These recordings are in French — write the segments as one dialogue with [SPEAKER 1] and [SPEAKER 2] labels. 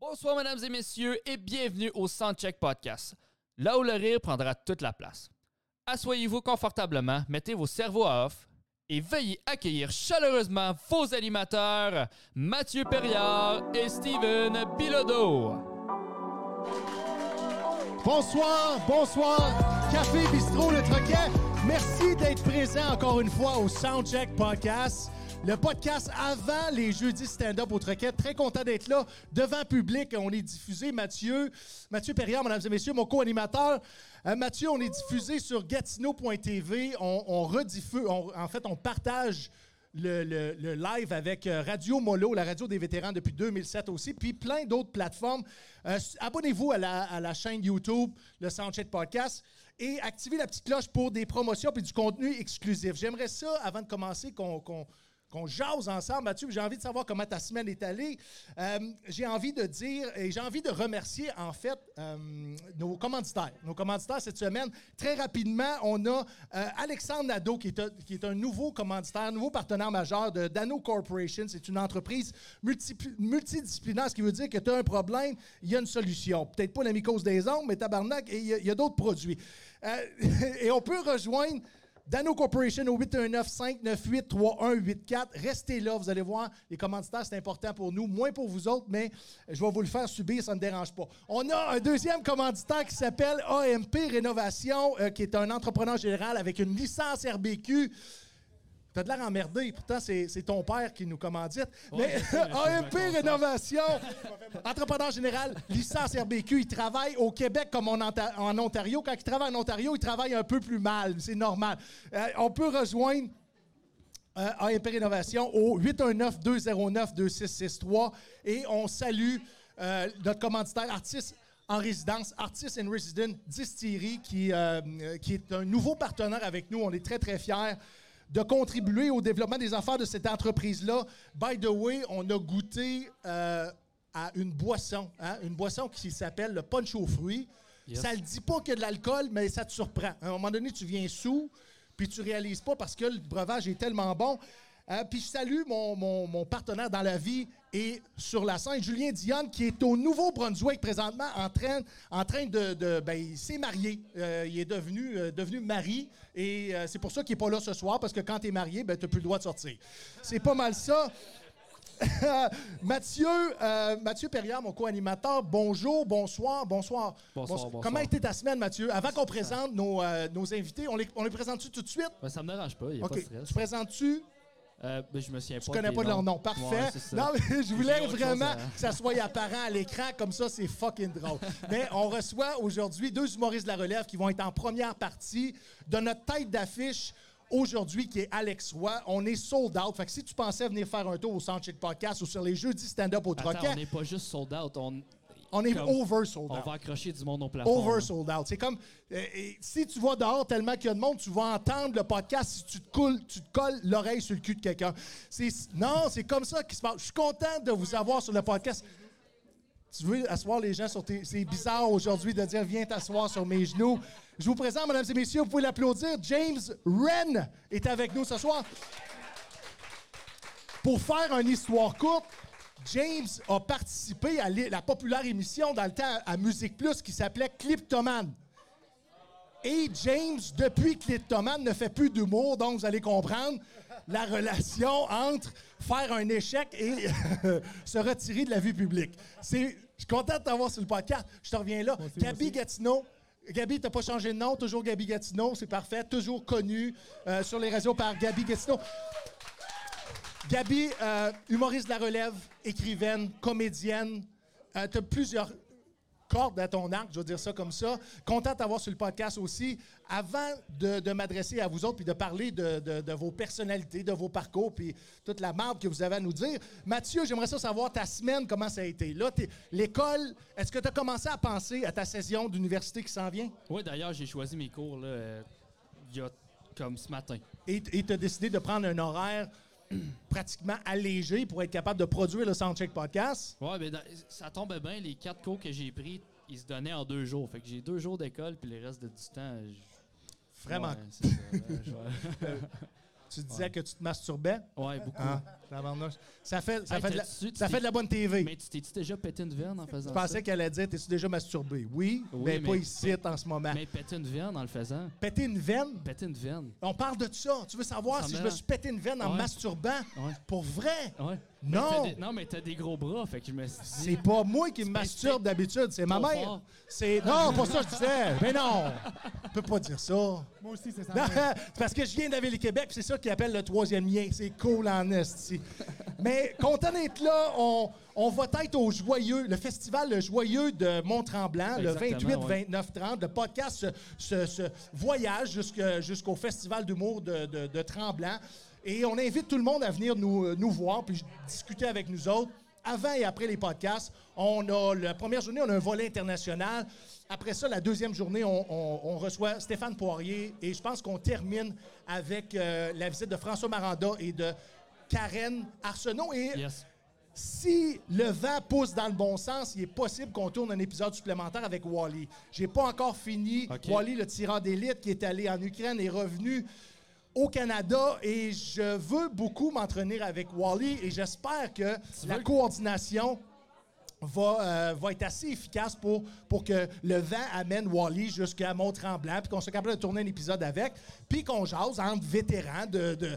[SPEAKER 1] Bonsoir, mesdames et messieurs, et bienvenue au Soundcheck Podcast, là où le rire prendra toute la place. Assoyez-vous confortablement, mettez vos cerveaux à off et veuillez accueillir chaleureusement vos animateurs, Mathieu Perriard et Steven Bilodeau.
[SPEAKER 2] Bonsoir, bonsoir, Café Bistrot Le Troquet. Merci d'être présent encore une fois au Soundcheck Podcast. Le podcast avant les jeudis stand-up au Troquet. Très content d'être là devant public. On est diffusé, Mathieu, Mathieu Perriard, mesdames et messieurs, mon co-animateur. Euh, Mathieu, on est diffusé sur gatineau.tv. On, on rediffuse, on- en fait, on partage le, le- le live avec euh, Radio Molo, la radio des vétérans depuis 2007 aussi, puis plein d'autres plateformes. Euh, s- Abonnez-vous à la, à la chaîne YouTube, le Soundcheck Podcast, et activez la petite cloche pour des promotions et du contenu exclusif. J'aimerais ça, avant de commencer, qu'on qu'on- qu'on jase ensemble, Mathieu. J'ai envie de savoir comment ta semaine est allée. Euh, j'ai envie de dire et j'ai envie de remercier, en fait, euh, nos commanditaires. Nos commanditaires cette semaine, très rapidement, on a euh, Alexandre Nadeau, qui est, un, qui est un nouveau commanditaire, nouveau partenaire majeur de Dano Corporation. C'est une entreprise multi- multidisciplinaire, ce qui veut dire que tu as un problème, il y a une solution. Peut-être pas la mycose des ongles, mais tabarnak, et il y a- il y a, d'autres produits. Euh, et on peut rejoindre Dano Corporation au 819-598-3184. Restez là, vous allez voir, les commanditaires, c'est important pour nous, moins pour vous autres, mais je vais vous le faire subir, ça ne me dérange pas. On a un deuxième commanditaire qui s'appelle AMP Rénovation, euh, qui est un entrepreneur général avec une licence RBQ. T'as de l'air emmerdé, pourtant c'est c'est ton père qui nous commandite. mais AMP Rénovation, entrepreneur général, licence RBQ, il travaille au Québec comme en, Anta- en Ontario. Quand il travaille en Ontario, il travaille un peu plus mal, c'est normal. Euh, on peut rejoindre euh, AMP Rénovation au 819-209-2663 et on salue euh, notre commanditaire artiste en résidence, Artist in Resident Distillery, qui, euh, euh, qui est un nouveau partenaire avec nous. On est très, très fiers de contribuer au développement des affaires de cette entreprise-là. By the way, on a goûté euh, à une boisson, hein, une boisson qui s'appelle le punch aux fruits. Ça le dit pas que de l'alcool, mais ça te surprend. À un moment donné, tu viens sous, puis tu réalises pas parce que le breuvage est tellement bon. Euh, puis je salue mon, mon- mon partenaire dans la vie et sur la scène, Julien Dionne, qui est au Nouveau-Brunswick présentement en train, en train de... de- ben, il s'est marié. Euh, il est devenu, euh, devenu mari et euh, c'est pour ça qu'il n'est pas là ce soir parce que quand tu es marié, ben, tu n'as plus le droit de sortir. C'est pas mal ça. Euh, Mathieu, euh, Mathieu Perriard, mon co-animateur, bonjour, bonsoir, bonsoir.
[SPEAKER 1] Bonsoir, bonsoir.
[SPEAKER 2] Comment a été ta semaine, Mathieu? Avant qu'on présente nos, euh, nos invités, on les, on les présente-tu tout de suite?
[SPEAKER 3] Ben, ça me dérange pas, il n'y a
[SPEAKER 2] OK.
[SPEAKER 3] pas de
[SPEAKER 2] Tu
[SPEAKER 3] stress.
[SPEAKER 2] présentes-tu?
[SPEAKER 3] Euh, ben, je me souviens pas.
[SPEAKER 2] Je connais
[SPEAKER 3] des
[SPEAKER 2] pas de leur
[SPEAKER 3] noms.
[SPEAKER 2] nom. Parfait.
[SPEAKER 3] Ouais, c'est ça.
[SPEAKER 2] non, mais je voulais
[SPEAKER 3] J'ai autre chose
[SPEAKER 2] vraiment
[SPEAKER 3] à-
[SPEAKER 2] que ça soit apparent à l'écran. Comme ça, c'est fucking drôle. mais on reçoit aujourd'hui deux humoristes de la relève qui vont être en première partie de notre tête d'affiche aujourd'hui qui est Alex Roy. On est sold out. Fait que si tu pensais venir faire un tour au Soundcheck Podcast ou sur les jeudis stand-up au
[SPEAKER 3] Attends,
[SPEAKER 2] Troquet,
[SPEAKER 3] on n'est pas juste sold out, on,
[SPEAKER 2] on est,
[SPEAKER 3] comme-
[SPEAKER 2] over sold
[SPEAKER 3] on
[SPEAKER 2] out.
[SPEAKER 3] va accrocher du monde au plafond.
[SPEAKER 2] Over sold out. C'est comme euh, et si tu vas dehors tellement qu'il y a de monde, tu vas entendre le podcast si tu te coules, tu te colles l'oreille sur le cul de quelqu'un. C'est non, c'est comme ça qu'il se passe. Je suis content de vous avoir sur le podcast. Tu veux asseoir les gens sur tes. C'est bizarre aujourd'hui de dire viens t'asseoir sur mes genoux. Je vous présente, mesdames et messieurs, vous pouvez l'applaudir. James Wren est avec nous ce soir. Pour faire une histoire courte, James a participé à l'é- la populaire émission dans le temps à Musique Plus qui s'appelait Cliptoman. Et James, depuis Cliptoman, ne fait plus d'humour, donc vous allez comprendre la relation entre faire un échec et se retirer de la vie publique. C'est- Je suis content de t'avoir sur le podcast. Je te reviens là. Gabi Gatineau. Gabi, t'as pas changé de nom, toujours Gabi Gatineau, c'est parfait. Toujours connu euh, sur les réseaux par Gabi Gatineau. Gabi, euh, humoriste de la relève, écrivaine, comédienne, euh, t'as plusieurs cordes à ton arc, je veux dire ça comme ça. Content de t'avoir sur le podcast aussi. Avant de, de m'adresser à vous autres puis de parler de, de- de vos personnalités, de vos parcours puis toute la merde que vous avez à nous dire, Mathieu, j'aimerais ça savoir ta semaine, comment ça a été. Là, t'es- l'école, est-ce que tu as commencé à penser à ta saison d'université qui s'en vient?
[SPEAKER 3] Oui, d'ailleurs, j'ai choisi mes cours là, euh, il y a comme ce matin.
[SPEAKER 2] Et tu as décidé de prendre un horaire pratiquement allégé pour être capable de produire le Soundcheck Podcast.
[SPEAKER 3] Ouais, ben, dans- ça tombe bien, les quatre cours que j'ai pris, ils se donnaient en deux jours. Fait que j'ai deux jours d'école, puis le reste de- du temps, je-
[SPEAKER 2] Vraiment.
[SPEAKER 3] Ouais, c'est ça. Ouais, je-
[SPEAKER 2] Tu disais que tu te masturbais.
[SPEAKER 3] Ouais, beaucoup.
[SPEAKER 2] Ah, tabarnouche. Ça fait, ça
[SPEAKER 3] Hey,
[SPEAKER 2] fait, de, la,
[SPEAKER 3] t'as-tu- tu
[SPEAKER 2] ça
[SPEAKER 3] t'es-
[SPEAKER 2] fait de la bonne TV.
[SPEAKER 3] Mais tu t'es-tu déjà pété une verne en faisant
[SPEAKER 2] Je
[SPEAKER 3] ça?
[SPEAKER 2] pensais qu'elle allait dire T'es-tu déjà masturbé Oui,
[SPEAKER 3] Oui,
[SPEAKER 2] mais pas
[SPEAKER 3] mais-
[SPEAKER 2] ici en ce moment.
[SPEAKER 3] Mais péter une verne en le faisant.
[SPEAKER 2] Péter une veine
[SPEAKER 3] Péter une verne.
[SPEAKER 2] On parle de ça. Tu veux savoir
[SPEAKER 3] Ça
[SPEAKER 2] si
[SPEAKER 3] me
[SPEAKER 2] je me
[SPEAKER 3] rend-
[SPEAKER 2] suis pété une veine en
[SPEAKER 3] Ouais.
[SPEAKER 2] masturbant
[SPEAKER 3] Ouais.
[SPEAKER 2] Pour vrai
[SPEAKER 3] Ouais. Mais
[SPEAKER 2] Non.
[SPEAKER 3] t'as des- non, mais t'as des gros bras, fait que je me suis dit.
[SPEAKER 2] C'est pas moi qui me
[SPEAKER 3] pas-
[SPEAKER 2] masturbe d'habitude, c'est ma
[SPEAKER 3] Trop
[SPEAKER 2] mère.
[SPEAKER 3] fort.
[SPEAKER 2] C'est non, pas ça que je disais. Mais non, tu peux pas dire ça. Non,
[SPEAKER 4] Moi aussi, c'est ça.
[SPEAKER 2] c'est parce que je viens d'Aville Québec, puis c'est ça qu'ils appellent le troisième lien. C'est cool en esti. Mais content d'être là, on, on va être au Joyeux, le festival Le Joyeux de Mont-Tremblant, le
[SPEAKER 3] Exactement,
[SPEAKER 2] 28,
[SPEAKER 3] ouais.
[SPEAKER 2] 29, 30. Le podcast se, se- se voyage jusque- jusqu'au festival d'humour de, de- de Tremblant. Et on invite tout le monde à venir nous, nous voir puis discuter avec nous autres. Avant et après les podcasts, on a la première journée, on a un volet international. Après ça, la deuxième journée, on, on- on reçoit Stéphane Poirier. Et je pense qu'on termine avec euh, la visite de François Maranda et de Karen Arsenault. Et
[SPEAKER 3] Yes.
[SPEAKER 2] si le vent pousse dans le bon sens, il est possible qu'on tourne un épisode supplémentaire avec Wally. J'ai pas encore fini.
[SPEAKER 3] Ok.
[SPEAKER 2] Wally, le tyran d'élite qui est allé en Ukraine, est revenu au Canada et je veux beaucoup m'entretenir avec Wally et j'espère que la
[SPEAKER 3] veux-
[SPEAKER 2] coordination va, euh, va être assez efficace pour, pour que le vent amène Wally jusqu'à Mont-Tremblant, puis qu'on soit capable de tourner un épisode avec, puis qu'on jase entre vétérans de- de,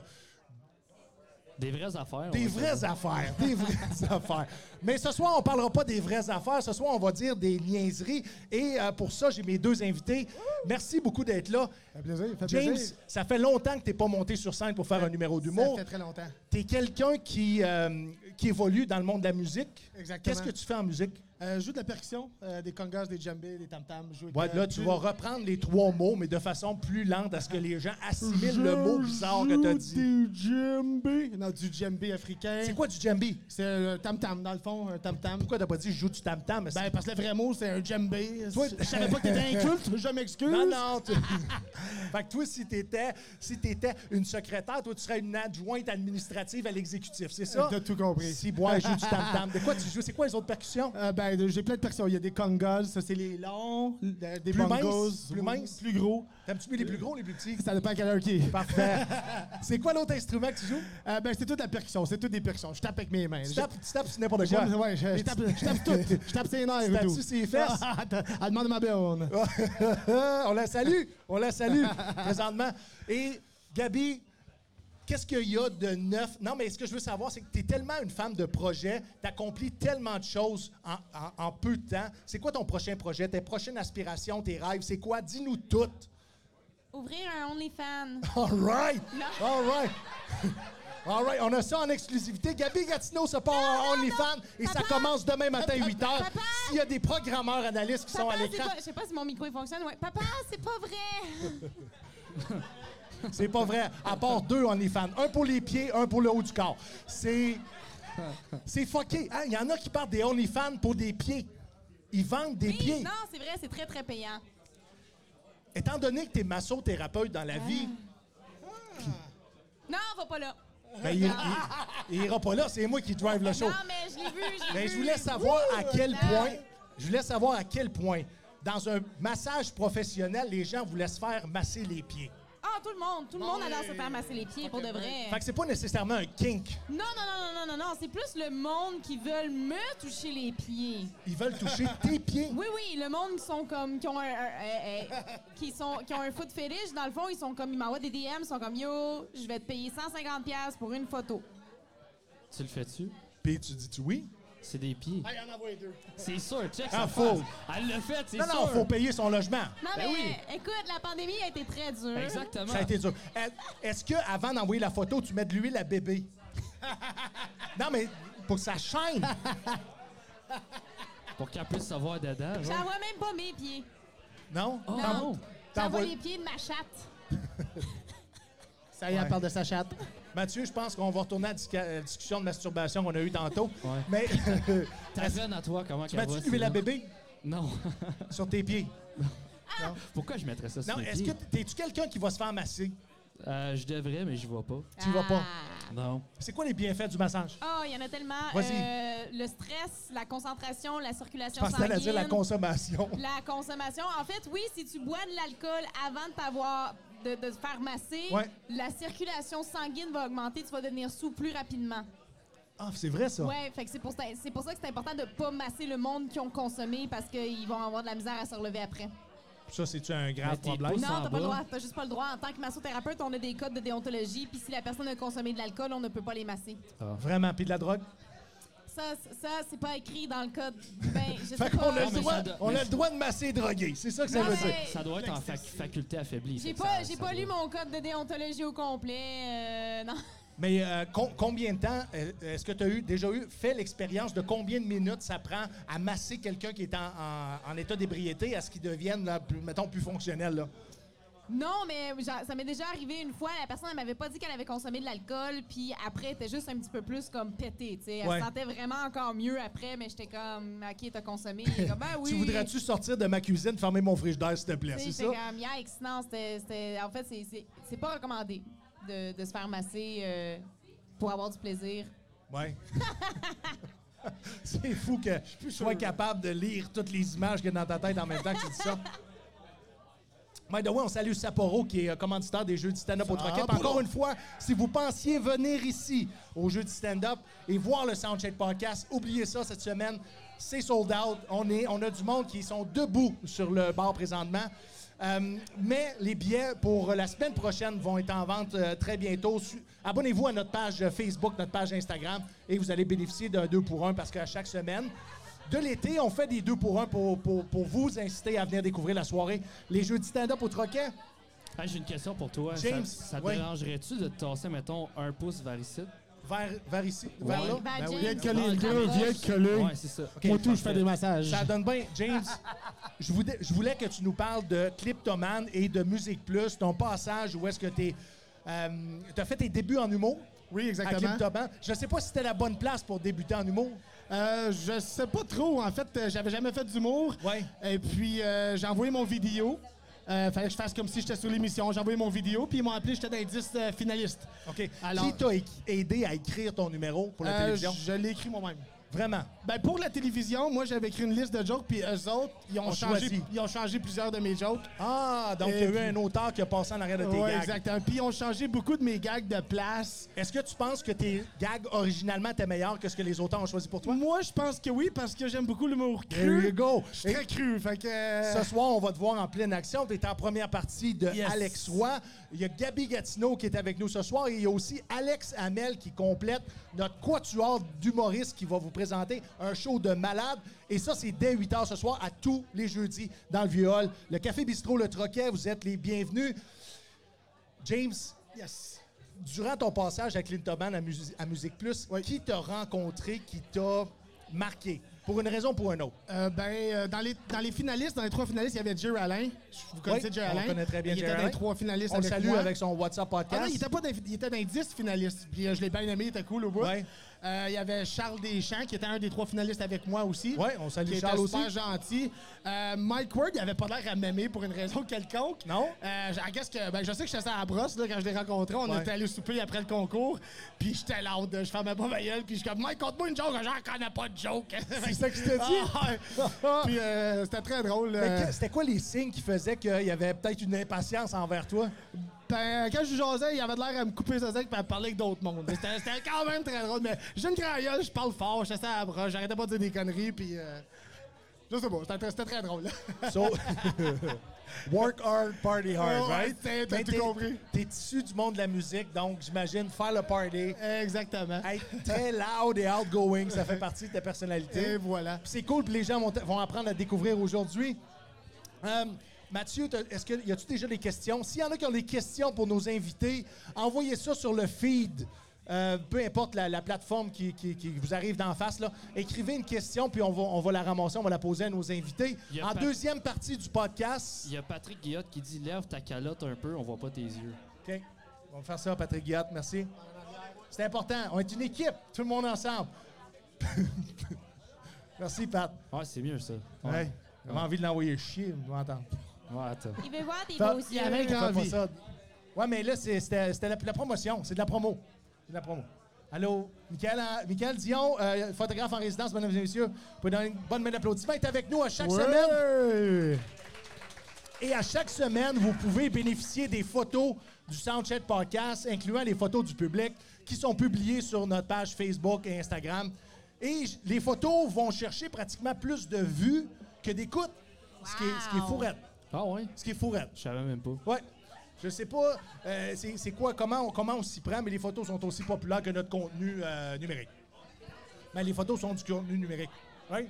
[SPEAKER 3] Des vraies affaires.
[SPEAKER 2] des
[SPEAKER 3] ouais.
[SPEAKER 2] vraies affaires, des vraies affaires. Mais ce soir, on parlera pas des vraies affaires. Ce soir, on va dire des niaiseries. Et euh, pour ça, j'ai mes deux invités. Merci beaucoup d'être là.
[SPEAKER 4] Ça fait plaisir, ça fait
[SPEAKER 2] James,
[SPEAKER 4] plaisir.
[SPEAKER 2] ça fait longtemps que t'es pas monté sur scène pour faire un numéro d'humour.
[SPEAKER 4] Ça fait très longtemps.
[SPEAKER 2] T'es quelqu'un qui, euh, qui évolue dans le monde de la musique.
[SPEAKER 4] Exactement.
[SPEAKER 2] Qu'est-ce que tu fais en musique?
[SPEAKER 4] Euh, je joue de la percussion, euh, des congas, des djembés, des tam-tams. je joue avec,
[SPEAKER 2] Ouais,
[SPEAKER 4] euh,
[SPEAKER 2] là, tu
[SPEAKER 4] plus-
[SPEAKER 2] vas reprendre les trois mots, mais de façon plus lente à ce que les gens assimilent le mot bizarre que t'as dit.
[SPEAKER 4] Du djembé. Non, du djembé africain.
[SPEAKER 2] C'est quoi du djembe?
[SPEAKER 4] C'est le tam-tam, dans le fond, un tam-tam.
[SPEAKER 2] Pourquoi t'as pas dit je joue du tam-tam? mais c'est-
[SPEAKER 4] Ben, parce que le vrai mot, c'est un djembé.
[SPEAKER 2] Toi-
[SPEAKER 4] Je savais pas que t'étais inculte, je m'excuse.
[SPEAKER 2] Non, non. tu- fait que toi, si t'étais, si t'étais une secrétaire, toi, tu serais une adjointe administrative à l'exécutif, c'est ça?
[SPEAKER 4] T'as tout compris.
[SPEAKER 2] Si bois joue du tam-tam. De quoi tu joues? C'est quoi les autres percussions?
[SPEAKER 4] Euh, ben, de- j'ai plein de percussions. Il y a des congas, ça, c'est les longs, de- des
[SPEAKER 2] Plus
[SPEAKER 4] bongos.
[SPEAKER 2] minces, plus
[SPEAKER 4] oui,
[SPEAKER 2] minces.
[SPEAKER 4] Plus gros.
[SPEAKER 2] T'aimes-tu mieux les plus gros, les plus petits?
[SPEAKER 4] Ça dépend quelle heure qui est.
[SPEAKER 2] Parfait. c'est quoi l'autre instrument que tu joues?
[SPEAKER 4] Euh, ben, c'est toute la percussion, c'est toutes des percussions. Je tape avec mes mains.
[SPEAKER 2] Tu
[SPEAKER 4] Je-
[SPEAKER 2] tapes, tu tapes sur n'importe quoi.
[SPEAKER 4] J'aime- ouais, je, je tape, je tape tout. Je tape ses nerfs et
[SPEAKER 2] Tu tapes
[SPEAKER 4] tout. Ah,
[SPEAKER 2] sur ses fesses?
[SPEAKER 4] Elle demande à ma blonde.
[SPEAKER 2] Euh, on la salue, on la salue présentement. Et Gabi, qu'est-ce qu'il y a de neuf? Non, mais ce que je veux savoir, c'est que tu es tellement une femme de projet, tu accomplis tellement de choses en, en- en peu de temps. C'est quoi ton prochain projet, tes prochaines aspirations, tes rêves? C'est quoi? Dis-nous toutes.
[SPEAKER 5] Ouvrir un OnlyFans.
[SPEAKER 2] All right!
[SPEAKER 5] Non.
[SPEAKER 2] All right! All right, on a ça en exclusivité. Gabi Gatineau se part en
[SPEAKER 5] non,
[SPEAKER 2] OnlyFans et ça
[SPEAKER 5] Papa?
[SPEAKER 2] commence demain matin à 8 h.
[SPEAKER 5] Papa?
[SPEAKER 2] S'il y a des programmeurs analystes qui sont à
[SPEAKER 5] Papa, c'est
[SPEAKER 2] l'écran,
[SPEAKER 5] pas- je sais pas si mon micro il fonctionne. Ouais. Papa, c'est pas vrai.
[SPEAKER 2] C'est pas vrai. À part deux, on est fan. Un pour les pieds, un pour le haut du corps. C'est. C'est fucké. hein? Il y en a qui partent des OnlyFans pour des pieds. Ils vendent des
[SPEAKER 5] Oui,
[SPEAKER 2] pieds.
[SPEAKER 5] non, c'est vrai, c'est très très payant.
[SPEAKER 2] Étant donné que t'es massothérapeute dans
[SPEAKER 5] Ah.
[SPEAKER 2] la vie,
[SPEAKER 5] Non, va pas là.
[SPEAKER 2] ben, il, il- il ira pas là. C'est moi qui drive le show.
[SPEAKER 5] Non, mais je l'ai vu, je l'ai
[SPEAKER 2] Ben, je
[SPEAKER 5] vu.
[SPEAKER 2] voulais savoir à quel
[SPEAKER 5] non.
[SPEAKER 2] point. Je voulais savoir à quel point, dans un massage professionnel, les gens vous laissent faire masser les pieds.
[SPEAKER 5] Ah, tout le monde, tout le monde adore se faire masser les pieds pour de vrai.
[SPEAKER 2] Fait que c'est pas nécessairement un kink.
[SPEAKER 5] Non, non, non, non, non, non, non, c'est plus le monde qui veulent me toucher les pieds.
[SPEAKER 2] Ils veulent toucher tes pieds.
[SPEAKER 5] Oui, oui, le monde qui sont comme qui ont un, un- euh, euh, qui sont qui ont un foot fétiche dans le fond, ils sont comme ils m'envoient des DM, ils sont comme yo, je vais te payer 150 pièces pour une photo.
[SPEAKER 3] Tu le fais-tu?
[SPEAKER 2] Puis tu dis-tu oui?
[SPEAKER 3] C'est des pieds.
[SPEAKER 4] Il y en a envoyé deux.
[SPEAKER 3] C'est sûr, check
[SPEAKER 2] Ah,
[SPEAKER 3] ça.
[SPEAKER 2] faux.
[SPEAKER 3] Elle l'a fait, c'est
[SPEAKER 2] Non,
[SPEAKER 3] sûr.
[SPEAKER 2] non, faut payer son logement.
[SPEAKER 5] Non
[SPEAKER 3] Ben
[SPEAKER 5] mais
[SPEAKER 3] oui.
[SPEAKER 5] écoute, la pandémie a été très dure.
[SPEAKER 3] Exactement.
[SPEAKER 2] Ça a été dur. Euh, Est-ce que avant d'envoyer la photo, tu mets de l'huile à bébé? non, mais pour que ça chaîne.
[SPEAKER 3] Pour qu'elle puisse savoir dedans. genre.
[SPEAKER 5] J'envoie même pas mes pieds.
[SPEAKER 2] Non?
[SPEAKER 3] Oh,
[SPEAKER 5] Non.
[SPEAKER 3] non.
[SPEAKER 5] J'envoie
[SPEAKER 2] T'envoies-
[SPEAKER 5] les pieds de ma chatte.
[SPEAKER 4] Ça y est, elle parle de sa chatte.
[SPEAKER 2] Mathieu, je pense qu'on va retourner à la disca- euh, discussion de masturbation qu'on a eue tantôt.
[SPEAKER 3] Ouais.
[SPEAKER 2] Mais
[SPEAKER 3] Ta veine à toi, comment
[SPEAKER 2] tu
[SPEAKER 3] qu'elle va?
[SPEAKER 2] mets-tu de l'huile à
[SPEAKER 3] sinon?
[SPEAKER 2] bébé
[SPEAKER 3] Non.
[SPEAKER 2] sur tes pieds?
[SPEAKER 3] Pourquoi je mettrais ça sur
[SPEAKER 2] Non,
[SPEAKER 3] mes
[SPEAKER 2] est-ce que
[SPEAKER 3] pieds?
[SPEAKER 2] t'es-tu quelqu'un qui va se faire masser?
[SPEAKER 3] Euh, je devrais, mais je vois pas.
[SPEAKER 2] Tu vas pas.
[SPEAKER 3] Non.
[SPEAKER 2] C'est quoi les bienfaits du massage?
[SPEAKER 5] Ah. Oh, il y en a tellement.
[SPEAKER 2] Vas-y.
[SPEAKER 5] Euh, le stress, la concentration, la
[SPEAKER 2] Je
[SPEAKER 5] circulation
[SPEAKER 2] pensais
[SPEAKER 5] sanguine.
[SPEAKER 2] à dire la consommation.
[SPEAKER 5] La consommation. En fait, oui, si tu bois de l'alcool avant de t'avoir de, de se faire masser,
[SPEAKER 4] Ouais.
[SPEAKER 5] la circulation sanguine va augmenter, tu vas devenir sous plus rapidement.
[SPEAKER 4] Ah, c'est vrai ça.
[SPEAKER 5] Ouais, fait que c'est pour, ça- c'est pour ça que c'est important de pas masser le monde qui ont consommé parce qu'ils vont avoir de la misère à se relever après.
[SPEAKER 4] Ça, c'est un
[SPEAKER 3] Mais
[SPEAKER 4] grave
[SPEAKER 3] t'es
[SPEAKER 4] problème.
[SPEAKER 3] pousse
[SPEAKER 5] Non,
[SPEAKER 3] en
[SPEAKER 5] t'as
[SPEAKER 3] bas.
[SPEAKER 5] pas le droit, t'as juste pas le droit. En tant que massothérapeute, on a des codes de déontologie, puis si la personne a consommé de l'alcool, on ne peut pas les masser.
[SPEAKER 4] Vraiment, puis de la drogue.
[SPEAKER 5] Ça, c- ça c'est pas écrit dans le code. Ben, je sais
[SPEAKER 2] Fait
[SPEAKER 5] pas.
[SPEAKER 2] qu'on a, le
[SPEAKER 3] mais
[SPEAKER 2] droit-
[SPEAKER 3] ça doit-
[SPEAKER 2] on
[SPEAKER 3] mais-
[SPEAKER 2] a le droit de masser et droguer. C'est ça que ça
[SPEAKER 5] Non,
[SPEAKER 2] veut
[SPEAKER 5] mais-
[SPEAKER 2] dire.
[SPEAKER 3] Ça doit être en fac- faculté affaiblie.
[SPEAKER 5] J'ai
[SPEAKER 3] fait que
[SPEAKER 5] pas,
[SPEAKER 3] ça-
[SPEAKER 5] j'ai
[SPEAKER 3] ça
[SPEAKER 5] pas
[SPEAKER 3] doit-
[SPEAKER 5] lu mon code de déontologie au complet. euh, non.
[SPEAKER 2] Mais euh, com- combien de temps euh, est-ce que tu as eu, déjà eu fait l'expérience de combien de minutes ça prend à masser quelqu'un qui est en, en- en état d'ébriété à ce qu'il devienne, là, plus- mettons, plus fonctionnel? Là?
[SPEAKER 5] Non, mais j'a- ça m'est déjà arrivé une fois. La personne, elle m'avait pas dit qu'elle avait consommé de l'alcool, puis après, elle était juste un petit peu plus comme pétée. tu sais. Elle
[SPEAKER 4] Ouais.
[SPEAKER 5] se sentait vraiment encore mieux après, mais j'étais comme, OK, t'as consommé. Elle est comme, ben oui.
[SPEAKER 2] Tu voudrais-tu sortir de ma cuisine, fermer mon frigidaire, s'il te plaît?
[SPEAKER 5] Tu
[SPEAKER 2] Ben, C'est
[SPEAKER 5] sais,
[SPEAKER 2] ça?
[SPEAKER 5] j'étais comme, yikes, non, c'était- c'était- En fait, c'est- c'est- c'est pas recommandé de, de se faire masser euh, pour avoir du plaisir.
[SPEAKER 2] Ouais. C'est fou que tu sois capable de lire toutes les images qu'il y a dans ta tête en même temps que tu dis ça. By the way, on salue Sapporo qui est euh, commanditaire des jeux du stand-up au Troquet. Puis Encore une fois, si vous pensiez venir ici aux jeux du stand-up et voir le Soundcheck Podcast, oubliez ça cette semaine. C'est sold out. On, est, on a du monde qui sont debout sur le bar présentement. Euh, mais les billets pour la semaine prochaine vont être en vente euh, très bientôt. Su- Abonnez-vous à notre page euh, Facebook, notre page Instagram et vous allez bénéficier d'un 2 pour 1 parce qu'à chaque semaine, de l'été, on fait des deux pour un pour, pour- pour vous inciter à venir découvrir la soirée. Les jeux de stand-up au troquet.
[SPEAKER 3] Ah, j'ai une question pour toi.
[SPEAKER 2] James,
[SPEAKER 3] ça ça te
[SPEAKER 2] ouais.
[SPEAKER 3] dérangerait-tu de te tasser, mettons, un pouce vers ici?
[SPEAKER 2] Vers, vers ici, vers
[SPEAKER 5] Ouais. Ben,
[SPEAKER 2] là.
[SPEAKER 5] Vers James.
[SPEAKER 4] Viens de coller le
[SPEAKER 3] Ouais,
[SPEAKER 4] gars,
[SPEAKER 5] ouais.
[SPEAKER 4] viens de coller.
[SPEAKER 3] Ouais, c'est ça.
[SPEAKER 4] Moi tout, je fais
[SPEAKER 3] parfait.
[SPEAKER 4] des massages.
[SPEAKER 2] Ça donne bien. James, je voulais, je voulais que tu nous parles de Cliptoman et de Musique Plus, ton passage où est-ce que tu as fait tes débuts en humour
[SPEAKER 4] Oui,
[SPEAKER 2] à
[SPEAKER 4] exactement.
[SPEAKER 2] Cliptoman. Je ne sais pas si c'était la bonne place pour débuter en humour.
[SPEAKER 4] Euh, je sais pas trop. En fait, euh, j'avais jamais fait d'humour.
[SPEAKER 2] Ouais.
[SPEAKER 4] Et puis, euh, j'ai envoyé mon vidéo. Euh, fallait que je fasse comme si j'étais sur l'émission. J'ai envoyé mon vidéo, puis ils m'ont appelé, j'étais dans les 10 euh, finalistes.
[SPEAKER 2] OK.
[SPEAKER 4] Alors-
[SPEAKER 2] Qui t'a é- aidé à écrire ton numéro pour la
[SPEAKER 4] Euh,
[SPEAKER 2] télévision?
[SPEAKER 4] je l'ai écrit moi-même.
[SPEAKER 2] Vraiment.
[SPEAKER 4] Ben, pour la télévision, moi, j'avais écrit une liste de jokes, puis eux autres, ils ont,
[SPEAKER 2] On
[SPEAKER 4] changé,
[SPEAKER 2] choisit.
[SPEAKER 4] ils ont changé plusieurs de mes jokes.
[SPEAKER 2] Ah, donc il y a
[SPEAKER 4] Et
[SPEAKER 2] eu
[SPEAKER 4] puis-
[SPEAKER 2] un auteur qui a passé en arrière de tes
[SPEAKER 4] Euh, Ouais,
[SPEAKER 2] gags.
[SPEAKER 4] exactement. Puis ils ont changé beaucoup de mes gags de place.
[SPEAKER 2] Est-ce que tu penses que tes gags originalement étaient meilleurs que ce que les auteurs ont choisi pour toi?
[SPEAKER 4] Moi, je pense que oui, parce que j'aime beaucoup l'humour
[SPEAKER 2] Here you
[SPEAKER 4] cru.
[SPEAKER 2] go!
[SPEAKER 4] Je suis
[SPEAKER 2] Et
[SPEAKER 4] très cru, fait que... euh,
[SPEAKER 2] ce soir, on va te voir en pleine action. Tu es en première partie de
[SPEAKER 4] Yes.
[SPEAKER 2] Alex Roy. Il y a Gabi Gatineau qui est avec nous ce soir et il y a aussi Alex Hamel qui complète notre quatuor d'humoristes qui va vous présenter un show de malade. Et ça, c'est dès 8 h ce soir à tous les jeudis dans le Vieux Hall. Le Café Bistrot Le Troquet, vous êtes les bienvenus. James,
[SPEAKER 4] Yes.
[SPEAKER 2] durant ton passage à Clintoman à, Musi- à Musique Plus, qui t'a rencontré, qui t'a marqué? Pour une raison ou pour une autre.
[SPEAKER 4] Euh, ben, euh, dans, les, dans les finalistes, dans les trois finalistes, il y avait Jerry Alain. Vous connaissez
[SPEAKER 2] Oui,
[SPEAKER 4] Jerry
[SPEAKER 2] on
[SPEAKER 4] Alain?
[SPEAKER 2] connaît très bien
[SPEAKER 4] Il
[SPEAKER 2] Jerry
[SPEAKER 4] était dans
[SPEAKER 2] Alain.
[SPEAKER 4] les trois finalistes
[SPEAKER 2] On le
[SPEAKER 4] avec
[SPEAKER 2] salue
[SPEAKER 4] moi.
[SPEAKER 2] avec son WhatsApp
[SPEAKER 4] Ah non,
[SPEAKER 2] podcast.
[SPEAKER 4] il était, pas dans, il était dans les 10 finalistes. Puis euh, je l'ai bien aimé, il était cool au bout.
[SPEAKER 2] Ouais.
[SPEAKER 4] Euh, il y avait Charles Deschamps, qui était un des trois finalistes avec moi aussi.
[SPEAKER 2] Ouais, on salue
[SPEAKER 4] qui
[SPEAKER 2] Charles
[SPEAKER 4] était super
[SPEAKER 2] aussi.
[SPEAKER 4] gentil. Euh, Mike Ward, il avait pas l'air à m'aimer pour une raison quelconque.
[SPEAKER 2] Non?
[SPEAKER 4] Euh, je- I guess que, ben, je sais que j'étais à la brosse là, quand je l'ai rencontré. On
[SPEAKER 2] Ouais.
[SPEAKER 4] était allé souper après le concours. Puis j'étais loud. Je fermais pas ma gueule. Puis je suis comme, Mike, compte-moi une joke. J'en connais pas de joke.
[SPEAKER 2] C'est ça que je te dis?
[SPEAKER 4] Ah, ouais. Puis euh, c'était très drôle.
[SPEAKER 2] Mais
[SPEAKER 4] euh,
[SPEAKER 2] que- C'était quoi les signes qui faisaient qu'il y avait peut-être une impatience envers toi?
[SPEAKER 4] Ben, quand je jasais, il avait de l'air à me couper sa zinc et à parler avec d'autres mondes. C'était c'était quand même très drôle, mais j'ai une grande gueule, je parle fort, je suis à la broche, j'arrêtais pas de dire des conneries, puis... euh, je sais pas, c'était très- c'était très drôle.
[SPEAKER 2] So, work hard, party hard,
[SPEAKER 4] Ouais,
[SPEAKER 2] right?
[SPEAKER 4] t'as- t'as
[SPEAKER 2] Mais
[SPEAKER 4] tout
[SPEAKER 2] t'es-
[SPEAKER 4] compris.
[SPEAKER 2] T'es issu du monde de la musique, donc j'imagine faire le party,
[SPEAKER 4] Exactement.
[SPEAKER 2] être très loud et outgoing, ça fait partie de ta personnalité.
[SPEAKER 4] Et voilà.
[SPEAKER 2] Puis c'est cool, puis les gens vont, vont apprendre à découvrir aujourd'hui. Euh, Mathieu, t'as- est-ce que y a-tu déjà des questions S'il y en a qui ont des questions pour nos invités, envoyez ça sur le feed. euh, peu importe la, la plateforme qui, qui- qui vous arrive d'en face, là. écrivez une question, puis on va, on va la ramasser, on va la poser à nos invités.
[SPEAKER 3] Il y a
[SPEAKER 2] En
[SPEAKER 3] pas-
[SPEAKER 2] deuxième partie du podcast,
[SPEAKER 3] Il y a Patrick Guillotte qui dit Lève ta calotte un peu, on voit pas tes yeux.
[SPEAKER 2] OK. On va faire ça, Patrick Guillotte. Merci. C'est important. On est une équipe, tout le monde ensemble. Merci, Pat.
[SPEAKER 3] Ouais, c'est mieux ça.
[SPEAKER 2] Ouais. J'avais envie de l'envoyer chier, vous m'entendez.
[SPEAKER 3] Ouais, attends.
[SPEAKER 5] Ah, Il veut voir des
[SPEAKER 2] Ça,
[SPEAKER 5] beaux
[SPEAKER 2] il y
[SPEAKER 5] yeux.
[SPEAKER 4] avait
[SPEAKER 2] Faites pas
[SPEAKER 4] envie.
[SPEAKER 2] ça. Ouais, mais là, c'est- c'était c'était la, la promotion. C'est de la promo. C'est de la promo. Allô, Michael, euh, Michael Dion, euh, photographe en résidence, mesdames et messieurs. Vous pouvez donner une bonne main d'applaudissements. Il est avec nous à chaque semaine.
[SPEAKER 4] Ouais.
[SPEAKER 2] Et à chaque semaine, vous pouvez bénéficier des photos du Soundcheck Podcast, incluant les photos du public qui sont publiées sur notre page Facebook et Instagram. Et j- les photos vont chercher pratiquement plus de vues que d'écoutes, ce qui est, ce qui est
[SPEAKER 5] Wow.
[SPEAKER 2] fourrette.
[SPEAKER 3] Ah ouais?
[SPEAKER 2] Ce qui est fourrette.
[SPEAKER 3] Je savais même pas.
[SPEAKER 2] Ouais. Je sais pas euh, c'est c'est quoi, comment on, comment on s'y prend, mais les photos sont aussi populaires que notre contenu euh, numérique. Mais les photos sont du contenu numérique. Ouais.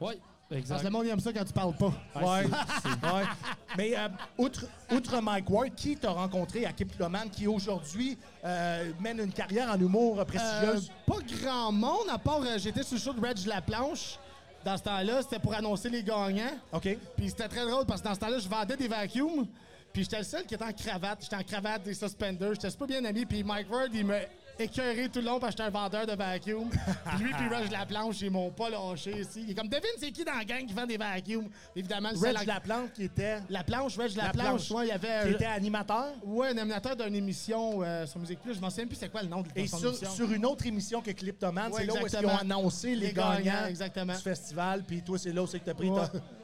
[SPEAKER 3] Ouais,
[SPEAKER 4] Parce que
[SPEAKER 3] exact.
[SPEAKER 4] le monde aime ça quand tu parles pas.
[SPEAKER 2] Ouais. Ouais. Mais euh, outre, outre Mike Ward, qui t'a rencontré à Kip Loman, qui aujourd'hui euh, mène une carrière en humour euh,
[SPEAKER 4] Euh,
[SPEAKER 2] prestigieuse?
[SPEAKER 4] pas grand monde, à part euh, j'étais sur le show de Reg Laplanche. Dans ce temps-là, c'était pour annoncer les gagnants.
[SPEAKER 2] OK.
[SPEAKER 4] Puis c'était très drôle parce que dans ce temps-là, je vendais des vacuums. Puis j'étais le seul qui était en cravate. J'étais en cravate, des suspenders. J'étais super bien ami. Puis Mike Ward, il m'a écœuré tout le long parce que j'étais un vendeur de vacuums. puis lui, puis Reg Laplanche, ils m'ont pas lâché ici. Il est comme, devine, c'est qui dans la gang qui vend des vacuums? Évidemment, le seul
[SPEAKER 2] Reg
[SPEAKER 4] en-
[SPEAKER 2] Laplante, qui était,
[SPEAKER 4] Laplanche, Reg Laplanche.
[SPEAKER 2] Laplanche.
[SPEAKER 4] Ouais, il y
[SPEAKER 2] qui
[SPEAKER 4] avait.
[SPEAKER 2] était animateur.
[SPEAKER 4] Ouais, un animateur d'une émission euh, sur Musique Plus. Je m'en souviens plus c'est quoi le nom de
[SPEAKER 2] Et
[SPEAKER 4] son
[SPEAKER 2] sur,
[SPEAKER 4] émission.
[SPEAKER 2] sur une autre émission que Cliptoman,
[SPEAKER 4] Ouais,
[SPEAKER 2] c'est là où ils ont
[SPEAKER 4] exactement.
[SPEAKER 2] annoncé les,
[SPEAKER 4] Les gagnants,
[SPEAKER 2] gagnants,
[SPEAKER 4] exactement.
[SPEAKER 2] du festival. Puis toi, c'est là où c'est que t'as pris
[SPEAKER 4] Ouais.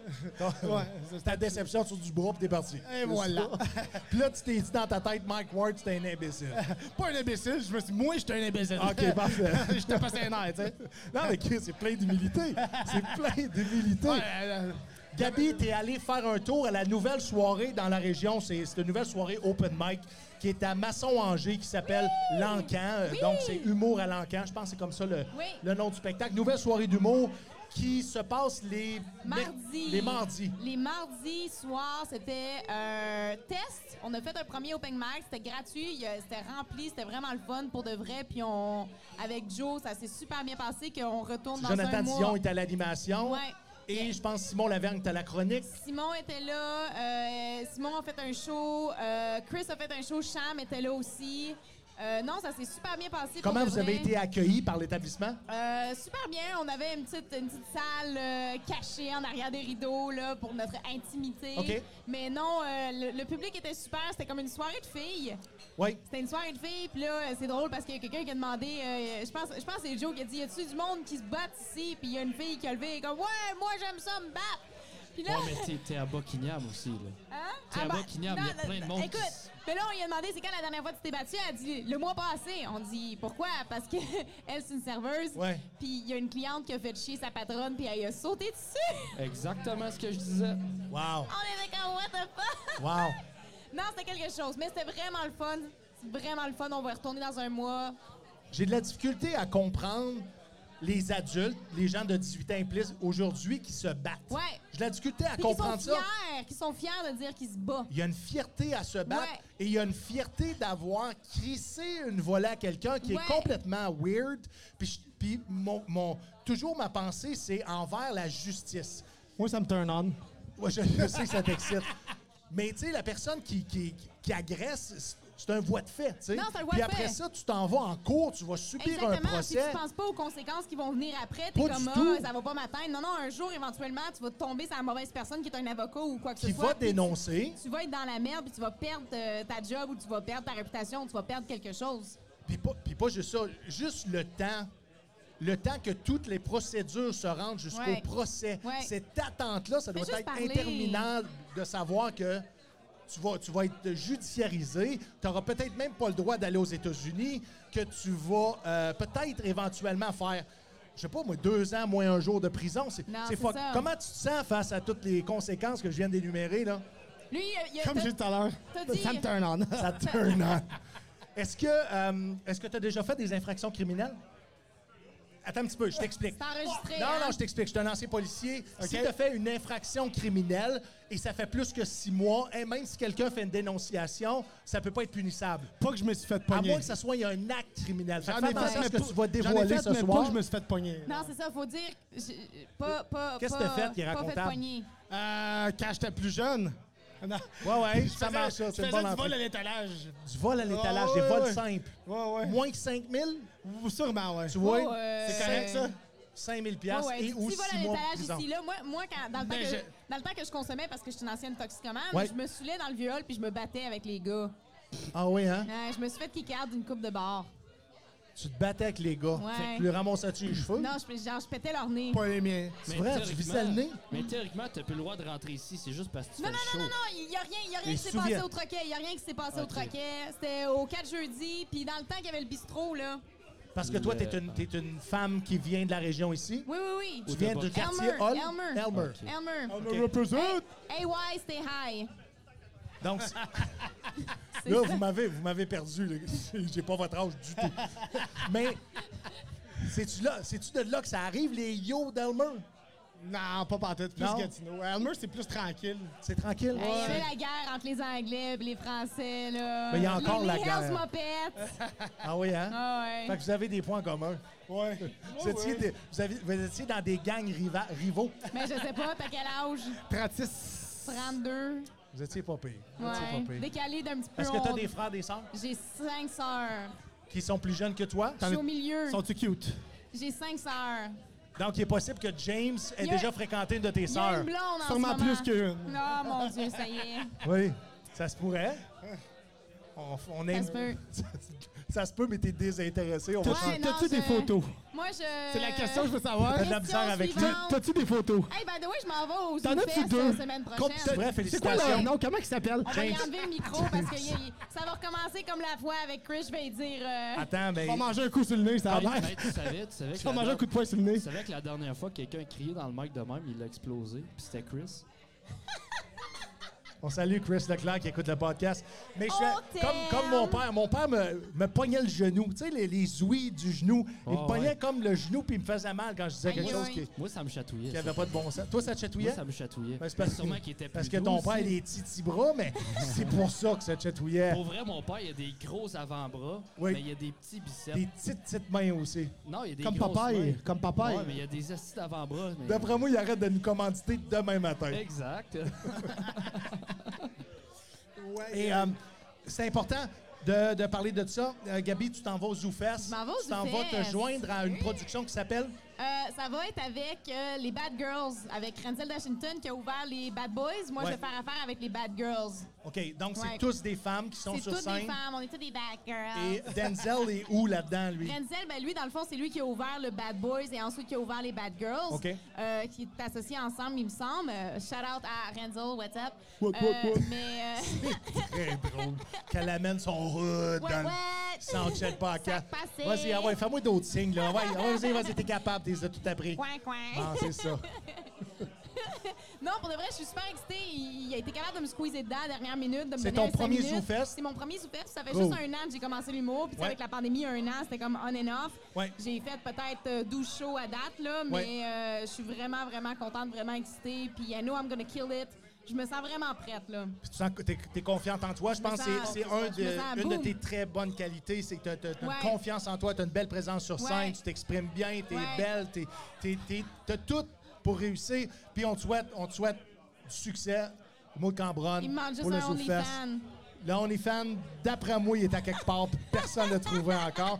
[SPEAKER 2] ta, ta-
[SPEAKER 4] Ouais,
[SPEAKER 2] ta déception sur du bras, puis t'es parti.
[SPEAKER 4] Et voilà.
[SPEAKER 2] puis là, tu t'es dit dans ta tête, Mike Ward, c'était un imbécile.
[SPEAKER 4] Pas un imbécile, je me suis moi j'étais un imbécile.
[SPEAKER 2] OK, parfait.
[SPEAKER 4] j'étais passé un air, tu sais.
[SPEAKER 2] non, mais Chris, c'est plein d'humilité. C'est plein d'humilité.
[SPEAKER 4] Ouais, euh,
[SPEAKER 2] Gabi, t'es allé faire un tour à la nouvelle soirée dans la région. C'est c'est une nouvelle soirée open mic qui est à Masson-Angers qui s'appelle L'Encan. Euh,
[SPEAKER 5] Oui!
[SPEAKER 2] Donc, c'est Humour à l'Encan. Je pense que c'est comme ça le,
[SPEAKER 5] Oui.
[SPEAKER 2] le nom du spectacle. Nouvelle soirée d'humour qui se passe les...
[SPEAKER 5] Mardi.
[SPEAKER 2] Les mardis.
[SPEAKER 5] Les mardis soirs, c'était un test. On a fait un premier open mic, c'était gratuit, il y a- c'était rempli, c'était vraiment le fun pour de vrai. Puis on, avec Joe, ça s'est super bien passé qu'on retourne dans
[SPEAKER 2] Jonathan
[SPEAKER 5] un
[SPEAKER 2] Dion
[SPEAKER 5] mois.
[SPEAKER 2] est à l'animation.
[SPEAKER 5] Ouais.
[SPEAKER 2] Et je pense Simon Lavergne est à la chronique.
[SPEAKER 5] Simon était là, euh, Simon a fait un show, euh, Chris a fait un show, Cham était là aussi. Euh, non, ça s'est super bien passé. pour
[SPEAKER 2] Comment
[SPEAKER 5] de
[SPEAKER 2] vous avez
[SPEAKER 5] vrai.
[SPEAKER 2] été accueillis par l'établissement?
[SPEAKER 5] Euh, super bien. On avait une petite, une petite salle euh, cachée en arrière des rideaux là, pour notre intimité.
[SPEAKER 2] OK.
[SPEAKER 5] Mais non, euh, le, le public était super. C'était comme une soirée de filles.
[SPEAKER 2] Oui.
[SPEAKER 5] C'était une soirée de filles. Puis là, euh, c'est drôle parce qu'il y a quelqu'un qui a demandé. euh, je, pense, je pense que c'est Joe qui a dit Y a-tu du monde qui se bat ici Puis il y a une fille qui a levé et est comme Ouais, moi j'aime ça me battre. Puis là.
[SPEAKER 3] Ouais, mais t'es- t'es à Buckingham aussi, là.
[SPEAKER 5] Hein?
[SPEAKER 3] T'es à Buckingham,
[SPEAKER 5] non,
[SPEAKER 3] il y a plein de
[SPEAKER 5] non,
[SPEAKER 3] monde qui
[SPEAKER 5] Écoute,
[SPEAKER 3] s-
[SPEAKER 5] mais là, on lui a demandé c'est quand la dernière fois que tu t'es battue. Elle a dit le mois passé. On dit pourquoi? Parce que elle, c'est une serveuse.
[SPEAKER 2] Ouais.
[SPEAKER 5] Puis il y a une cliente qui a fait chier sa patronne, puis elle a sauté dessus.
[SPEAKER 3] Exactement ce que je disais.
[SPEAKER 2] Wow.
[SPEAKER 5] On était comme what the fuck?
[SPEAKER 2] Wow.
[SPEAKER 5] Non, c'était quelque chose, mais c'était vraiment le fun. C'est vraiment le fun. On va retourner dans un mois.
[SPEAKER 2] J'ai de la difficulté à comprendre les adultes, les gens de 18 ans et plus aujourd'hui qui se battent.
[SPEAKER 5] Ouais.
[SPEAKER 2] J'ai de la difficulté à
[SPEAKER 5] Puis qui sont
[SPEAKER 2] comprendre ça.
[SPEAKER 5] fiers, qui sont fiers de dire qu'ils se battent.
[SPEAKER 2] Il y a une fierté à se battre
[SPEAKER 5] Ouais.
[SPEAKER 2] et il y a une fierté d'avoir crissé une volée à quelqu'un qui
[SPEAKER 5] Ouais.
[SPEAKER 2] est complètement weird. Puis, je- puis mon, mon- toujours ma pensée, c'est envers la justice.
[SPEAKER 4] Moi, ça me turn on.
[SPEAKER 2] Ouais, je, je sais que ça t'excite. Mais tu sais, la personne qui, qui- qui agresse, c'est- c'est un voie de fait. tu sais.
[SPEAKER 5] Non, c'est un voie
[SPEAKER 2] Puis
[SPEAKER 5] de
[SPEAKER 2] après
[SPEAKER 5] fait.
[SPEAKER 2] ça, tu t'en vas en cours, tu vas subir un
[SPEAKER 5] Exactement. Si
[SPEAKER 2] procès.
[SPEAKER 5] tu penses pas aux conséquences qui vont venir après, t'es
[SPEAKER 2] Pas du
[SPEAKER 5] comme
[SPEAKER 2] tout.
[SPEAKER 5] ah, ça va pas m'atteindre. Non, non, un jour éventuellement, tu vas tomber sur la mauvaise personne qui est un avocat ou quoi que
[SPEAKER 2] qui
[SPEAKER 5] ce soit.
[SPEAKER 2] va
[SPEAKER 5] puis tu-
[SPEAKER 2] dénoncer.
[SPEAKER 5] Tu vas être dans la merde, puis tu vas perdre euh, ta job ou tu vas perdre ta réputation, ou tu vas perdre quelque chose.
[SPEAKER 2] Puis pas, puis pas juste ça, juste le temps. Le temps que toutes les procédures se rendent jusqu'au
[SPEAKER 5] Ouais.
[SPEAKER 2] procès.
[SPEAKER 5] Ouais.
[SPEAKER 2] Cette attente-là, ça doit
[SPEAKER 5] juste
[SPEAKER 2] être
[SPEAKER 5] parler.
[SPEAKER 2] interminable de savoir que tu vas, tu vas être judiciarisé, tu n'auras peut-être même pas le droit d'aller aux États-Unis, que tu vas euh, peut-être éventuellement faire, je sais pas moi, deux ans moins un jour de prison. C'est
[SPEAKER 5] Non,
[SPEAKER 2] c'est
[SPEAKER 5] c'est
[SPEAKER 2] fuck-
[SPEAKER 5] ça.
[SPEAKER 2] Comment tu te sens face à toutes les conséquences que je viens d'énumérer, là?
[SPEAKER 5] Lui, il a- il a-
[SPEAKER 4] Comme
[SPEAKER 5] t'as-
[SPEAKER 4] j'ai dit tout à l'heure,
[SPEAKER 5] t'as dit-
[SPEAKER 4] ça me turn on.
[SPEAKER 2] Ça te turn on. Est-ce que euh, est-ce que tu as déjà fait des infractions criminelles? Attends un petit peu, je t'explique.
[SPEAKER 5] C'est enregistré,
[SPEAKER 2] Non,
[SPEAKER 5] hein?
[SPEAKER 2] non, je t'explique. Je suis un ancien policier. Si
[SPEAKER 4] Ok.
[SPEAKER 2] tu as fait une infraction criminelle et ça fait plus que six mois, et même si quelqu'un fait une dénonciation, ça peut pas être punissable.
[SPEAKER 4] Pas que je me suis fait
[SPEAKER 2] À
[SPEAKER 4] pogner.
[SPEAKER 2] moins que ça soit il y a un acte criminel. Fait que
[SPEAKER 4] J'en
[SPEAKER 2] fais
[SPEAKER 4] ai fait,
[SPEAKER 2] attention à
[SPEAKER 4] mais
[SPEAKER 2] ce que
[SPEAKER 4] pas-
[SPEAKER 2] tu vas
[SPEAKER 4] j'en ai
[SPEAKER 2] dévoiler
[SPEAKER 4] fait,
[SPEAKER 2] ce
[SPEAKER 4] mais
[SPEAKER 2] soir.
[SPEAKER 4] Pas que je me suis fait pogner.
[SPEAKER 5] Non, c'est ça, faut dire. j'ai- Pas, pas,
[SPEAKER 2] Qu'est-ce que
[SPEAKER 5] pas-
[SPEAKER 2] t'as fait qui est
[SPEAKER 5] pas
[SPEAKER 2] racontable?
[SPEAKER 5] poignée.
[SPEAKER 4] Euh, quand j'étais plus jeune. Non.
[SPEAKER 2] Ouais, ouais,
[SPEAKER 4] Je
[SPEAKER 2] ça
[SPEAKER 4] faisais-
[SPEAKER 2] marche, ça,
[SPEAKER 4] Je
[SPEAKER 2] c'est une
[SPEAKER 4] faisais
[SPEAKER 2] bonne
[SPEAKER 4] du vol
[SPEAKER 2] entrée.
[SPEAKER 4] à l'étalage.
[SPEAKER 2] Du vol à l'étalage,
[SPEAKER 4] Ah,
[SPEAKER 2] des
[SPEAKER 4] ouais,
[SPEAKER 2] vols
[SPEAKER 4] ouais.
[SPEAKER 2] simples.
[SPEAKER 4] Ouais, ouais.
[SPEAKER 2] Moins que 5 000,
[SPEAKER 4] Sûrement, ouais.
[SPEAKER 2] tu vois,
[SPEAKER 5] Oh, euh,
[SPEAKER 2] c'est
[SPEAKER 4] correct, ça?
[SPEAKER 2] 5 000
[SPEAKER 5] Ouais,
[SPEAKER 2] piastres
[SPEAKER 5] ouais.
[SPEAKER 2] et ou
[SPEAKER 5] Si voilà
[SPEAKER 2] six mois de
[SPEAKER 5] l'étalage
[SPEAKER 2] prison.
[SPEAKER 5] ici, là, moi, moi quand, dans, le temps
[SPEAKER 4] Mais
[SPEAKER 5] que,
[SPEAKER 4] je-
[SPEAKER 5] dans le temps que je consommais, parce que je suis une ancienne toxicomane,
[SPEAKER 2] Ouais.
[SPEAKER 5] je me saoulais dans le vieux hall puis je me battais avec les gars.
[SPEAKER 2] Ah oui, hein?
[SPEAKER 5] Euh, je me suis fait kick-out d'une coupe de bar.
[SPEAKER 2] Tu Tu te battais avec les gars.
[SPEAKER 5] Ouais.
[SPEAKER 2] Tu leur ramassais-tu les cheveux?
[SPEAKER 5] Non, je, genre, je pétais leur nez.
[SPEAKER 4] Pas les miens.
[SPEAKER 2] C'est vrai, tu
[SPEAKER 3] théoriquement-
[SPEAKER 2] visais le nez?
[SPEAKER 3] Mais théoriquement, t'as plus le droit de rentrer ici, c'est juste parce que tu
[SPEAKER 5] Non,
[SPEAKER 3] fais
[SPEAKER 5] non,
[SPEAKER 3] le show.
[SPEAKER 5] non, non, non, il n'y a rien, il y a rien
[SPEAKER 2] Les
[SPEAKER 5] qui s'est passé
[SPEAKER 2] souvenirs.
[SPEAKER 5] au troquet. Il n'y a rien qui s'est passé au
[SPEAKER 3] Ok.
[SPEAKER 5] troquet. C'était au 4 jeudi, puis dans le temps qu'il y avait le bistrot, là.
[SPEAKER 2] Parce que toi,
[SPEAKER 3] Le-
[SPEAKER 2] t'es une, t'es une femme qui vient de la région ici.
[SPEAKER 5] Oui, oui,
[SPEAKER 2] Tu
[SPEAKER 5] oui.
[SPEAKER 2] viens du
[SPEAKER 3] Elmer,
[SPEAKER 2] quartier Hall.
[SPEAKER 5] Elmer.
[SPEAKER 2] Elmer.
[SPEAKER 5] Elmer.
[SPEAKER 2] Ok.
[SPEAKER 5] Hey, hey, why stay high?
[SPEAKER 2] Donc,
[SPEAKER 5] C'est
[SPEAKER 2] là,
[SPEAKER 5] ça.
[SPEAKER 2] vous m'avez, vous m'avez perdu. là. J'ai pas votre âge du tout. Mais, c'est-tu là, c'est-tu de là que ça arrive, les yo d'Elmer?
[SPEAKER 4] Non, pas pantoute, plus
[SPEAKER 2] Non.
[SPEAKER 4] Gatineau. Elmer, c'est plus tranquille.
[SPEAKER 2] C'est tranquille?
[SPEAKER 5] Hey, il y avait la guerre entre les Anglais et les Français, là.
[SPEAKER 2] Mais il y a encore
[SPEAKER 5] les,
[SPEAKER 2] la
[SPEAKER 5] les
[SPEAKER 2] guerre.
[SPEAKER 5] Hells Mopettes.
[SPEAKER 2] Ah oui, hein?
[SPEAKER 5] Ah ouais.
[SPEAKER 2] Fait que vous avez des points communs.
[SPEAKER 4] Ouais.
[SPEAKER 2] Vous étiez, des- vous aviez- vous étiez dans des gangs riva- rivaux.
[SPEAKER 5] Mais je sais pas, t'as quel âge?
[SPEAKER 4] 36.
[SPEAKER 5] 32.
[SPEAKER 2] Vous étiez pas pire. Vous étiez pas
[SPEAKER 5] Ouais.
[SPEAKER 2] pire.
[SPEAKER 5] Décalé d'un petit peu.
[SPEAKER 2] Est-ce que t'as
[SPEAKER 5] on-
[SPEAKER 2] des frères, des sœurs
[SPEAKER 5] J'ai cinq sœurs.
[SPEAKER 2] qui sont plus jeunes que toi?
[SPEAKER 5] Je suis au milieu.
[SPEAKER 4] Sont-tu cute?
[SPEAKER 5] J'ai cinq sœurs.
[SPEAKER 2] Donc, il est possible que James ait
[SPEAKER 5] Il y a-
[SPEAKER 2] déjà fréquenté une de tes
[SPEAKER 5] Il y a
[SPEAKER 2] sœurs.
[SPEAKER 5] une blonde en
[SPEAKER 4] Sûrement
[SPEAKER 5] ce moment.
[SPEAKER 4] plus qu'une.
[SPEAKER 5] Non, mon Dieu, ça y est.
[SPEAKER 2] Oui. Ça se pourrait. On, on aime-
[SPEAKER 5] Ça se peut.
[SPEAKER 2] Ça, se peut, mais t'es désintéressé. On va
[SPEAKER 5] Ouais,
[SPEAKER 2] changer.
[SPEAKER 5] non,
[SPEAKER 4] T'as-tu des
[SPEAKER 5] je-
[SPEAKER 4] photos?
[SPEAKER 5] Moi, je.
[SPEAKER 4] C'est la question que je veux savoir.
[SPEAKER 2] T'as de la misère avec lui.
[SPEAKER 5] suivante.
[SPEAKER 4] T'as-tu des photos?
[SPEAKER 5] Hey, by the way, je m'en vais aux
[SPEAKER 4] T'en as-tu
[SPEAKER 5] Zoufest
[SPEAKER 4] deux?
[SPEAKER 5] la semaine
[SPEAKER 2] C'est
[SPEAKER 5] prochaine.
[SPEAKER 2] vrai,
[SPEAKER 4] C'est quoi leur
[SPEAKER 2] félicitations.
[SPEAKER 4] nom? Comment ils s'appellent?
[SPEAKER 5] On va y enlever le micro parce que y a- y- ça va recommencer comme la fois avec Chris. Je vais y dire. euh,
[SPEAKER 2] Attends, mais
[SPEAKER 4] On va manger un coup sur le nez, ça a
[SPEAKER 3] Hey,
[SPEAKER 2] Ah,
[SPEAKER 4] l'air.
[SPEAKER 3] hey, ben, tu savais, tu savais que
[SPEAKER 4] Tu vas
[SPEAKER 3] la
[SPEAKER 4] manger un
[SPEAKER 3] der-
[SPEAKER 4] coup de poing sur le nez.
[SPEAKER 3] tu savais que la dernière fois, quelqu'un criait dans le mic de même, il l'a explosé, puis c'était Chris.
[SPEAKER 2] on salue Chris Leclerc qui écoute le podcast. Mais je
[SPEAKER 5] On
[SPEAKER 2] fais- comme,
[SPEAKER 5] t'aime.
[SPEAKER 2] comme mon père. Mon père me, me pognait le genou. Tu sais, les, les ouïes du genou. Il me
[SPEAKER 3] Oh,
[SPEAKER 2] pognait
[SPEAKER 3] ouais.
[SPEAKER 2] comme le genou puis il me faisait mal quand je disais
[SPEAKER 5] Aïe,
[SPEAKER 2] quelque chose
[SPEAKER 5] aïe.
[SPEAKER 2] qui
[SPEAKER 3] Moi, ça me chatouillait. ça.
[SPEAKER 2] n'avait pas de bon sens. Toi, ça te
[SPEAKER 3] Moi,
[SPEAKER 2] chatouillait?
[SPEAKER 3] ça me chatouillait.
[SPEAKER 2] Ben, c'est parce-
[SPEAKER 3] Sûrement qu'il était plus
[SPEAKER 2] Parce que
[SPEAKER 3] doux
[SPEAKER 2] ton père,
[SPEAKER 3] aussi.
[SPEAKER 2] il est titi bras, mais c'est pour ça que ça te chatouillait.
[SPEAKER 3] Pour vrai, mon père, il a des gros avant-bras,
[SPEAKER 2] Oui.
[SPEAKER 3] mais il a des petits biceps.
[SPEAKER 2] Des petites, petites mains aussi.
[SPEAKER 3] Non, il y a des
[SPEAKER 4] Comme
[SPEAKER 3] grosses
[SPEAKER 4] papaye.
[SPEAKER 3] mains.
[SPEAKER 4] Comme papaye.
[SPEAKER 3] Ouais, mais il y a des assis d'avant-bras. mais-
[SPEAKER 2] D'après moi, il arrête de nous commanditer demain matin.
[SPEAKER 3] Exact.
[SPEAKER 2] Et euh, c'est important de, de parler de ça. Euh, Gabi, tu t'en vas aux Zoufest.
[SPEAKER 5] Je m'en vais aux
[SPEAKER 2] Tu t'en vas
[SPEAKER 5] Zoufest.
[SPEAKER 2] te joindre à une production qui s'appelle
[SPEAKER 5] euh, ça va être avec euh, les Bad Girls, avec Renzel Dashington qui a ouvert les Bad Boys. Moi,
[SPEAKER 2] Ouais.
[SPEAKER 5] je vais faire affaire avec les Bad Girls.
[SPEAKER 2] OK, donc c'est
[SPEAKER 5] Ouais.
[SPEAKER 2] tous des femmes qui sont
[SPEAKER 5] C'est
[SPEAKER 2] sur
[SPEAKER 5] toutes des
[SPEAKER 2] scène.
[SPEAKER 5] femmes, on est toutes des Bad Girls.
[SPEAKER 2] Et Denzel est où là-dedans, lui?
[SPEAKER 5] Renzel, ben lui, dans le fond, c'est lui qui a ouvert le Bad Boys et ensuite qui a ouvert les Bad Girls,
[SPEAKER 2] OK.
[SPEAKER 5] euh, qui est associé ensemble, il me semble. Euh, shout out à Renzel, what's up?
[SPEAKER 2] What, what,
[SPEAKER 5] Euh,
[SPEAKER 2] what?
[SPEAKER 5] Mais euh,
[SPEAKER 2] Très drôle. Qu'elle amène son hood
[SPEAKER 5] what,
[SPEAKER 2] dans le
[SPEAKER 5] what?
[SPEAKER 2] Soundcheck podcast.
[SPEAKER 5] Sac passé.
[SPEAKER 2] Vas-y, ah ouais, fais-moi d'autres signes. Là. Ouais, ouais, vas-y, vas-y, t'es capable, t'es tout appris.
[SPEAKER 5] Coin, coin.
[SPEAKER 2] Ah, c'est ça.
[SPEAKER 5] Non, pour de vrai, je suis super excitée. Il, il a été capable de me squeezer dedans à la dernière minute. de me
[SPEAKER 2] C'est
[SPEAKER 5] donner
[SPEAKER 2] ton
[SPEAKER 5] un cinq
[SPEAKER 2] premier
[SPEAKER 5] minutes.
[SPEAKER 2] ZooFest?
[SPEAKER 5] C'est mon premier ZooFest. Ça fait
[SPEAKER 2] Cool.
[SPEAKER 5] juste un an que j'ai commencé l'humour. Puis tu sais,
[SPEAKER 2] Ouais.
[SPEAKER 5] avec la pandémie, il y a un an, c'était comme on and off.
[SPEAKER 2] Ouais.
[SPEAKER 5] J'ai fait peut-être euh, 12 shows à date, là, mais
[SPEAKER 2] Ouais.
[SPEAKER 5] euh, je suis vraiment, vraiment contente, vraiment excitée. Puis I know I'm gonna kill it. Je me sens vraiment prête, là.
[SPEAKER 2] Puis tu sens que t'es, t'es confiante en toi. Je pense que c'est-
[SPEAKER 5] sens-
[SPEAKER 2] c'est un
[SPEAKER 5] je me sens
[SPEAKER 2] de- une de
[SPEAKER 5] boum.
[SPEAKER 2] tes très bonnes qualités. C'est que t'as, t'as- t'as
[SPEAKER 5] Ouais.
[SPEAKER 2] une confiance en toi, t'as une belle présence sur scène,
[SPEAKER 5] Ouais.
[SPEAKER 2] tu t'exprimes bien, t'es
[SPEAKER 5] Ouais.
[SPEAKER 2] belle, t'es, t'es- t'es- t'as tout pour réussir. Puis on te souhaite, on te souhaite du succès. Maud Cambronne
[SPEAKER 5] Il me manque juste
[SPEAKER 2] pour le
[SPEAKER 5] un
[SPEAKER 2] Zoufest.
[SPEAKER 5] OnlyFans.
[SPEAKER 2] Le OnlyFans, d'après moi, il est à quelque part. puis Personne ne l'a trouvé encore.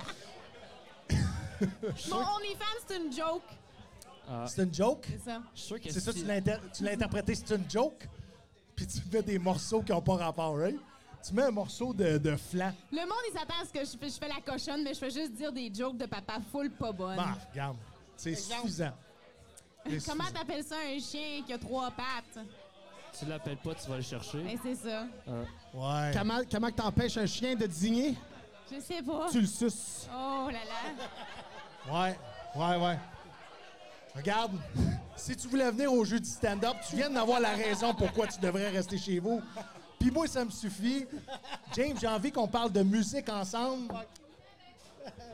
[SPEAKER 5] Mon OnlyFans, c'est une joke.
[SPEAKER 2] C'est une joke?
[SPEAKER 5] C'est ça.
[SPEAKER 3] Je suis sûr que
[SPEAKER 2] C'est ça,
[SPEAKER 3] si-
[SPEAKER 2] tu l'as, inter- tu l'as interprété, c'est une joke? Puis tu mets des morceaux qui n'ont pas rapport, right? Tu mets un morceau de, de flan.
[SPEAKER 5] Le monde, il s'attend à ce que je fais, je fais la cochonne, mais je fais juste dire des jokes de papa full pas bonne.
[SPEAKER 2] Bah, regarde, c'est suffisant. C'est suffisant.
[SPEAKER 5] Comment t'appelles ça un chien qui a trois pattes?
[SPEAKER 3] tu l'appelles pas, tu vas le chercher.
[SPEAKER 5] Ben, c'est ça.
[SPEAKER 2] Ouais.
[SPEAKER 4] Comment, comment que t'empêches un chien de digner?
[SPEAKER 5] Je sais pas.
[SPEAKER 4] Tu le suces.
[SPEAKER 5] Oh là là.
[SPEAKER 2] Ouais, ouais, ouais. Regarde, si tu voulais venir au jeu du stand-up, tu viens d'avoir la raison pourquoi tu devrais rester chez vous. Puis moi, ça me suffit. James, j'ai envie qu'on parle de musique ensemble.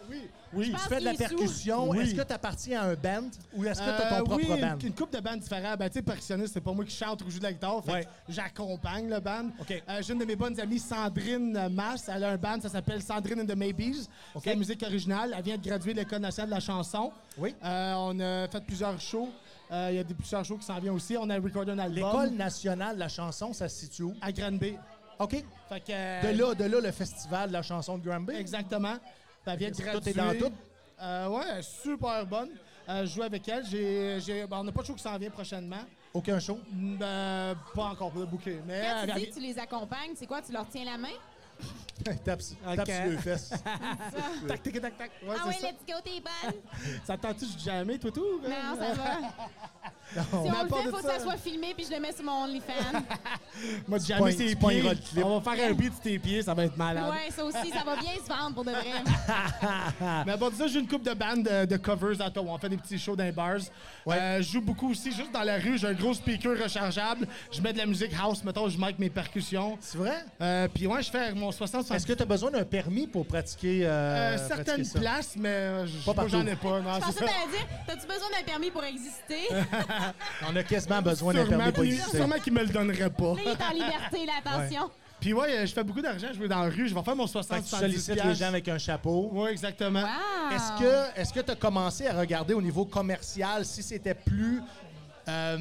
[SPEAKER 2] Oui, oui.
[SPEAKER 5] pense
[SPEAKER 2] Tu fais de la
[SPEAKER 5] qu'il est sous.
[SPEAKER 2] percussion.
[SPEAKER 4] Oui.
[SPEAKER 2] Est-ce que tu appartiens à un band ou est-ce que tu as ton propre
[SPEAKER 4] Euh, oui,
[SPEAKER 2] band?
[SPEAKER 4] Une, une couple de bandes différentes. Ben, tu sais, percussionniste, c'est pas moi qui chante ou joue de la guitare. Fait
[SPEAKER 2] Ouais.
[SPEAKER 4] que j'accompagne le band.
[SPEAKER 2] OK.
[SPEAKER 4] Euh, j'ai une de mes bonnes amies, Sandrine Mass. Elle a un band, ça s'appelle Sandrine and the Maybes.
[SPEAKER 2] OK.
[SPEAKER 4] C'est la musique originale. Elle vient de graduer de l'École nationale de la chanson.
[SPEAKER 2] Oui.
[SPEAKER 4] Euh, on a fait plusieurs shows. Euh, Il y a des plusieurs shows qui s'en viennent aussi. On a recordé un album.
[SPEAKER 2] L'École nationale de la chanson, ça se situe où?
[SPEAKER 4] à Granby.
[SPEAKER 2] OK.
[SPEAKER 4] Fait que, euh,
[SPEAKER 2] De là, de là, le festival de la chanson de Granby.
[SPEAKER 4] Exactement. Puis elle vient de
[SPEAKER 2] Est-ce que tout est
[SPEAKER 4] graduer.
[SPEAKER 2] dans tout?
[SPEAKER 4] Euh, ouais, elle est super bonne. Euh, je joue avec elle. J'ai, j'ai- ben, on n'a pas de show qui s'en vient prochainement.
[SPEAKER 2] Aucun show.
[SPEAKER 4] Mm, ben, pas encore pour le bouquet. Mais elle-
[SPEAKER 5] Quand tu dis
[SPEAKER 4] elle-
[SPEAKER 5] que tu les accompagnes, c'est quoi? Tu leur tiens la main?
[SPEAKER 2] tape, sur- tape sur les fesses.
[SPEAKER 4] Tac, tac, tac, tac. Ouais,
[SPEAKER 5] ah
[SPEAKER 4] c'est
[SPEAKER 5] ouais,
[SPEAKER 4] ça.
[SPEAKER 5] let's go, t'es bonne.
[SPEAKER 4] Ça tente-tu de jamais, toi, tout? hein?
[SPEAKER 5] non, ça va. Si
[SPEAKER 4] Mais
[SPEAKER 5] on
[SPEAKER 4] à
[SPEAKER 5] le
[SPEAKER 4] part
[SPEAKER 5] fait,
[SPEAKER 4] de
[SPEAKER 5] faut que
[SPEAKER 4] ça-
[SPEAKER 5] ça soit filmé puis je le mets sur mon OnlyFans.
[SPEAKER 4] Moi, tu jamais
[SPEAKER 2] pognes-
[SPEAKER 4] ses
[SPEAKER 2] tu pogneras
[SPEAKER 4] pieds.
[SPEAKER 2] le clip.
[SPEAKER 4] On va faire un beat sur tes pieds, ça va être malade.
[SPEAKER 5] ouais, ça aussi, ça va bien se vendre pour de vrai.
[SPEAKER 4] Mais Ben, bon, ça, j'ai une coupe de bandes de, de covers à toi. On fait des petits shows dans les bars. Euh, je joue beaucoup aussi, juste dans la rue. J'ai un gros speaker rechargeable. Je mets de la musique house, mettons, je mic mes percussions.
[SPEAKER 2] C'est vrai?
[SPEAKER 4] Euh, Puis ouais, je fais mon 60
[SPEAKER 2] Est-ce que tu as besoin d'un permis pour pratiquer, euh,
[SPEAKER 4] Euh,
[SPEAKER 2] pratiquer
[SPEAKER 4] certaines
[SPEAKER 2] ça?
[SPEAKER 4] places, mais euh, je-
[SPEAKER 2] Pas
[SPEAKER 4] moi, j'en
[SPEAKER 2] partout.
[SPEAKER 4] ai pas. Non,
[SPEAKER 5] Je
[SPEAKER 4] c'est
[SPEAKER 5] pensais
[SPEAKER 4] ça.
[SPEAKER 5] que t'allais dire, t'as-tu besoin d'un permis pour exister?
[SPEAKER 2] On a quasiment besoin d'un
[SPEAKER 4] Sûrement,
[SPEAKER 2] permis pour
[SPEAKER 4] puis
[SPEAKER 2] exister.
[SPEAKER 4] sûrement qu'ils me le donneraient pas.
[SPEAKER 5] Là, il est en liberté, là, attention.
[SPEAKER 4] Puis ouais, euh, je fais beaucoup d'argent, je vais dans la rue, je vais faire mon 60
[SPEAKER 2] Fait que tu sollicites les gens avec un chapeau.
[SPEAKER 4] Oui, exactement.
[SPEAKER 5] Wow!
[SPEAKER 2] Est-ce que est-ce que tu as commencé à regarder au niveau commercial si c'était plus euh,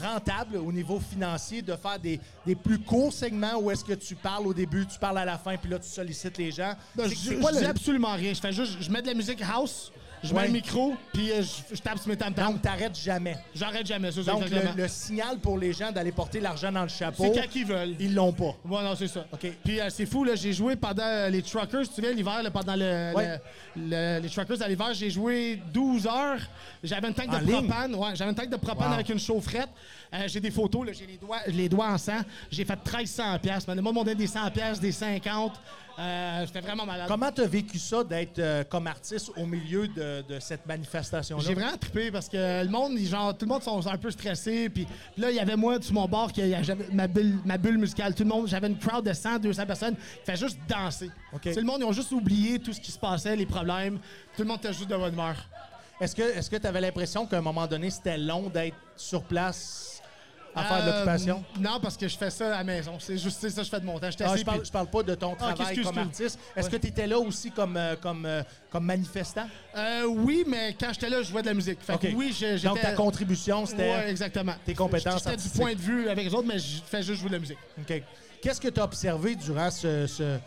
[SPEAKER 2] rentable au niveau financier de faire des, des plus courts segments où est-ce que tu parles au début, tu parles à la fin, puis là tu sollicites les gens?
[SPEAKER 4] Ben,
[SPEAKER 2] C'est-
[SPEAKER 4] je
[SPEAKER 2] c'est
[SPEAKER 4] je
[SPEAKER 2] quoi le-
[SPEAKER 4] dis absolument rien. Je fais juste, je mets de la musique house, je
[SPEAKER 2] Ouais.
[SPEAKER 4] mets un micro, puis euh, je, je tape sur mes tam
[SPEAKER 2] Donc t'arrêtes jamais.
[SPEAKER 4] J'arrête jamais, ça, c'est
[SPEAKER 2] Donc
[SPEAKER 4] exactement.
[SPEAKER 2] le, le signal pour les gens d'aller porter l'argent dans le chapeau,
[SPEAKER 4] C'est quand qu'ils veulent.
[SPEAKER 2] ils l'ont pas.
[SPEAKER 4] Ouais, non, c'est ça.
[SPEAKER 2] OK.
[SPEAKER 4] Puis euh, c'est fou, là, j'ai joué pendant euh, les Truckers, tu te souviens, l'hiver, là, pendant le,
[SPEAKER 2] Ouais.
[SPEAKER 4] le- le- les Truckers à l'hiver, j'ai joué 12 heures. J'avais une tank
[SPEAKER 2] En
[SPEAKER 4] de
[SPEAKER 2] ligne?
[SPEAKER 4] propane. Ouais, j'avais une tank de propane
[SPEAKER 2] Wow.
[SPEAKER 4] avec une chaufferette. Euh, j'ai des photos, là, j'ai les doigts, les doigts en sang. J'ai fait 1300 piastres. Moi, on a des 100 piastres, des 50. Euh, J'étais vraiment malade.
[SPEAKER 2] Comment tu as vécu ça d'être euh, comme artiste au milieu de, de cette manifestation-là?
[SPEAKER 4] J'ai vraiment trippé parce que le monde, ils- genre, tout le monde sont un peu stressés. Puis puis là, il y avait moi sur mon bord, qui, j'avais ma bulle, ma bulle musicale. Tout le monde, j'avais une crowd de 100, 200 personnes qui fait juste danser.
[SPEAKER 2] OK.
[SPEAKER 4] Tu sais, le monde, ils ont juste oublié tout ce qui se passait, les problèmes. Tout le monde était juste de bonne humeur.
[SPEAKER 2] Est-ce que est-ce que tu avais l'impression qu'à un moment donné, c'était long d'être sur place à faire de
[SPEAKER 4] Euh,
[SPEAKER 2] l'occupation?
[SPEAKER 4] Non, parce que je fais ça à la maison. C'est juste c'est ça, je fais de mon temps. Je
[SPEAKER 2] Ah,
[SPEAKER 4] t'assieds,
[SPEAKER 2] je, parle,
[SPEAKER 4] puis-
[SPEAKER 2] je parle pas de ton travail
[SPEAKER 4] excuse,
[SPEAKER 2] comme
[SPEAKER 4] excuse.
[SPEAKER 2] artiste. Est-ce que tu étais là aussi comme, euh, comme, euh, comme manifestant?
[SPEAKER 4] Euh, oui, mais quand j'étais là, je jouais de la musique. Fait que
[SPEAKER 2] OK.
[SPEAKER 4] oui, j'ai- j'étais.
[SPEAKER 2] Donc, ta contribution, c'était...
[SPEAKER 4] Ouais, exactement.
[SPEAKER 2] tes compétences
[SPEAKER 4] J'étais du
[SPEAKER 2] artistiques.
[SPEAKER 4] point de vue avec les autres, mais je fais juste jouer de la musique.
[SPEAKER 2] OK. Qu'est-ce que tu as observé durant ce- ce-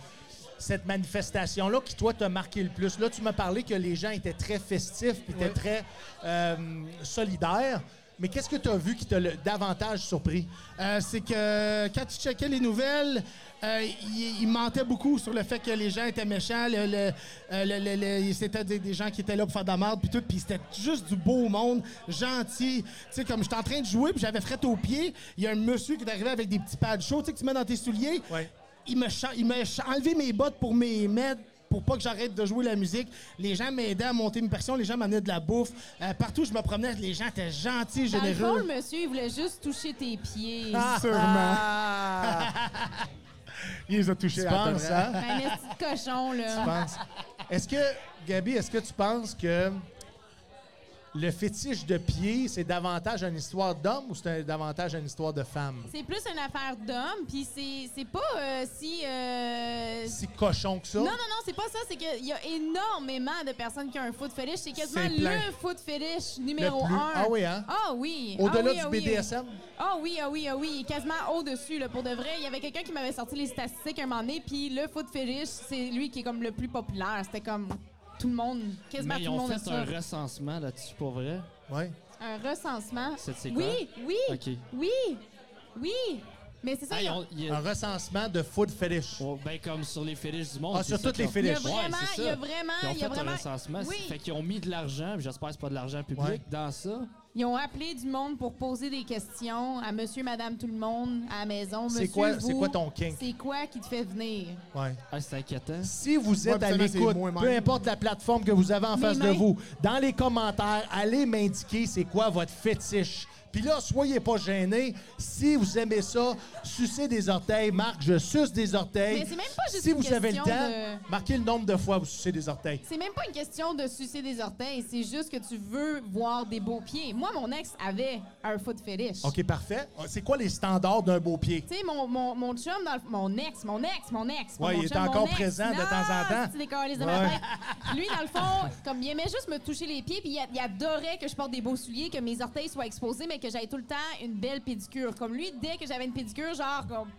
[SPEAKER 2] cette manifestation-là qui, toi, t'a marqué le plus? Là, tu m'as parlé que les gens étaient très festifs puis étaient
[SPEAKER 4] Ouais.
[SPEAKER 2] très euh, solidaires. Mais qu'est-ce que tu as vu qui t'a le davantage surpris?
[SPEAKER 4] Euh, c'est que quand tu checkais les nouvelles, euh, il, il mentait beaucoup sur le fait que les gens étaient méchants. Le, le- euh, le- le- le- c'était des, des gens qui étaient là pour faire de la merde, puis tout. Puis c'était juste du beau monde, gentil. Tu sais, comme j'étais en train de jouer, puis j'avais fret aux pieds, il y a un monsieur qui est arrivé avec des petits pads chauds, tu sais, que tu mets dans tes souliers.
[SPEAKER 2] Ouais.
[SPEAKER 4] Il m'a cha- il m'a cha- enlevé mes bottes pour mes mettre pour pas que j'arrête de jouer la musique. Les gens m'aidaient à monter mes passions, les gens m'amenaient de la bouffe. Euh, partout où je me promenais, les gens étaient gentils,
[SPEAKER 5] Dans le fond,
[SPEAKER 4] généreux.
[SPEAKER 5] le monsieur, il voulait juste toucher tes pieds.
[SPEAKER 4] Il les a touchés
[SPEAKER 2] Ah! Tu penses, hein?
[SPEAKER 5] Un esti de cochon,
[SPEAKER 2] tu
[SPEAKER 5] là.
[SPEAKER 2] penses? Est-ce que, Gabi, est-ce que tu penses que le fétiche de pied, c'est davantage une histoire d'homme ou c'est un- davantage une histoire de femme?
[SPEAKER 5] C'est plus une affaire d'homme, puis c'est- c'est pas euh, si... euh,
[SPEAKER 2] Si cochon que ça?
[SPEAKER 5] Non, non, non, c'est pas ça. C'est qu'il y a énormément de personnes qui ont un foot fétiche. C'est quasiment
[SPEAKER 2] C'est plein.
[SPEAKER 5] le foot fétiche numéro
[SPEAKER 2] Le plus.
[SPEAKER 5] un.
[SPEAKER 2] Ah oui, hein?
[SPEAKER 5] Ah oui.
[SPEAKER 2] Au-delà
[SPEAKER 5] Ah oui,
[SPEAKER 2] du
[SPEAKER 5] ah oui,
[SPEAKER 2] BDSM?
[SPEAKER 5] Ah oui, ah oui, ah oui. Il est quasiment au-dessus, là, pour de vrai. Il y avait quelqu'un qui m'avait sorti les statistiques un moment donné, puis le foot fétiche, c'est lui qui est comme le plus populaire. C'était comme tout le monde, quasiment
[SPEAKER 3] Mais ils
[SPEAKER 5] tout le
[SPEAKER 3] ont
[SPEAKER 5] monde a
[SPEAKER 3] fait
[SPEAKER 5] ça.
[SPEAKER 3] un recensement là-dessus, pour vrai.
[SPEAKER 2] Ouais.
[SPEAKER 5] Un recensement.
[SPEAKER 3] C'est- c'est quoi?
[SPEAKER 5] oui, oui,
[SPEAKER 3] OK.
[SPEAKER 5] oui, oui. Mais c'est ça,
[SPEAKER 3] Ah,
[SPEAKER 5] il y
[SPEAKER 3] ils
[SPEAKER 5] a-
[SPEAKER 3] ont- ils-
[SPEAKER 2] Un recensement de foot fétiche.
[SPEAKER 3] oh, ben, comme sur les fétiches du monde.
[SPEAKER 2] Ah, sur
[SPEAKER 3] c'est ça
[SPEAKER 2] toutes les
[SPEAKER 3] qu'ils ont-
[SPEAKER 5] il y
[SPEAKER 2] fétiches.
[SPEAKER 5] a vraiment,
[SPEAKER 3] Ouais, c'est
[SPEAKER 5] il y
[SPEAKER 3] ça.
[SPEAKER 5] a vraiment,
[SPEAKER 3] Ils ont
[SPEAKER 5] il y a
[SPEAKER 3] fait un
[SPEAKER 5] vraiment.
[SPEAKER 3] recensement.
[SPEAKER 5] Oui.
[SPEAKER 3] Fait qu'ils ont mis de l'argent, puis j'espère que c'est pas de l'argent public,
[SPEAKER 2] Ouais.
[SPEAKER 3] dans ça.
[SPEAKER 5] Ils ont appelé du monde pour poser des questions à monsieur, madame, tout le monde à la maison.
[SPEAKER 2] C'est
[SPEAKER 5] Monsieur,
[SPEAKER 2] quoi-
[SPEAKER 5] vous,
[SPEAKER 2] c'est quoi ton kink?
[SPEAKER 5] C'est quoi qui te fait venir?
[SPEAKER 2] Ouais.
[SPEAKER 3] Ah, c'est inquiétant.
[SPEAKER 2] Si vous êtes
[SPEAKER 4] Ouais,
[SPEAKER 2] à
[SPEAKER 4] puis ça,
[SPEAKER 2] l'écoute,
[SPEAKER 4] c'est moins
[SPEAKER 2] peu
[SPEAKER 4] même.
[SPEAKER 2] importe la plateforme que vous avez en
[SPEAKER 5] Mes
[SPEAKER 2] face de
[SPEAKER 5] mains.
[SPEAKER 2] vous, dans les commentaires, allez m'indiquer c'est quoi votre fétiche. Puis là, soyez pas gênés. Si vous aimez ça, sucez des orteils. Marc, je suce des orteils.
[SPEAKER 5] Mais c'est même pas juste
[SPEAKER 2] Si
[SPEAKER 5] une
[SPEAKER 2] vous avez le temps,
[SPEAKER 5] question
[SPEAKER 2] marquez le nombre de fois que vous sucez des orteils.
[SPEAKER 5] C'est même pas une question de sucer des orteils, c'est juste que tu veux voir des beaux pieds. Moi, mon ex avait un foot fétiche.
[SPEAKER 2] OK, parfait. Ah, C'est quoi les standards d'un beau pied?
[SPEAKER 5] Tu sais, mon, mon, mon chum, dans le- mon ex, mon ex, mon ex. pas
[SPEAKER 2] Ouais,
[SPEAKER 5] mon
[SPEAKER 2] il est
[SPEAKER 5] chum, mon
[SPEAKER 2] encore
[SPEAKER 5] ex.
[SPEAKER 2] présent de temps en temps.
[SPEAKER 5] Non, c'est des câlisses de ma
[SPEAKER 2] Ouais.
[SPEAKER 5] tête. Lui, dans le fond, comme il aimait juste me toucher les pieds, puis il, a- il adorait que je porte des beaux souliers, que mes orteils soient exposés, mais que j'aille tout le temps une belle pédicure. Comme lui, dès que j'avais une pédicure, genre, comme,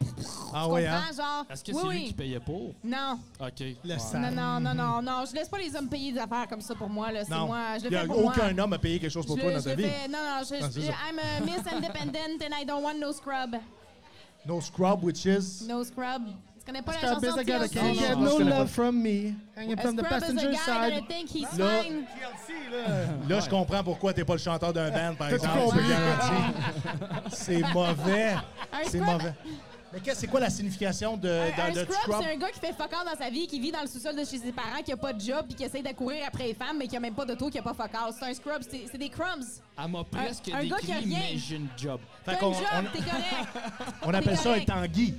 [SPEAKER 2] Ah
[SPEAKER 5] tu
[SPEAKER 2] ouais,
[SPEAKER 5] comprends,
[SPEAKER 2] hein?
[SPEAKER 5] genre,
[SPEAKER 3] Est-ce que
[SPEAKER 5] oui,
[SPEAKER 3] c'est lui
[SPEAKER 5] oui.
[SPEAKER 3] qui payait pour?
[SPEAKER 5] Non,
[SPEAKER 3] OK.
[SPEAKER 4] Le
[SPEAKER 3] Ouais.
[SPEAKER 4] sang.
[SPEAKER 2] Ben.
[SPEAKER 5] non, non, non, non, non, je laisse pas les hommes payer des affaires comme ça pour moi, là. C'est
[SPEAKER 2] Non.
[SPEAKER 5] moi, je le
[SPEAKER 2] Il y a
[SPEAKER 5] fais pour moi.
[SPEAKER 2] aucun homme a payé quelque chose pour
[SPEAKER 5] Je-
[SPEAKER 2] toi dans
[SPEAKER 5] je
[SPEAKER 2] ta vie.
[SPEAKER 5] fais- non, non, je,
[SPEAKER 2] Ah,
[SPEAKER 5] je-
[SPEAKER 2] c'est ça.
[SPEAKER 5] I'm a Miss Independent and I don't want no scrub.
[SPEAKER 2] No scrub, which is...
[SPEAKER 5] No scrub. Tu connais pas la
[SPEAKER 4] Scrub is
[SPEAKER 5] chanson
[SPEAKER 4] a guy that
[SPEAKER 5] TLC?
[SPEAKER 4] can't
[SPEAKER 5] Non,
[SPEAKER 4] get
[SPEAKER 5] non,
[SPEAKER 4] no
[SPEAKER 5] je connais
[SPEAKER 4] love from me. Hanging
[SPEAKER 5] pas.
[SPEAKER 4] from the
[SPEAKER 5] Scrub is a
[SPEAKER 4] passenger
[SPEAKER 5] guy that I
[SPEAKER 4] side.
[SPEAKER 5] think he's
[SPEAKER 2] Là.
[SPEAKER 5] fine.
[SPEAKER 2] Là, je comprends pourquoi t'es pas le chanteur d'un band, par exemple.
[SPEAKER 4] compris.
[SPEAKER 2] je vous garantis. C'est mauvais.
[SPEAKER 5] Un
[SPEAKER 2] C'est
[SPEAKER 5] scrub-
[SPEAKER 2] mauvais. Mais qu'est-ce- c'est quoi la signification de,
[SPEAKER 5] Un,
[SPEAKER 2] dans-
[SPEAKER 5] un
[SPEAKER 2] de
[SPEAKER 5] scrub,
[SPEAKER 2] Trump?
[SPEAKER 5] c'est un gars qui fait fuck all dans sa vie, qui vit dans le sous-sol de chez ses parents, qui a pas de job, puis qui essaye de courir après les femmes, mais qui a même pas d'auto, qui a pas fuck all. C'est un scrub, c'est c'est des crumbs.
[SPEAKER 3] Elle m'a presque
[SPEAKER 5] un gars qui a
[SPEAKER 3] décrit,
[SPEAKER 5] rien.
[SPEAKER 3] mais j'ai une job.
[SPEAKER 2] Fait
[SPEAKER 5] T'as
[SPEAKER 2] qu'on-
[SPEAKER 5] un job,
[SPEAKER 2] on-
[SPEAKER 5] t'es correct.
[SPEAKER 2] On appelle
[SPEAKER 5] C'est
[SPEAKER 2] ça un
[SPEAKER 5] correct.
[SPEAKER 2] tanguy.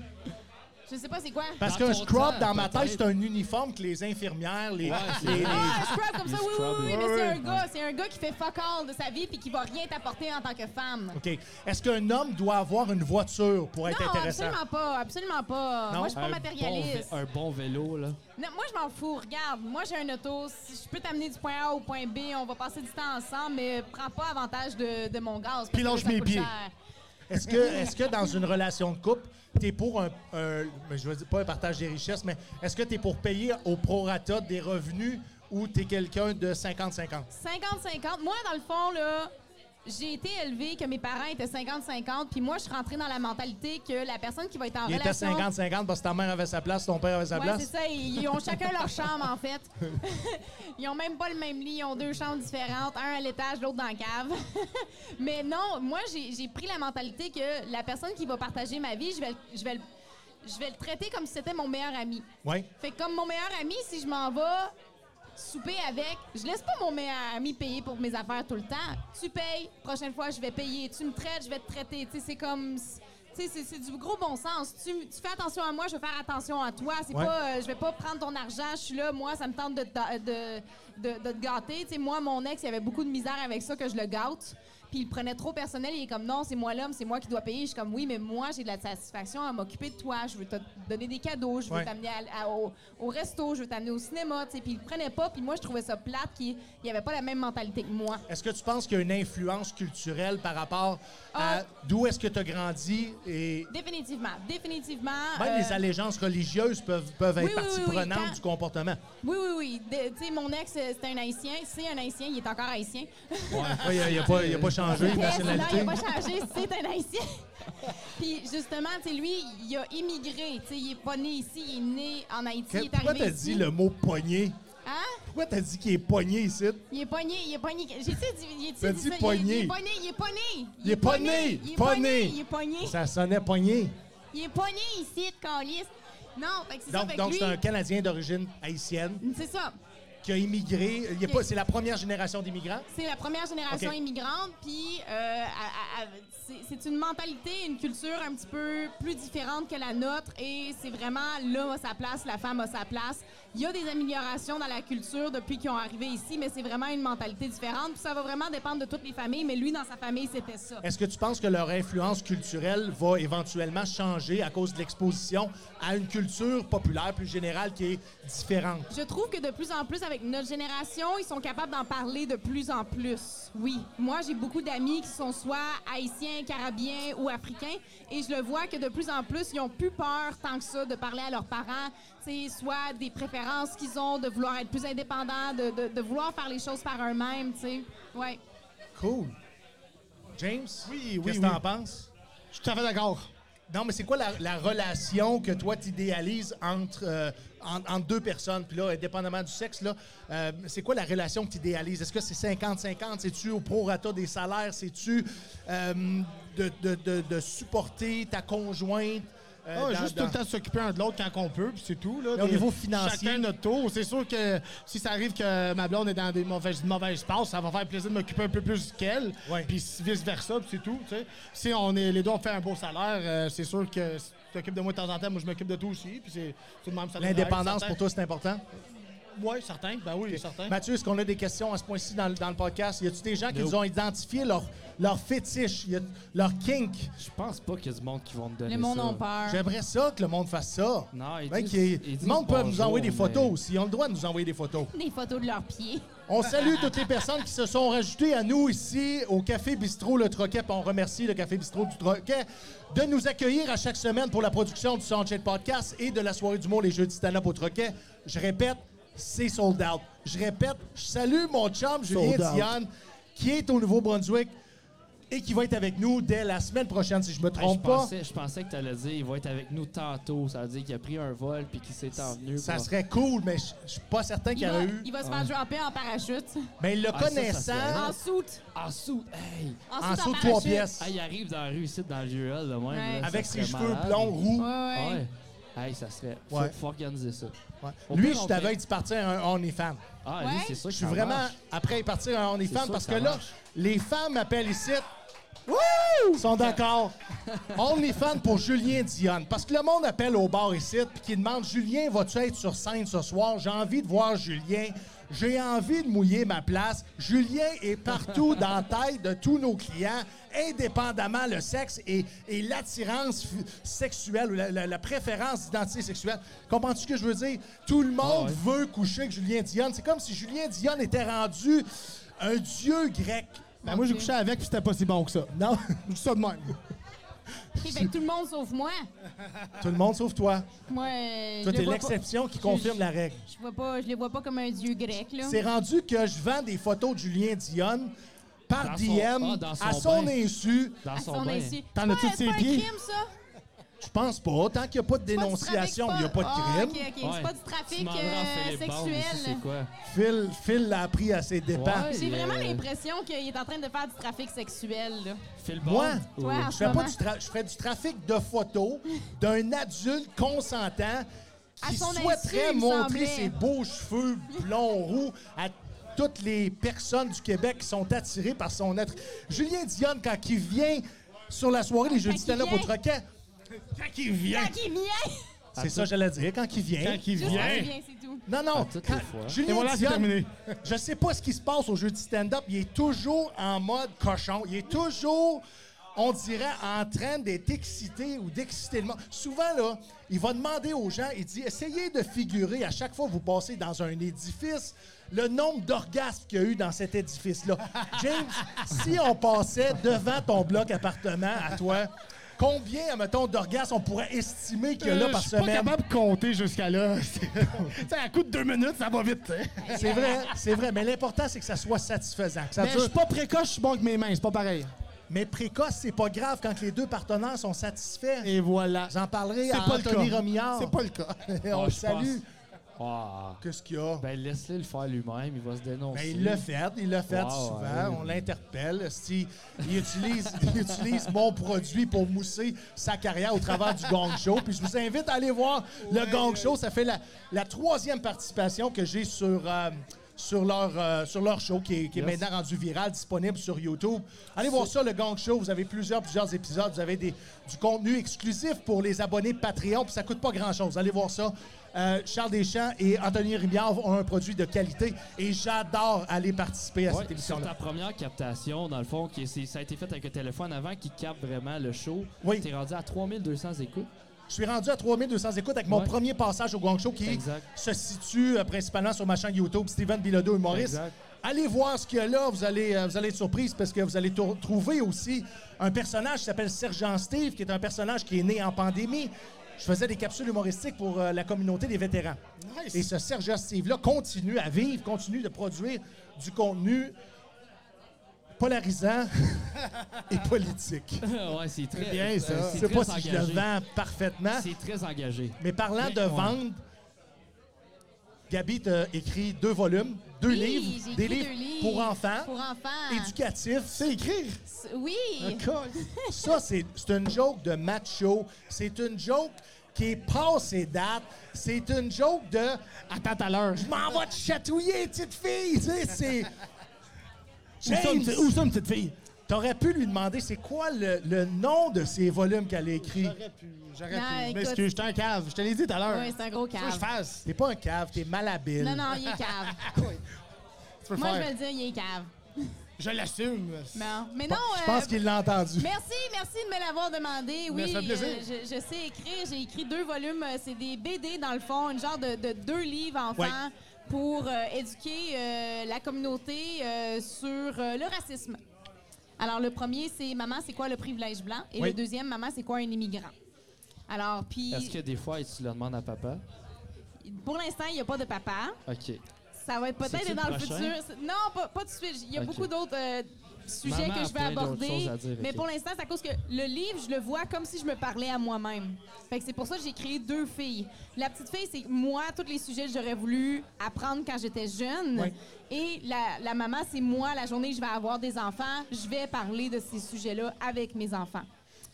[SPEAKER 5] Je sais pas c'est quoi.
[SPEAKER 2] Parce
[SPEAKER 3] Dans
[SPEAKER 2] qu'un
[SPEAKER 3] ton
[SPEAKER 2] scrub,
[SPEAKER 3] temps,
[SPEAKER 2] dans ma tête,
[SPEAKER 3] peut-être.
[SPEAKER 2] c'est un uniforme que les infirmières, les.
[SPEAKER 3] Ouais, c'est
[SPEAKER 2] les-
[SPEAKER 5] Ah, un scrub comme ça, oui, oui, oui,
[SPEAKER 2] Ouais,
[SPEAKER 5] mais c'est
[SPEAKER 2] ouais.
[SPEAKER 5] un gars, c'est un gars qui fait fuck all de sa vie puis qui va rien t'apporter en tant que femme.
[SPEAKER 2] OK. Est-ce qu'un homme doit avoir une voiture pour être
[SPEAKER 5] Non,
[SPEAKER 2] intéressant?
[SPEAKER 5] absolument pas, absolument pas.
[SPEAKER 2] Non?
[SPEAKER 5] Moi, je suis pas
[SPEAKER 3] Un
[SPEAKER 5] matérialiste.
[SPEAKER 3] bon vé- un bon vélo, là.
[SPEAKER 5] Non, moi, je m'en fous. Regarde, moi, j'ai un auto. Si je peux t'amener du point A au point B, on va passer du temps ensemble, mais prends pas avantage de, de mon gaz. parce que
[SPEAKER 2] Pilonge
[SPEAKER 5] ça coûte
[SPEAKER 2] mes pieds.
[SPEAKER 5] cher.
[SPEAKER 2] Est-ce que, est que dans une relation de couple, t'es pour un, un- mais je veux dire, pas un partage des richesses, mais est-ce que t'es pour payer au prorata des revenus ou t'es quelqu'un de 50-50?
[SPEAKER 5] 50-50. Moi, dans le fond, là, j'ai été élevée que mes parents étaient 50-50, puis moi, je suis rentrée dans la mentalité que la personne qui va être en
[SPEAKER 2] Il était
[SPEAKER 5] relation...
[SPEAKER 2] 50-50 parce que ta mère avait sa place, ton père avait sa
[SPEAKER 5] Ouais,
[SPEAKER 2] place.
[SPEAKER 5] c'est ça. Ils ils ont chacun leur chambre, en fait. ils ont même pas le même lit. Ils ont deux chambres différentes, un à l'étage, l'autre dans la cave. Mais non, moi, j'ai j'ai pris la mentalité que la personne qui va partager ma vie, je vais, le- je vais, le- je vais le traiter comme si c'était mon meilleur ami.
[SPEAKER 2] Oui.
[SPEAKER 5] Fait que comme mon meilleur ami, si je m'en vais souper avec, je laisse pas mon meilleur ami payer pour mes affaires tout le temps. Tu payes, prochaine fois je vais payer. Tu me traites, je vais te traiter. Tu sais, c'est comme, tu sais, c'est- c'est du gros bon sens. Tu, tu fais attention à moi, je vais faire attention à toi. C'est
[SPEAKER 2] Ouais.
[SPEAKER 5] pas, euh, je vais pas prendre ton argent. Je suis là, moi, ça me tente de, ta- de, de- de te gâter. Tu sais, moi, mon ex, il avait beaucoup de misère avec ça que je le gâte. Puis il le prenait trop personnel. Il est comme non, c'est moi l'homme, c'est moi qui dois payer. Je suis comme oui, mais moi, j'ai de la satisfaction à m'occuper de toi. Je veux te donner des cadeaux. Je veux
[SPEAKER 2] Ouais.
[SPEAKER 5] t'amener t'amener à- à- au, au resto, je veux t'amener au cinéma, tu sais. Puis il le prenait pas, puis moi, je trouvais ça plate, qu'il n'y avait pas la même mentalité que moi.
[SPEAKER 2] Est-ce que tu penses qu'il y a une influence culturelle par rapport à
[SPEAKER 5] Ah.
[SPEAKER 2] d'où est-ce que tu as grandi et
[SPEAKER 5] Définitivement, définitivement.
[SPEAKER 2] même ben,
[SPEAKER 5] euh,
[SPEAKER 2] les allégeances religieuses peuvent, peuvent être
[SPEAKER 5] oui, oui,
[SPEAKER 2] partie
[SPEAKER 5] oui, oui,
[SPEAKER 2] prenante
[SPEAKER 5] quand-
[SPEAKER 2] du comportement.
[SPEAKER 5] Oui, oui, oui. De- Tu sais, mon ex, euh, c'était un haïtien. C'est un haïtien, il est encore haïtien.
[SPEAKER 2] Oui, il n'a pas, il a pas changé de
[SPEAKER 5] Yes, non, il
[SPEAKER 2] nationalité.
[SPEAKER 5] n'a pas changé, c'est un haïtien. puis justement, tu sais, lui, il a immigré. Tu sais, il n'est pas né ici, il est né en Haïti. il est
[SPEAKER 2] Pourquoi
[SPEAKER 5] arrivé
[SPEAKER 2] t'as
[SPEAKER 5] ici.
[SPEAKER 2] dit le mot poignée?
[SPEAKER 5] Hein?
[SPEAKER 2] Pourquoi t'as dit qu'il est poigné ici?
[SPEAKER 5] Il est pogné, il est pogné. J'ai-tu dit, j'ai-tu
[SPEAKER 2] T'as
[SPEAKER 5] dit
[SPEAKER 2] dit
[SPEAKER 5] ça?
[SPEAKER 2] pogné.
[SPEAKER 5] Il est pogné, il est pogné.
[SPEAKER 2] Il est pogné,
[SPEAKER 5] Il
[SPEAKER 2] pogné.
[SPEAKER 5] est pogné, il est pogné.
[SPEAKER 2] Ça sonnait poigné.
[SPEAKER 5] Il est pogné ici, de calice. Non, fait que c'est ça.
[SPEAKER 2] Donc,
[SPEAKER 5] Fait
[SPEAKER 2] donc
[SPEAKER 5] que
[SPEAKER 2] c'est un
[SPEAKER 5] lui,
[SPEAKER 2] Canadien d'origine haïtienne
[SPEAKER 5] c'est ça.
[SPEAKER 2] qui a immigré. Il est
[SPEAKER 5] Ok.
[SPEAKER 2] pas, c'est la première génération d'immigrants.
[SPEAKER 5] C'est la première génération
[SPEAKER 2] Ok.
[SPEAKER 5] immigrante, puis euh, à- à- à- c'est- c'est une mentalité, une culture un petit peu plus différente que la nôtre, et c'est vraiment l'homme a sa place, la femme a sa place. Il y a des améliorations dans la culture depuis qu'ils ont arrivé ici, mais c'est vraiment une mentalité différente. Puis ça va vraiment dépendre de toutes les familles, mais lui, dans sa famille, c'était ça.
[SPEAKER 2] Est-ce que tu penses que leur influence culturelle va éventuellement changer à cause de l'exposition à une culture populaire plus générale qui est différente?
[SPEAKER 5] Je trouve que de plus en plus, avec notre génération, ils sont capables d'en parler de plus en plus. Oui. Moi, j'ai beaucoup d'amis qui sont soit haïtiens, carabiens ou africains, et je le vois que de plus en plus, ils ont plus peur tant que ça de parler à leurs parents, tu sais, soit des préférences qu'ils ont, de vouloir être plus indépendants, de, de- de vouloir faire les choses par eux-mêmes, tu sais. Ouais.
[SPEAKER 2] Cool. James,
[SPEAKER 4] Oui, oui,
[SPEAKER 2] qu'est-ce que
[SPEAKER 4] oui.
[SPEAKER 2] t'en penses?
[SPEAKER 4] Je suis tout à fait d'accord.
[SPEAKER 2] Non, mais c'est quoi la, la relation que toi, t'idéalises entre, euh, en- entre deux personnes? Puis là, indépendamment du sexe, là, euh, c'est quoi la relation que t'idéalises? Est-ce que c'est 50-50? C'est-tu au prorata des salaires? C'est-tu euh, de, de- de- de supporter ta conjointe? euh,
[SPEAKER 4] Ah,
[SPEAKER 2] dans-
[SPEAKER 4] juste
[SPEAKER 2] dans-
[SPEAKER 4] tout le temps s'occuper un de l'autre quand on peut, puis c'est tout. Là,
[SPEAKER 2] Mais au
[SPEAKER 4] Des-
[SPEAKER 2] niveau financier-
[SPEAKER 4] Chacun notre tour. C'est sûr que si ça arrive que ma blonde est dans des mauvaises, mauvaises passes, ça va faire plaisir de m'occuper un peu plus qu'elle.
[SPEAKER 2] Ouais.
[SPEAKER 4] Puis vice-versa, puis c'est tout. tu sais. Si on est, les deux, on fait un beau salaire, euh, c'est sûr que si tu t'occupes de moi de temps en temps, moi je m'occupe de toi aussi. Puis c'est tout de même ça devrait être
[SPEAKER 2] L'indépendance,
[SPEAKER 4] Ah certain.
[SPEAKER 2] pour toi, c'est important?
[SPEAKER 4] Oui, certain. Ben oui, certain.
[SPEAKER 2] Mathieu, est-ce qu'on a des questions à ce point-ci dans, le- dans le podcast? Y a-tu des gens qui nous ont identifié leur, leur fétiche, y a- leur kink?
[SPEAKER 3] Je pense pas qu'il y a du monde qui vont me donner
[SPEAKER 5] Le monde
[SPEAKER 3] ça.
[SPEAKER 5] a peur.
[SPEAKER 2] J'aimerais ça que le monde fasse ça.
[SPEAKER 3] Non, ils
[SPEAKER 2] Ouais,
[SPEAKER 3] disent-
[SPEAKER 2] qu'il-
[SPEAKER 3] ils
[SPEAKER 2] le
[SPEAKER 3] disent
[SPEAKER 2] monde peut nous
[SPEAKER 3] bonjour,
[SPEAKER 2] envoyer des photos
[SPEAKER 3] mais-
[SPEAKER 2] aussi. Ils ont le droit de nous envoyer des photos.
[SPEAKER 5] Des photos de leurs pieds.
[SPEAKER 2] On salue toutes les personnes qui se sont rajoutées à nous ici au Café Bistrot Le Troquet. Puis On remercie le Café Bistrot du Troquet de nous accueillir à chaque semaine pour la production du Soundcheck Podcast et de la soirée du mot les jeudis stand-up au Troquet. Je répète, c'est sold out. Je répète, je salue mon chum Julien
[SPEAKER 4] Sold out.
[SPEAKER 2] Dionne qui est au Nouveau-Brunswick et qui va être avec nous dès la semaine prochaine, si je me
[SPEAKER 3] Hey, Ah, je,
[SPEAKER 2] trompe pas.
[SPEAKER 3] pensais, je pensais que tu allais dire il va être avec nous tantôt. Ça veut dire qu'il a pris un vol puis qu'il s'est envenu.
[SPEAKER 2] Ça
[SPEAKER 3] pour-
[SPEAKER 2] serait cool, mais je je suis pas certain qu'il y
[SPEAKER 5] Il va,
[SPEAKER 2] aurait eu.
[SPEAKER 5] il va se faire dropper en parachute.
[SPEAKER 2] Mais le
[SPEAKER 3] Ah, ça, ça
[SPEAKER 2] connaissant,
[SPEAKER 5] En soute.
[SPEAKER 3] En dessous, Ah, hey!
[SPEAKER 5] En
[SPEAKER 2] en
[SPEAKER 5] soute en
[SPEAKER 2] dessous de
[SPEAKER 5] parachute.
[SPEAKER 2] trois pièces,
[SPEAKER 3] Ah, il arrive dans la rue ici, dans le vieux hall, de même.
[SPEAKER 5] Ouais.
[SPEAKER 3] là,
[SPEAKER 2] avec
[SPEAKER 3] ça
[SPEAKER 2] ses
[SPEAKER 3] serait
[SPEAKER 2] cheveux
[SPEAKER 3] malade.
[SPEAKER 2] blonds, roux.
[SPEAKER 5] Ouais, ouais.
[SPEAKER 3] Ouais. Hey, ça serait. Faut,
[SPEAKER 2] Ouais.
[SPEAKER 3] faut organiser ça. Au
[SPEAKER 2] Lui,
[SPEAKER 3] pire, on
[SPEAKER 2] je t'avais
[SPEAKER 3] fait-
[SPEAKER 2] dit partir un OnlyFans.
[SPEAKER 3] Ah,
[SPEAKER 5] Ouais.
[SPEAKER 3] lui, c'est sûr
[SPEAKER 2] Je
[SPEAKER 3] que
[SPEAKER 2] suis
[SPEAKER 3] ça
[SPEAKER 2] vraiment
[SPEAKER 3] marche.
[SPEAKER 2] après y partir un
[SPEAKER 3] C'est
[SPEAKER 2] OnlyFans
[SPEAKER 3] sûr
[SPEAKER 2] parce
[SPEAKER 3] que
[SPEAKER 2] que
[SPEAKER 3] ça
[SPEAKER 2] là,
[SPEAKER 3] marche.
[SPEAKER 2] les femmes m'appellent ici. Wouh! sont d'accord. OnlyFans pour Julien Dionne. Parce que le monde appelle au bar ici puis qui demande Julien, vas-tu être sur scène ce soir? J'ai envie de voir Julien. J'ai envie de mouiller ma place. Julien est partout dans la tête de tous nos clients, indépendamment le sexe et, et l'attirance f- sexuelle ou la, la- la préférence d'identité sexuelle. Comprends-tu ce que je veux dire? Tout le monde
[SPEAKER 3] Ah
[SPEAKER 2] veut coucher avec Julien Dionne. C'est comme si Julien Dionne était rendu un dieu grec.
[SPEAKER 4] Ben, moi, j'ai couché avec, puis c'était pas si bon que ça.
[SPEAKER 2] Non,
[SPEAKER 4] Je dis ça de même.
[SPEAKER 5] Ok, fait que ben, tout le monde sauf moi.
[SPEAKER 2] tout le monde sauf toi.
[SPEAKER 5] Moi, euh, je,
[SPEAKER 2] Toi,
[SPEAKER 5] les
[SPEAKER 2] t'es
[SPEAKER 5] vois pas,
[SPEAKER 2] l'exception qui confirme la règle.
[SPEAKER 5] je, vois pas, je les vois pas comme un dieu grec, là.
[SPEAKER 2] C'est rendu que je vends des photos de Julien Dionne par
[SPEAKER 3] Dans son-
[SPEAKER 2] DM
[SPEAKER 3] ah, dans son
[SPEAKER 2] à son
[SPEAKER 3] bain.
[SPEAKER 2] insu.
[SPEAKER 3] Dans
[SPEAKER 5] À
[SPEAKER 3] son,
[SPEAKER 5] son
[SPEAKER 3] bain.
[SPEAKER 5] insu.
[SPEAKER 2] T'en
[SPEAKER 5] Ouais,
[SPEAKER 2] as-tu de
[SPEAKER 5] c'est
[SPEAKER 2] ses
[SPEAKER 5] pas un
[SPEAKER 2] pieds?
[SPEAKER 5] crime, ça?
[SPEAKER 2] Je pense pas. Tant qu'il n'y a pas de
[SPEAKER 5] C'est pas du
[SPEAKER 2] dénonciation, il
[SPEAKER 5] trafic,
[SPEAKER 2] n'y a pas de crime.
[SPEAKER 5] Ah, ok, ok.
[SPEAKER 3] Ouais.
[SPEAKER 5] C'est pas du
[SPEAKER 3] Tu
[SPEAKER 5] trafic
[SPEAKER 3] m'en rends
[SPEAKER 5] euh,
[SPEAKER 3] Philippe Bond, ici, c'est
[SPEAKER 5] sexuel.
[SPEAKER 3] quoi?
[SPEAKER 2] Phil, Phil l'a appris à ses dépens.
[SPEAKER 3] Ouais.
[SPEAKER 5] J'ai vraiment
[SPEAKER 3] Euh,
[SPEAKER 5] l'impression qu'il est en train de faire du trafic sexuel, là.
[SPEAKER 3] Phil
[SPEAKER 2] Moi,
[SPEAKER 3] Bond?
[SPEAKER 5] Toi, en
[SPEAKER 2] Je,
[SPEAKER 5] ce
[SPEAKER 2] fais pas
[SPEAKER 5] moment.
[SPEAKER 2] du tra- je ferais du trafic de photos d'un adulte consentant
[SPEAKER 5] À
[SPEAKER 2] qui
[SPEAKER 5] son insu,
[SPEAKER 2] souhaiterait
[SPEAKER 5] il me
[SPEAKER 2] montrer
[SPEAKER 5] semblait.
[SPEAKER 2] ses beaux cheveux blonds roux à toutes les personnes du Québec qui sont attirées par son être. Julien Dionne, quand il vient sur la soirée des Jeudis
[SPEAKER 5] il
[SPEAKER 2] Stand-up au
[SPEAKER 5] vient.
[SPEAKER 2] Troquet, quand il vient,
[SPEAKER 5] Quand il vient!
[SPEAKER 2] c'est ça que j'allais dire, quand il vient.
[SPEAKER 4] Quand il
[SPEAKER 5] Juste quand
[SPEAKER 4] vient.
[SPEAKER 5] il vient, c'est tout.
[SPEAKER 2] Non, non.
[SPEAKER 3] À toutes
[SPEAKER 2] quand-
[SPEAKER 3] les fois.
[SPEAKER 2] Julien
[SPEAKER 4] Hein? Et voilà, c'est
[SPEAKER 2] Dion,
[SPEAKER 4] terminé.
[SPEAKER 2] je sais pas ce qui se passe au jeu du stand-up. Il est toujours en mode cochon. Il est toujours, on dirait, en train d'être excité ou d'exciter le monde. Souvent, là, il va demander aux gens, il dit, essayez de figurer à chaque fois que vous passez dans un édifice le nombre d'orgasmes qu'il y a eu dans cet édifice-là. James, si on passait devant ton bloc appartement à toi, combien, mettons, d'orgasmes on pourrait estimer qu'il y a là
[SPEAKER 4] Euh,
[SPEAKER 2] par
[SPEAKER 4] je suis pas
[SPEAKER 2] semaine?
[SPEAKER 4] capable de compter jusqu'à là. C'est- tu sais, à coup de deux minutes, ça va vite. hein. tu sais.
[SPEAKER 2] C'est vrai, c'est vrai, mais l'important, c'est que ça soit satisfaisant. que ça
[SPEAKER 4] Mais Ben, je
[SPEAKER 2] dure.
[SPEAKER 4] suis pas précoce, je suis bon avec mes mains, c'est pas pareil.
[SPEAKER 2] Mais précoce, c'est pas grave quand les deux partenaires sont satisfaits.
[SPEAKER 4] Et voilà.
[SPEAKER 2] J'en parlerai à
[SPEAKER 4] C'est pas le
[SPEAKER 2] Anthony
[SPEAKER 4] cas.
[SPEAKER 2] Romillard.
[SPEAKER 4] C'est pas le cas.
[SPEAKER 3] Ah,
[SPEAKER 2] On le
[SPEAKER 3] je pense-
[SPEAKER 2] salue.
[SPEAKER 3] Ah.
[SPEAKER 2] Qu'est-ce qu'il y a?
[SPEAKER 3] Ben, laisse-le le faire lui-même, il va se dénoncer.
[SPEAKER 2] Ben, il l'a fait, il l'a fait
[SPEAKER 3] Wow,
[SPEAKER 2] souvent.
[SPEAKER 3] ouais.
[SPEAKER 2] On l'interpelle. Si, il, utilise, il utilise mon produit pour mousser sa carrière au travers du Gong Show. Puis je vous invite à aller voir le Gong Show. Ça fait la, la troisième participation que j'ai sur. euh, sur leur, euh, sur leur show qui est, qui est
[SPEAKER 3] Yes.
[SPEAKER 2] maintenant rendu viral, disponible sur YouTube. Allez voir ça, le Gong Show. Vous avez plusieurs, plusieurs épisodes. Vous avez des, du contenu exclusif pour les abonnés Patreon. Puis ça coûte pas grand-chose. Allez voir ça. Euh, Charles Deschamps et Anthony Rémillard ont un produit de qualité. Et j'adore aller participer à
[SPEAKER 3] Ouais,
[SPEAKER 2] cette
[SPEAKER 3] sur ta
[SPEAKER 2] émission-là.
[SPEAKER 3] première captation, dans le fond, qui est- c'est- ça a été fait avec un téléphone avant qui capte vraiment le show.
[SPEAKER 2] Oui.
[SPEAKER 3] T'es rendu à 3200 écoutes.
[SPEAKER 2] Je suis rendu à 3200 écoutes avec mon
[SPEAKER 3] Ouais.
[SPEAKER 2] premier passage au Gong Show qui
[SPEAKER 3] Exact.
[SPEAKER 2] se situe euh, principalement sur ma chaîne YouTube, Steven Bilodeau et Maurice.
[SPEAKER 3] Exact.
[SPEAKER 2] Allez voir ce qu'il y a là. Vous allez, euh, vous allez être surprise parce que vous allez tour- trouver aussi un personnage qui s'appelle Sergent Steve, qui est un personnage qui est né en pandémie. Je faisais des capsules humoristiques pour euh, la communauté des vétérans.
[SPEAKER 4] Nice.
[SPEAKER 2] Et ce Sergent Steve-là continue à vivre, continue de produire du contenu polarisant et politique.
[SPEAKER 3] ouais, c'est très.
[SPEAKER 4] bien, ça.
[SPEAKER 3] euh,
[SPEAKER 2] Je
[SPEAKER 3] C'est
[SPEAKER 2] sais
[SPEAKER 3] très
[SPEAKER 2] pas si
[SPEAKER 3] engagé.
[SPEAKER 2] je le vends parfaitement.
[SPEAKER 3] C'est très engagé.
[SPEAKER 2] Mais parlant de
[SPEAKER 3] Ouais.
[SPEAKER 4] hein.
[SPEAKER 2] vendre, Gabi t'a écrit deux volumes, deux
[SPEAKER 5] Oui,
[SPEAKER 2] livres,
[SPEAKER 5] j'ai
[SPEAKER 2] des
[SPEAKER 5] écrit
[SPEAKER 2] livres,
[SPEAKER 5] deux livres
[SPEAKER 2] pour enfants,
[SPEAKER 5] Pour enfants.
[SPEAKER 2] éducatifs. C'est écrire.
[SPEAKER 5] S- Oui.
[SPEAKER 2] Ça, c'est c'est une joke de macho. C'est une joke qui est passée date. C'est une joke de
[SPEAKER 4] Attends tout à l'heure.
[SPEAKER 2] « m'en vais te chatouiller, petite fille! » Tu sais, c'est...
[SPEAKER 4] Où ça, une petite-
[SPEAKER 2] James,
[SPEAKER 4] où ça, une petite fille?
[SPEAKER 2] t'aurais pu lui demander c'est quoi le, le nom de ces volumes qu'elle a écrits.
[SPEAKER 4] J'aurais pu. J'aurais
[SPEAKER 5] Non,
[SPEAKER 4] pu. Je
[SPEAKER 5] écoute-
[SPEAKER 4] m'excuse, j'étais un cave. Je te l'ai dit tout à l'heure.
[SPEAKER 5] Oui, c'est un gros
[SPEAKER 4] Tu veux que je
[SPEAKER 5] cave.
[SPEAKER 4] fasse?
[SPEAKER 2] T'es pas un cave, t'es malhabile.
[SPEAKER 5] Non, non, il est cave.
[SPEAKER 4] Tu peux
[SPEAKER 5] Ah Moi, je
[SPEAKER 4] faire.
[SPEAKER 5] vais le dire, il est cave.
[SPEAKER 4] Je l'assume.
[SPEAKER 5] Non. Mais non,
[SPEAKER 2] Je pense
[SPEAKER 5] euh,
[SPEAKER 2] qu'il l'a entendu.
[SPEAKER 5] Merci, merci de me l'avoir demandé. Oui,
[SPEAKER 4] Mais ça fait plaisir.
[SPEAKER 5] euh, je, je sais écrire. J'ai écrit deux volumes. Euh, C'est des BD, dans le fond, une genre de, de deux livres enfants
[SPEAKER 2] Ouais.
[SPEAKER 5] pour euh, éduquer euh, la communauté euh, sur euh, le racisme. Alors, le premier, c'est Maman, c'est quoi le privilège blanc? Et
[SPEAKER 2] Oui.
[SPEAKER 5] le deuxième, Maman, c'est quoi un immigrant? Alors, puis,
[SPEAKER 3] Est-ce que des fois, tu le demandes à papa?
[SPEAKER 5] pour l'instant, il n'y a pas de papa.
[SPEAKER 3] OK.
[SPEAKER 5] Ça va être peut-être
[SPEAKER 3] C'est-tu
[SPEAKER 5] dans
[SPEAKER 3] le
[SPEAKER 5] le
[SPEAKER 3] prochain?
[SPEAKER 5] futur. C'est- Non, pas, pas tout de suite. Il y a
[SPEAKER 3] Ok.
[SPEAKER 5] beaucoup d'autres euh, sujet
[SPEAKER 3] Maman
[SPEAKER 5] que
[SPEAKER 3] a
[SPEAKER 5] je vais
[SPEAKER 3] plein d'autres
[SPEAKER 5] aborder.
[SPEAKER 3] choses à dire,
[SPEAKER 5] mais
[SPEAKER 3] ok.
[SPEAKER 5] pour l'instant, c'est à cause que le livre, je le vois comme si je me parlais à moi-même. Fait que c'est pour ça que j'ai créé deux filles. La petite fille, c'est moi, tous les sujets que j'aurais voulu apprendre quand j'étais jeune.
[SPEAKER 4] Ouais.
[SPEAKER 5] Et la, la maman, c'est moi, la journée que je vais avoir des enfants, je vais parler de ces sujets-là avec mes enfants.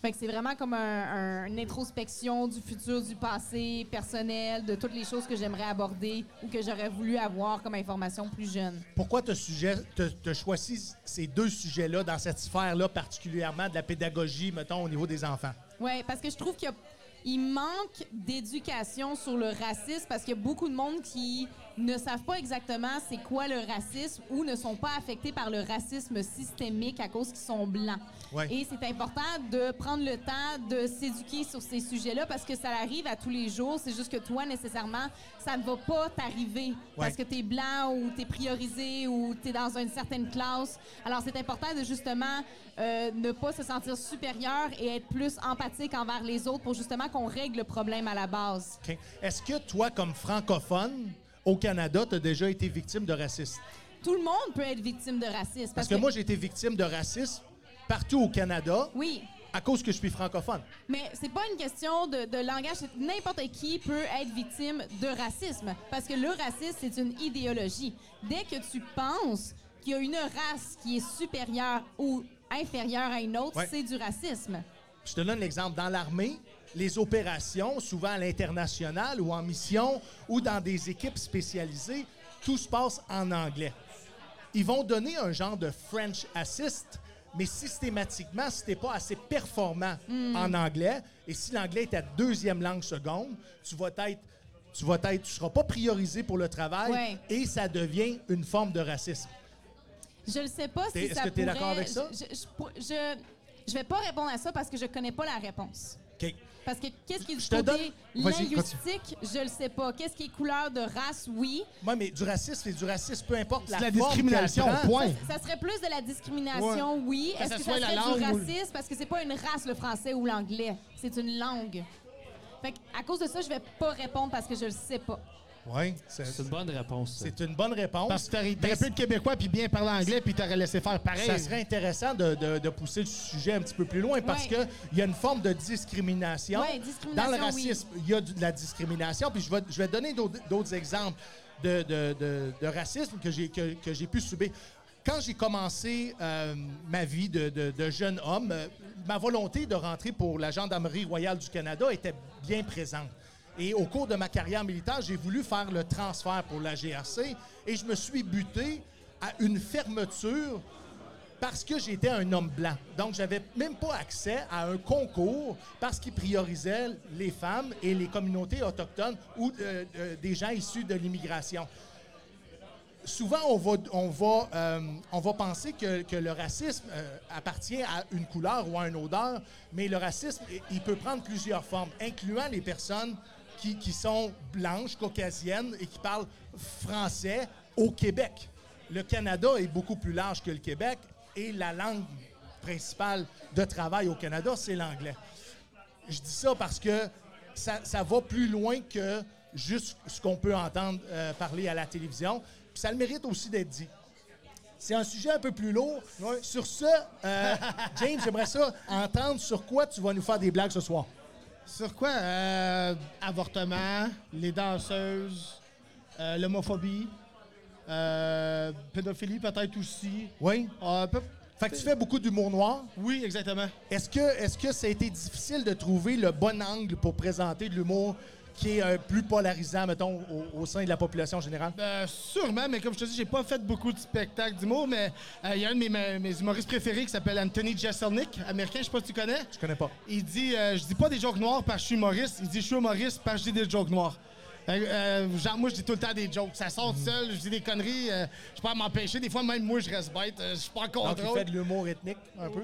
[SPEAKER 5] Fait que c'est vraiment comme un- un- une introspection du futur, du passé, personnel, de toutes les choses que j'aimerais aborder ou que j'aurais voulu avoir comme information plus jeune.
[SPEAKER 2] Pourquoi tu as choisi ces deux sujets-là dans cette sphère-là, particulièrement de la pédagogie, mettons, au niveau des enfants?
[SPEAKER 5] Oui, parce que je trouve qu'il y a- il manque d'éducation sur le racisme parce qu'il y a beaucoup de monde qui ne savent pas exactement c'est quoi le racisme ou ne sont pas affectés par le racisme systémique à cause qu'ils sont blancs.
[SPEAKER 2] Ouais.
[SPEAKER 5] Et c'est important de prendre le temps de s'éduquer sur ces sujets-là parce que ça arrive à tous les jours. C'est juste que toi, nécessairement, ça ne va pas t'arriver parce que tu es blanc ou tu es priorisé ou tu es dans une certaine classe. Alors, c'est important de justement euh, ne pas se sentir supérieur et être plus empathique envers les autres pour justement qu'on règle le problème à la base.
[SPEAKER 2] OK. Est-ce que toi, comme francophone, au Canada, tu as déjà été victime de racisme?
[SPEAKER 5] Tout le monde peut être victime de racisme.
[SPEAKER 2] Parce que moi, j'ai été victime de racisme partout au Canada
[SPEAKER 5] Oui,
[SPEAKER 2] à cause que je suis francophone.
[SPEAKER 5] Mais c'est pas une question de, de langage. C'est- N'importe qui peut être victime de racisme. Parce que le racisme, c'est une idéologie. Dès que tu penses qu'il y a une race qui est supérieure ou inférieure à une autre,
[SPEAKER 2] Ouais.
[SPEAKER 5] c'est du racisme.
[SPEAKER 2] Je te donne l'exemple. Dans l'armée, les opérations, souvent à l'international ou en mission ou dans des équipes spécialisées, tout se passe en anglais. Ils vont donner un genre de French assist, mais systématiquement, si t'es pas assez performant
[SPEAKER 5] Hmm.
[SPEAKER 4] Hmm.
[SPEAKER 2] en anglais, et si l'anglais est ta deuxième langue seconde, tu vas être tu vas être, tu seras pas priorisé pour le travail
[SPEAKER 5] Ouais.
[SPEAKER 2] et ça devient une forme de racisme.
[SPEAKER 5] Je ne sais pas
[SPEAKER 2] T'es-
[SPEAKER 5] si
[SPEAKER 2] est-ce
[SPEAKER 5] ça
[SPEAKER 2] que t'es d'accord
[SPEAKER 5] pourrait-
[SPEAKER 2] avec ça?
[SPEAKER 5] Je, je, je pour- je- je vais pas répondre à ça parce que je connais pas la réponse.
[SPEAKER 2] OK.
[SPEAKER 5] Parce que qu'est-ce qui est du
[SPEAKER 2] Je te
[SPEAKER 5] côté
[SPEAKER 2] donne- Vas-y, continue.
[SPEAKER 5] linguistique, je le sais pas. Qu'est-ce qui est couleur de race, oui.
[SPEAKER 2] Moi, mais du racisme, c'est du racisme, peu importe la,
[SPEAKER 4] C'est de la
[SPEAKER 2] forme qu'elle
[SPEAKER 4] discrimination,
[SPEAKER 2] prend.
[SPEAKER 4] point.
[SPEAKER 5] Ça serait plus de la discrimination, oui.
[SPEAKER 4] Que
[SPEAKER 5] Est-ce
[SPEAKER 4] ça
[SPEAKER 5] que ça
[SPEAKER 4] soit
[SPEAKER 5] serait
[SPEAKER 4] la
[SPEAKER 5] du
[SPEAKER 4] langue ou le-
[SPEAKER 5] racisme? Parce que c'est pas une race, le français ou l'anglais. C'est une langue. Fait que, à cause de ça, je vais pas répondre parce que je le sais pas.
[SPEAKER 2] Ouais, c'est-
[SPEAKER 3] C'est une bonne réponse. ça.
[SPEAKER 2] c'est une bonne réponse.
[SPEAKER 4] Parce que t'aurais très peu de Québécois puis bien parler anglais puis t'aurais laissé faire pareil.
[SPEAKER 2] Ça serait intéressant de, de- de pousser le sujet un petit peu plus loin parce
[SPEAKER 5] Ouais.
[SPEAKER 2] que qu'il y a une forme de discrimination.
[SPEAKER 5] Ouais, discrimination,
[SPEAKER 2] Dans le racisme, il y a du- de la discrimination. Puis je vais, je vais donner d'autres d'autres exemples de, de- de- de racisme que j'ai que, que j'ai pu subir. Quand j'ai commencé euh, ma vie de, de- de jeune homme, euh, ma volonté de rentrer pour la Gendarmerie royale du Canada était bien présente. Et au cours de ma carrière militaire, j'ai voulu faire le transfert pour la GRC et je me suis buté à une fermeture parce que j'étais un homme blanc. Donc, j'avais même pas accès à un concours parce qu'ils priorisaient les femmes et les communautés autochtones ou euh, euh, des gens issus de l'immigration souvent, on va, on va, euh, on va penser que, que le racisme euh, appartient à une couleur ou à une odeur, mais le racisme, i- il peut prendre plusieurs formes, incluant les personnes qui, qui sont blanches, caucasiennes et qui parlent français au Québec. Le Canada est beaucoup plus large que le Québec et la langue principale de travail au Canada, c'est l'anglais. Je dis ça parce que ça, ça va plus loin que juste ce qu'on peut entendre euh, parler à la télévision. Puis ça le mérite aussi d'être dit. C'est un sujet un peu plus lourd. Sur ce, euh, James, j'aimerais ça entendre sur quoi tu vas nous faire des blagues ce soir.
[SPEAKER 4] Sur quoi? Euh, avortement, les danseuses, euh, l'homophobie, euh, pédophilie peut-être aussi.
[SPEAKER 2] Oui?
[SPEAKER 4] Euh, peu-
[SPEAKER 2] Fait que tu fais beaucoup d'humour noir.
[SPEAKER 4] Oui, exactement.
[SPEAKER 2] Est-ce que, est que ça a été difficile de trouver le bon angle pour présenter de l'humour qui est euh, plus polarisant, mettons, au, au sein de la population générale?
[SPEAKER 4] Euh, sûrement, mais comme je te dis, j'ai pas fait beaucoup de spectacles d'humour, mais euh, il y a un de mes, mes- mes humoristes préférés qui s'appelle Anthony Jeselnik, américain, je sais pas si tu connais.
[SPEAKER 2] Je connais pas.
[SPEAKER 4] Il dit euh, Je dis pas des jokes noirs parce que je suis humoriste, il dit Je suis humoriste parce que je dis des jokes noirs. Fait que, euh, genre, moi, je dis tout le temps des jokes. Ça sort tout seul, je dis des conneries, euh, je peux pas m'empêcher. Des fois, même moi, je reste bête, euh, je suis pas en
[SPEAKER 2] Donc, tu
[SPEAKER 4] contrôle.
[SPEAKER 2] fais de l'humour ethnique, un peu?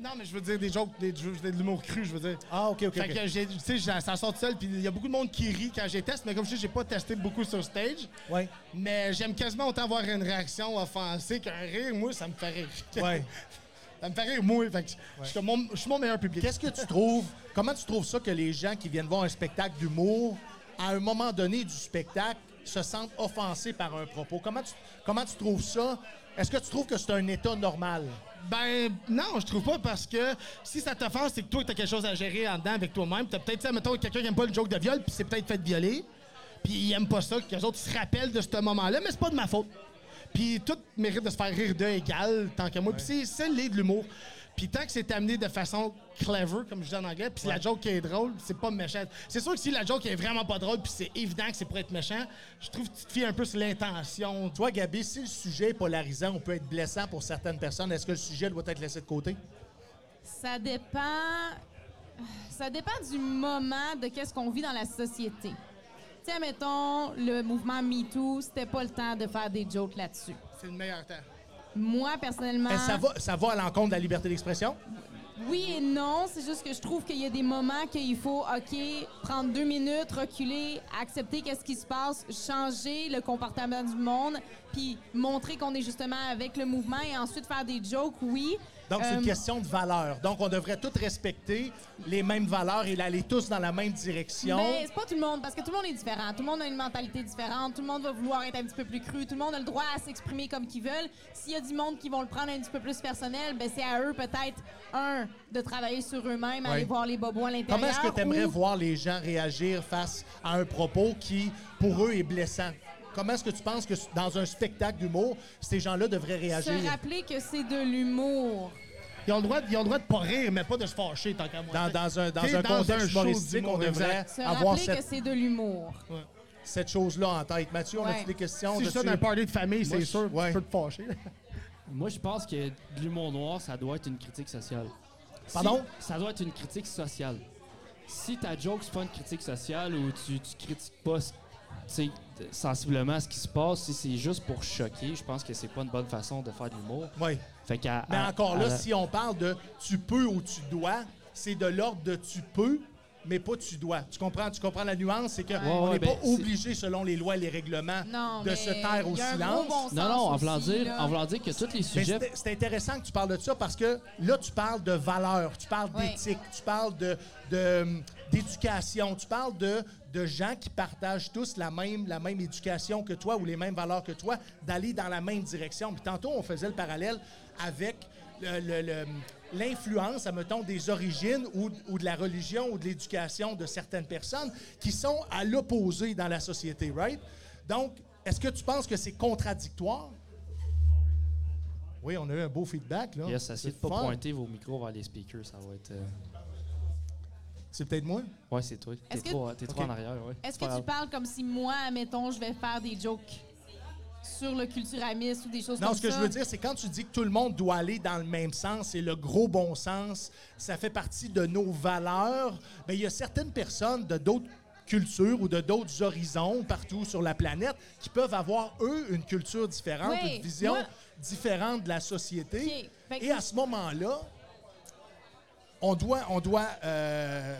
[SPEAKER 4] Non, mais je veux dire des jokes, des, je veux dire de l'humour cru, je veux dire.
[SPEAKER 2] Ah, OK, OK.
[SPEAKER 4] Fait
[SPEAKER 2] ok.
[SPEAKER 4] que j'ai- tu sais, j'ai- ça sort tout seul, puis il y a beaucoup de monde qui rit quand j'ai teste, mais comme je dis, j'ai pas testé beaucoup sur stage.
[SPEAKER 2] Ouais.
[SPEAKER 4] Mais j'aime quasiment autant avoir une réaction offensée qu'un rire, moi, ça me fait rire.
[SPEAKER 2] Ouais.
[SPEAKER 4] ça me fait rire, moi. Fait que je, suis comme mon, je suis mon meilleur public.
[SPEAKER 2] Qu'est-ce que tu trouves? Comment tu trouves ça que les gens qui viennent voir un spectacle d'humour, à un moment donné du spectacle, se sentent offensés par un propos? Comment tu, comment tu trouves ça Est-ce que tu trouves que c'est un état normal?
[SPEAKER 4] Ben non, je trouve pas parce que si ça t'offense, c'est que toi, t'as quelque chose à gérer en dedans avec toi-même. T'as peut-être, ça, mettons, quelqu'un qui aime pas le joke de viol, puis c'est peut-être fait violer, puis il aime pas ça, que les autres ils se rappellent de ce moment-là, mais c'est pas de ma faute. Puis tout mérite de se faire rire d'un égal, tant que moi. Puis c'est- c'est l'idée de l'humour. Puis tant que c'est amené de façon clever, comme je dis en anglais, puis si la joke qui est drôle, c'est pas méchant. C'est sûr que si la joke est vraiment pas drôle, puis c'est évident que c'est pour être méchant, je trouve que tu te fies un peu sur l'intention.
[SPEAKER 2] Toi, Gabi, si le sujet est polarisant, on peut être blessant pour certaines personnes. Est-ce que le sujet doit être laissé de côté?
[SPEAKER 5] Ça dépend. Ça dépend du moment de qu'est-ce qu'on vit dans la société. Tu sais, mettons, le mouvement MeToo, c'était pas le temps de faire des jokes là-dessus.
[SPEAKER 4] C'est le meilleur temps.
[SPEAKER 5] Moi, personnellement.
[SPEAKER 2] Est-ce que Eh, Ça, va, ça va à l'encontre de la liberté d'expression?
[SPEAKER 5] Oui et non, c'est juste que je trouve qu'il y a des moments qu'il faut, OK, prendre deux minutes, reculer, accepter qu'est-ce qui se passe, changer le comportement du monde, puis montrer qu'on est justement avec le mouvement et ensuite faire des jokes, oui.
[SPEAKER 2] Donc, c'est
[SPEAKER 5] Euh,
[SPEAKER 2] une question de valeur. Donc, on devrait tous respecter les mêmes valeurs et aller tous dans la même direction.
[SPEAKER 5] Mais c'est pas tout le monde, parce que tout le monde est différent. Tout le monde a une mentalité différente. Tout le monde va vouloir être un petit peu plus cru. Tout le monde a le droit à s'exprimer comme qu'ils veulent. S'il y a du monde qui vont le prendre un petit peu plus personnel, ben c'est à eux peut-être, un, de travailler sur eux-mêmes, aller voir les bobos à l'intérieur.
[SPEAKER 2] Comment est-ce que tu aimerais
[SPEAKER 5] ou-
[SPEAKER 2] voir les gens réagir face à un propos qui, pour eux, est blessant? Comment est-ce que tu penses que dans un spectacle d'humour, ces gens-là devraient réagir?
[SPEAKER 5] Se rappeler que c'est de l'humour.
[SPEAKER 4] Ils ont le droit, de- ils ont le droit de pas rire, mais pas de se fâcher tant qu'à moi.
[SPEAKER 2] Dans, dans un, dans
[SPEAKER 4] T'es
[SPEAKER 2] un
[SPEAKER 4] dans un
[SPEAKER 2] contexte
[SPEAKER 4] show
[SPEAKER 2] humoristique, on
[SPEAKER 4] d'humour,
[SPEAKER 2] devrait
[SPEAKER 4] exact.
[SPEAKER 5] Se
[SPEAKER 2] avoir
[SPEAKER 5] rappeler que
[SPEAKER 2] cette,
[SPEAKER 5] c'est de l'humour.
[SPEAKER 2] cette chose-là en tête. Mathieu, on a-tu
[SPEAKER 5] Ouais.
[SPEAKER 2] des questions?
[SPEAKER 4] Si je
[SPEAKER 2] de
[SPEAKER 4] suis d'un party de famille,
[SPEAKER 2] Moi,
[SPEAKER 4] c'est
[SPEAKER 2] je-
[SPEAKER 4] sûr,
[SPEAKER 2] ouais.
[SPEAKER 4] tu peux te fâcher.
[SPEAKER 3] Moi, je pense que de l'humour noir, ça doit être une critique sociale. Si-
[SPEAKER 2] Pardon?
[SPEAKER 3] ça doit être une critique sociale. Si ta joke, c'est pas une critique sociale ou tu, tu critiques pas ce- tu sais, t- sensiblement ce qui se passe, si c'est juste pour choquer, je pense que c'est pas une bonne façon de faire de l'humour.
[SPEAKER 2] Oui.
[SPEAKER 3] Fait qu'à-
[SPEAKER 2] Mais
[SPEAKER 3] à-
[SPEAKER 2] encore
[SPEAKER 3] à
[SPEAKER 2] là,
[SPEAKER 3] la-
[SPEAKER 2] si on parle de tu peux ou tu dois, c'est de l'ordre de tu peux, mais pas tu dois. Tu comprends, tu comprends la nuance, c'est qu'on
[SPEAKER 3] Ouais, ouais,
[SPEAKER 2] n'est pas
[SPEAKER 3] ben, c'est-
[SPEAKER 2] obligé, selon les lois et les règlements,
[SPEAKER 5] Non,
[SPEAKER 2] de
[SPEAKER 5] mais
[SPEAKER 2] se taire au
[SPEAKER 5] il y a un
[SPEAKER 2] silence.
[SPEAKER 5] gros bon sens
[SPEAKER 3] Non, non, en voulant
[SPEAKER 5] aussi,
[SPEAKER 3] dire,
[SPEAKER 5] là.
[SPEAKER 3] en voulant dire que tous les
[SPEAKER 2] Mais
[SPEAKER 3] sujets.
[SPEAKER 2] c'est c'est intéressant que tu parles de ça parce que là, tu parles de valeurs, tu parles
[SPEAKER 5] Ouais.
[SPEAKER 2] d'éthique, tu parles de de, hum, d'éducation, tu parles de, de gens qui partagent tous la même, la même éducation que toi ou les mêmes valeurs que toi, d'aller dans la même direction. Puis tantôt, on faisait le parallèle avec le- le- le- l'influence, admettons, des origines ou, ou de la religion ou de l'éducation de certaines personnes qui sont à l'opposé dans la société, right? Donc, est-ce que tu penses que c'est contradictoire? Oui, on a eu un beau feedback. Là.
[SPEAKER 3] Yes, essayez de
[SPEAKER 2] C'est
[SPEAKER 3] pas
[SPEAKER 2] fun.
[SPEAKER 3] pointer vos micros vers les speakers, ça va être. euh,
[SPEAKER 2] C'est peut-être moi?
[SPEAKER 3] Ouais, c'est toi. T'es
[SPEAKER 5] Est-ce que-
[SPEAKER 3] trop, t'es trop
[SPEAKER 2] Ok.
[SPEAKER 3] en arrière, ouais.
[SPEAKER 5] Est-ce
[SPEAKER 3] C'est pas
[SPEAKER 5] que
[SPEAKER 3] grave.
[SPEAKER 5] tu parles comme si moi, mettons, je vais faire des jokes sur le culturamisme ou des choses
[SPEAKER 2] Non,
[SPEAKER 5] comme
[SPEAKER 2] ce que
[SPEAKER 5] ça?
[SPEAKER 2] je veux dire, c'est quand tu dis que tout le monde doit aller dans le même sens et le gros bon sens, ça fait partie de nos valeurs. Mais il y a certaines personnes de d'autres cultures ou de d'autres horizons partout sur la planète qui peuvent avoir, eux, une culture différente,
[SPEAKER 5] Oui,
[SPEAKER 2] une vision
[SPEAKER 5] moi-
[SPEAKER 2] différente de la société.
[SPEAKER 5] Ok, Ben, fait que-
[SPEAKER 2] Et à ce moment-là, on doit, on doit euh,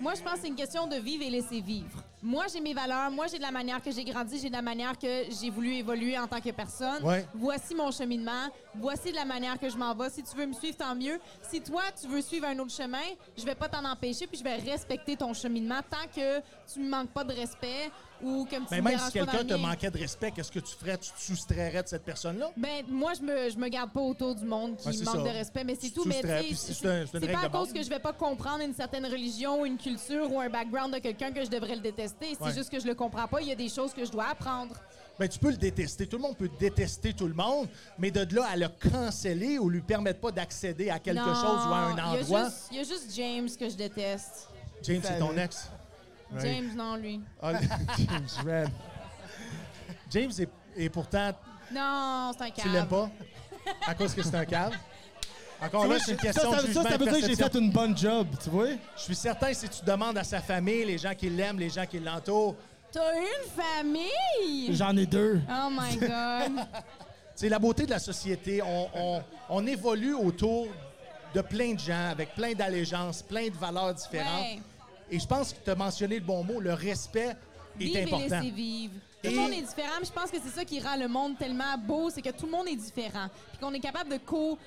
[SPEAKER 5] Moi, je pense que c'est une question de vivre et laisser vivre. Moi, j'ai mes valeurs. Moi, j'ai de la manière que j'ai grandi. J'ai de la manière que j'ai voulu évoluer en tant que personne.
[SPEAKER 2] Ouais.
[SPEAKER 5] Voici mon cheminement. Voici de la manière que je m'en vais. Si tu veux me suivre, tant mieux. Si toi, tu veux suivre un autre chemin, je vais pas t'en empêcher puis je vais respecter ton cheminement tant que tu me manques pas de respect ou que tu
[SPEAKER 2] Mais Ben,
[SPEAKER 5] me
[SPEAKER 2] même
[SPEAKER 5] déranges
[SPEAKER 2] si
[SPEAKER 5] pas dans
[SPEAKER 2] quelqu'un
[SPEAKER 5] le
[SPEAKER 2] te
[SPEAKER 5] mien.
[SPEAKER 2] manquait de respect, qu'est-ce que tu ferais? Tu te soustrairais de cette personne-là?
[SPEAKER 5] Ben, moi, je me, je me garde pas autour du monde qui
[SPEAKER 2] Ouais, c'est
[SPEAKER 5] manque
[SPEAKER 2] ça.
[SPEAKER 5] de respect, mais c'est
[SPEAKER 2] Tu
[SPEAKER 5] tout. Mais
[SPEAKER 2] soustrais,
[SPEAKER 5] tu
[SPEAKER 2] puis
[SPEAKER 5] sais,
[SPEAKER 2] c'est
[SPEAKER 5] c'est
[SPEAKER 2] un- c'est une
[SPEAKER 5] c'est pas
[SPEAKER 2] règle
[SPEAKER 5] à
[SPEAKER 2] de
[SPEAKER 5] cause
[SPEAKER 2] base.
[SPEAKER 5] que je vais pas comprendre une certaine religion, une culture ou un background de quelqu'un que je devrais le détester. C'est
[SPEAKER 2] Ouais.
[SPEAKER 5] juste que je le comprends pas. Il y a des choses que je dois apprendre.
[SPEAKER 2] Ben, tu peux le détester. Tout le monde peut détester tout le monde, mais de là à le canceller ou lui permettre pas d'accéder à quelque
[SPEAKER 5] Non,
[SPEAKER 2] chose ou à un
[SPEAKER 5] il y a
[SPEAKER 2] endroit.
[SPEAKER 5] juste- Il y, a juste James que je déteste.
[SPEAKER 2] James, c'est ton ex.
[SPEAKER 5] James, non, lui.
[SPEAKER 2] Ah, James Red. James est, et pourtant,
[SPEAKER 5] Non, c'est un cave.
[SPEAKER 2] tu l'aimes pas? À cause que c'est un cave? Encore Ah, là, c'est une
[SPEAKER 4] Ça,
[SPEAKER 2] question
[SPEAKER 4] ça,
[SPEAKER 2] de
[SPEAKER 4] ça,
[SPEAKER 2] jugement
[SPEAKER 4] ça
[SPEAKER 2] et
[SPEAKER 4] veut dire que j'ai
[SPEAKER 2] perception.
[SPEAKER 4] fait une bonne job, tu vois?
[SPEAKER 2] Je suis certain, si tu demandes à sa famille, les gens qui l'aiment, les gens qui l'entourent,
[SPEAKER 5] T'as une famille?
[SPEAKER 4] J'en ai deux.
[SPEAKER 5] Oh my God.
[SPEAKER 2] C'est la beauté de la société. On, on- on évolue autour de plein de gens, avec plein d'allégeances, plein de valeurs différentes.
[SPEAKER 5] Ouais.
[SPEAKER 2] Et je pense que tu as mentionné le bon mot, le respect est
[SPEAKER 5] Vivre et
[SPEAKER 2] important.
[SPEAKER 5] laisser vivre. Tout
[SPEAKER 2] Et-
[SPEAKER 5] le monde est différent, mais je pense que c'est ça qui rend le monde tellement beau, c'est que tout le monde est différent, puis qu'on est capable de co-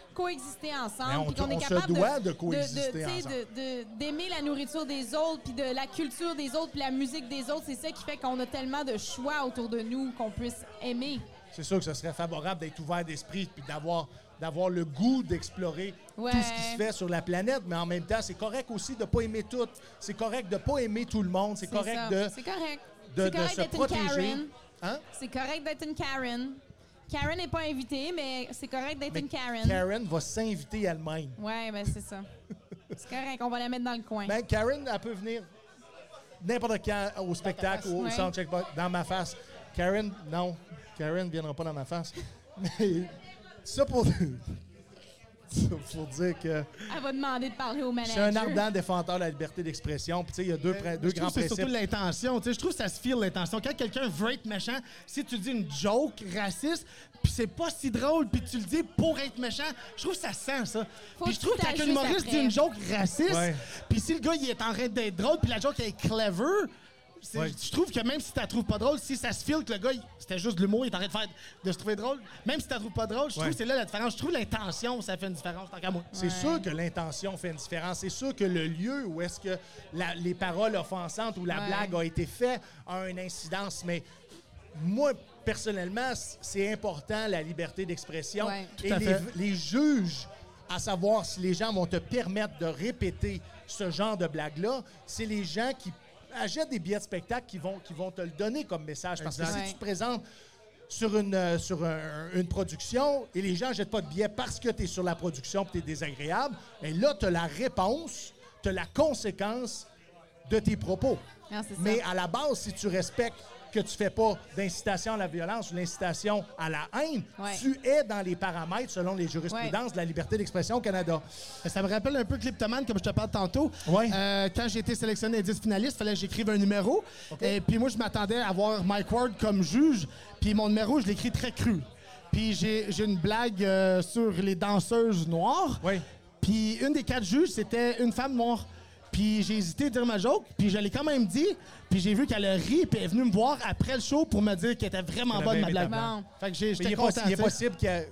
[SPEAKER 2] Mais
[SPEAKER 5] coexister
[SPEAKER 2] on-
[SPEAKER 5] ensemble, puis qu'on
[SPEAKER 2] Hein, on
[SPEAKER 5] est
[SPEAKER 2] se
[SPEAKER 5] capable
[SPEAKER 2] doit de
[SPEAKER 5] de,
[SPEAKER 2] coexister
[SPEAKER 5] de- tu sais,
[SPEAKER 2] ensemble.
[SPEAKER 5] de- de- d'aimer la nourriture des autres, puis de la culture des autres, puis la musique des autres. C'est ça qui fait qu'on a tellement de choix autour de nous qu'on puisse aimer.
[SPEAKER 2] c'est sûr que ce serait favorable d'être ouvert d'esprit puis d'avoir d'avoir le goût d'explorer
[SPEAKER 5] Ouais.
[SPEAKER 2] tout ce qui se fait sur la planète, mais en même temps, c'est correct aussi de pas aimer tout. C'est correct de pas aimer tout le monde. C'est correct
[SPEAKER 5] ça.
[SPEAKER 2] de,
[SPEAKER 5] C'est correct.
[SPEAKER 2] de,
[SPEAKER 5] C'est
[SPEAKER 2] de
[SPEAKER 5] correct
[SPEAKER 2] se
[SPEAKER 5] d'être une
[SPEAKER 2] protéger.
[SPEAKER 5] Karen.
[SPEAKER 2] Hein?
[SPEAKER 5] C'est correct d'être une Karen. Karen n'est pas invitée, mais c'est correct d'être
[SPEAKER 2] Mais
[SPEAKER 5] une Karen.
[SPEAKER 2] Karen va s'inviter elle-même.
[SPEAKER 5] Ouais, ben c'est ça. C'est correct, on va la mettre dans le coin.
[SPEAKER 2] Ben, Karen, elle peut venir n'importe quand au spectacle, au
[SPEAKER 5] Ouais.
[SPEAKER 2] soundcheck, dans ma face. Karen, non. Karen ne viendra pas dans ma face. Mais ça pour, ça pour dire que
[SPEAKER 5] Elle va demander de parler au
[SPEAKER 2] je
[SPEAKER 5] manager.
[SPEAKER 2] suis un ardent défenseur de la liberté d'expression. Puis, tu sais, il y a deux, prin-
[SPEAKER 4] Mais
[SPEAKER 2] deux
[SPEAKER 4] Euh, je trouve
[SPEAKER 2] grands
[SPEAKER 4] que c'est
[SPEAKER 2] principes.
[SPEAKER 4] surtout l'intention. tu sais, Je trouve que ça se file l'intention. Quand quelqu'un veut être méchant, si tu dis une joke raciste, puis c'est pas si drôle, puis tu le dis pour être méchant, je trouve que ça sent ça.
[SPEAKER 5] Faut
[SPEAKER 4] Puis je
[SPEAKER 5] que
[SPEAKER 4] trouve
[SPEAKER 5] tu
[SPEAKER 4] que quand un
[SPEAKER 5] t'ajustes
[SPEAKER 4] humoriste
[SPEAKER 5] après.
[SPEAKER 4] dit une joke raciste,
[SPEAKER 2] Ouais.
[SPEAKER 4] puis si le gars il est en train d'être drôle, puis la joke elle est clever, c'est-
[SPEAKER 2] Ouais.
[SPEAKER 4] je trouve que même si tu la trouves pas drôle, si ça se file que le gars, il- c'était juste de l'humour, il est en train de, faire, de se trouver drôle, même si tu la trouves pas drôle, je trouve
[SPEAKER 2] Ouais.
[SPEAKER 4] que c'est là la différence. Je trouve l'intention, ça fait une différence, tant qu'à moi.
[SPEAKER 2] C'est sûr que l'intention fait une différence. C'est sûr que le lieu où est-ce que la- les paroles offensantes ou la
[SPEAKER 5] Ouais.
[SPEAKER 2] blague a été faite a une incidence. Mais moi, personnellement, c- c'est important la liberté d'expression.
[SPEAKER 5] Ouais.
[SPEAKER 2] Et
[SPEAKER 4] à
[SPEAKER 2] les,
[SPEAKER 4] fait.
[SPEAKER 2] les juges, à savoir si les gens vont te permettre de répéter ce genre de blague-là, c'est les gens qui achètent des billets de spectacle qui vont, qui vont te le donner comme message. Parce que
[SPEAKER 5] Exact.
[SPEAKER 2] si tu
[SPEAKER 5] Ouais.
[SPEAKER 2] te présentes sur une, euh, sur un- une production et les gens ne jettent pas de billets parce que tu es sur la production et tu es désagréable, mais là, tu as la réponse, tu as la conséquence de tes propos.
[SPEAKER 5] Non, Ah, c'est ça.
[SPEAKER 2] Mais à la base, si tu respectes que tu fais pas d'incitation à la violence ou d'incitation à la haine,
[SPEAKER 5] Ouais.
[SPEAKER 2] tu es dans les paramètres selon les jurisprudences de la liberté d'expression au Canada.
[SPEAKER 4] Euh, Ça me rappelle un peu Cliptoman, comme je te parle tantôt.
[SPEAKER 2] Ouais.
[SPEAKER 4] Euh, quand j'ai été sélectionné des 10 finalistes, il fallait que j'écrive un numéro. Et puis moi, je m'attendais à avoir Mike Ward comme juge. Puis mon numéro, je l'écris très cru. Puis j'ai j'ai une blague euh, sur les danseuses noires.
[SPEAKER 2] Oui.
[SPEAKER 4] Puis une des quatre juges, c'était une femme noire. Puis j'ai hésité à dire ma joke, puis je l'ai quand même dit. Puis j'ai vu qu'elle a ri, puis elle est venue me voir après le show pour me dire qu'elle était vraiment
[SPEAKER 2] Qu'elle
[SPEAKER 4] bonne,
[SPEAKER 2] avait aimé
[SPEAKER 4] ma
[SPEAKER 2] ta
[SPEAKER 4] blague.
[SPEAKER 5] blague. Bon.
[SPEAKER 4] Fait que j'ai-
[SPEAKER 2] Mais il
[SPEAKER 4] j'étais
[SPEAKER 2] est,
[SPEAKER 4] content.
[SPEAKER 2] possi- il est
[SPEAKER 4] tu sais.
[SPEAKER 2] possible qu'il y a- tu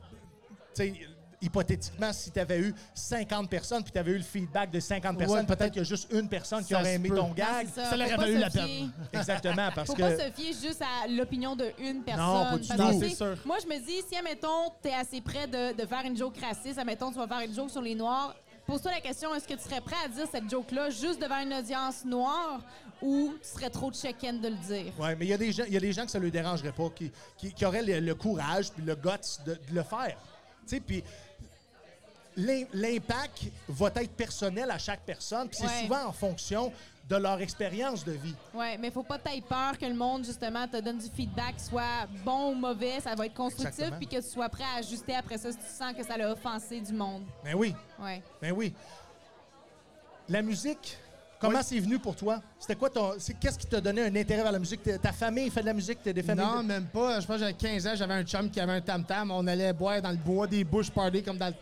[SPEAKER 2] sais, Hypothétiquement, si tu avais eu 50 personnes puis tu avais eu le feedback de 50 personnes, peut-être qu'il y a juste une personne qui
[SPEAKER 4] Ça
[SPEAKER 2] aurait
[SPEAKER 4] se
[SPEAKER 2] aimé
[SPEAKER 4] peut.
[SPEAKER 2] ton
[SPEAKER 4] Non,
[SPEAKER 2] gag.
[SPEAKER 5] c'est ça.
[SPEAKER 4] ça l'aurait
[SPEAKER 5] Faut pas
[SPEAKER 4] valu la
[SPEAKER 5] se
[SPEAKER 4] peine.
[SPEAKER 5] fier.
[SPEAKER 2] Exactement, parce
[SPEAKER 5] Faut
[SPEAKER 2] que.
[SPEAKER 5] pas se fier juste à l'opinion de une personne.
[SPEAKER 2] pas du
[SPEAKER 5] Parce que,
[SPEAKER 4] tout.
[SPEAKER 5] tu sais,
[SPEAKER 4] C'est sûr.
[SPEAKER 5] Moi, je me dis, si, admettons, t'es assez près de, de faire une joke raciste, admettons, tu vas faire une joke sur les Noirs, pose-toi la question, est-ce que tu serais prêt à dire cette joke-là juste devant une audience noire ou tu serais trop check-in de le dire?
[SPEAKER 2] Ouais, mais il y, a des gens- il y a des gens que ça ne dérangerait pas, qui, qui, qui auraient le, le courage puis le guts de, de le faire. Tu sais, puis l'im- l'impact va être personnel à chaque personne, puis c'est
[SPEAKER 5] Ouais.
[SPEAKER 2] souvent en fonction de leur expérience de vie.
[SPEAKER 5] Oui, mais faut pas que t'aies peur que le monde, justement, te donne du feedback, soit bon ou mauvais, ça va être constructif,
[SPEAKER 2] Exactement.
[SPEAKER 5] puis que tu sois prêt à ajuster après ça si tu sens que ça l'a offensé du monde.
[SPEAKER 2] Ben oui,
[SPEAKER 5] Ouais.
[SPEAKER 2] ben oui. La musique, comment c'est venu pour toi? C'était quoi ton. c'est- Qu'est-ce qui t'a donné un intérêt vers la musique? T'es- Ta famille fait de la musique, t'es des familles.
[SPEAKER 4] Non, même pas. Je pense que j'avais 15 ans, j'avais un chum qui avait un tam-tam. On allait boire dans le bois des bouches party comme dans le...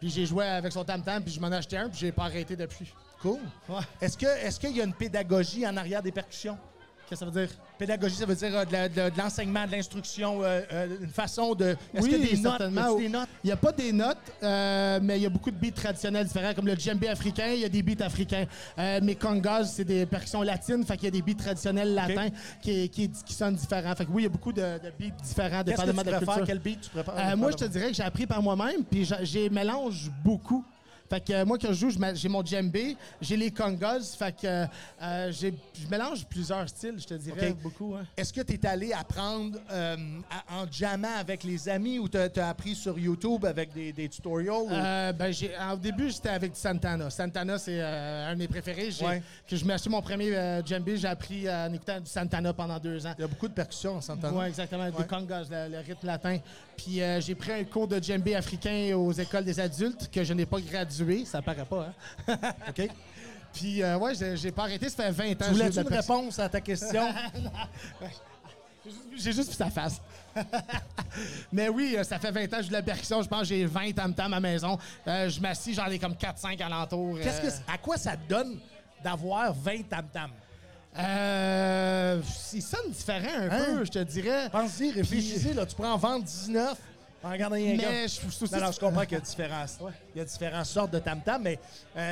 [SPEAKER 4] Puis j'ai joué avec son tam-tam, puis je m'en achetais un, puis j'ai pas arrêté depuis.
[SPEAKER 2] Cool.
[SPEAKER 4] Ouais.
[SPEAKER 2] Est-ce que est-ce qu'il y a une pédagogie en arrière des percussions?
[SPEAKER 4] Qu'est-ce que ça veut dire?
[SPEAKER 2] Pédagogie, ça veut dire euh, de la- de- de l'enseignement, de l'instruction, euh, euh, une façon de. Est-ce
[SPEAKER 4] Oui,
[SPEAKER 2] qu'il y a des notes?
[SPEAKER 4] certainement.
[SPEAKER 2] Y a-t-il des notes?
[SPEAKER 4] Il n'y a pas des notes, euh, mais il y a beaucoup de beats traditionnels différents, comme le djembé africain, il y a des beats africains. Euh, mais congas, c'est des percussions latines, fait qu'il y a des beats traditionnels latins qui, qui, qui sonnent différents. Fait que oui, il y a beaucoup de, de beats
[SPEAKER 2] Qu'est-ce
[SPEAKER 4] différents,
[SPEAKER 2] que
[SPEAKER 4] dépendamment
[SPEAKER 2] tu
[SPEAKER 4] de la
[SPEAKER 2] préfères?
[SPEAKER 4] culture.
[SPEAKER 2] Quel beat tu préfères?
[SPEAKER 4] Euh, moi, je te dirais que j'ai appris par moi-même, puis j'a- j'ai mélange beaucoup. Fait que euh, moi, quand je joue, je m'a- j'ai mon djembé, j'ai les congas, fait que euh, euh, j'ai- je mélange plusieurs styles, je te dirais,
[SPEAKER 2] Ok.
[SPEAKER 4] beaucoup. hein.
[SPEAKER 2] Est-ce que tu es allé apprendre euh, à- en jammant avec les amis ou tu as, appris sur YouTube avec des, des tutorials? ou-
[SPEAKER 4] Euh, ben, j'ai- en- au début, j'étais avec du Santana. Santana, c'est euh, un de mes préférés. J'ai-
[SPEAKER 2] Ouais.
[SPEAKER 4] Que je m'ai acheté mon premier euh, djembé, j'ai appris euh, en écoutant du Santana pendant deux ans.
[SPEAKER 2] Il y a beaucoup de percussions, on s'entend.
[SPEAKER 4] Oui, exactement,
[SPEAKER 2] Ouais.
[SPEAKER 4] des congas, le, le rythme latin. Puis euh, j'ai pris un cours de djembé africain aux écoles des adultes que je n'ai pas gradué, ça paraît pas, hein?
[SPEAKER 2] OK.
[SPEAKER 4] Puis, euh, ouais, j'ai, j'ai pas arrêté, ça fait 20 ans.
[SPEAKER 2] Tu
[SPEAKER 4] que je
[SPEAKER 2] voulais une
[SPEAKER 4] joue de la percussion.
[SPEAKER 2] réponse à ta question?
[SPEAKER 4] J'ai juste vu sa face. Mais oui, euh, ça fait 20 ans que je joue de la percussion. Je pense que j'ai 20 tam à ma maison. Euh, je m'assis, j'en ai comme 4-5 alentour.
[SPEAKER 2] Qu'est-ce que,
[SPEAKER 4] euh,
[SPEAKER 2] c- à quoi ça te donne d'avoir 20 tam-tams?
[SPEAKER 4] Euh, ils sonnent différents un
[SPEAKER 2] Hein?
[SPEAKER 4] peu, je te dirais.
[SPEAKER 2] Pense-y, réfléchissez. Là, tu pourrais en vendre 19 En regardant rien qu'un.
[SPEAKER 4] Mais je trouve ça aussi.
[SPEAKER 2] Non, non, je comprends qu'il y a différentes, il y a différentes sortes de tam-tam, mais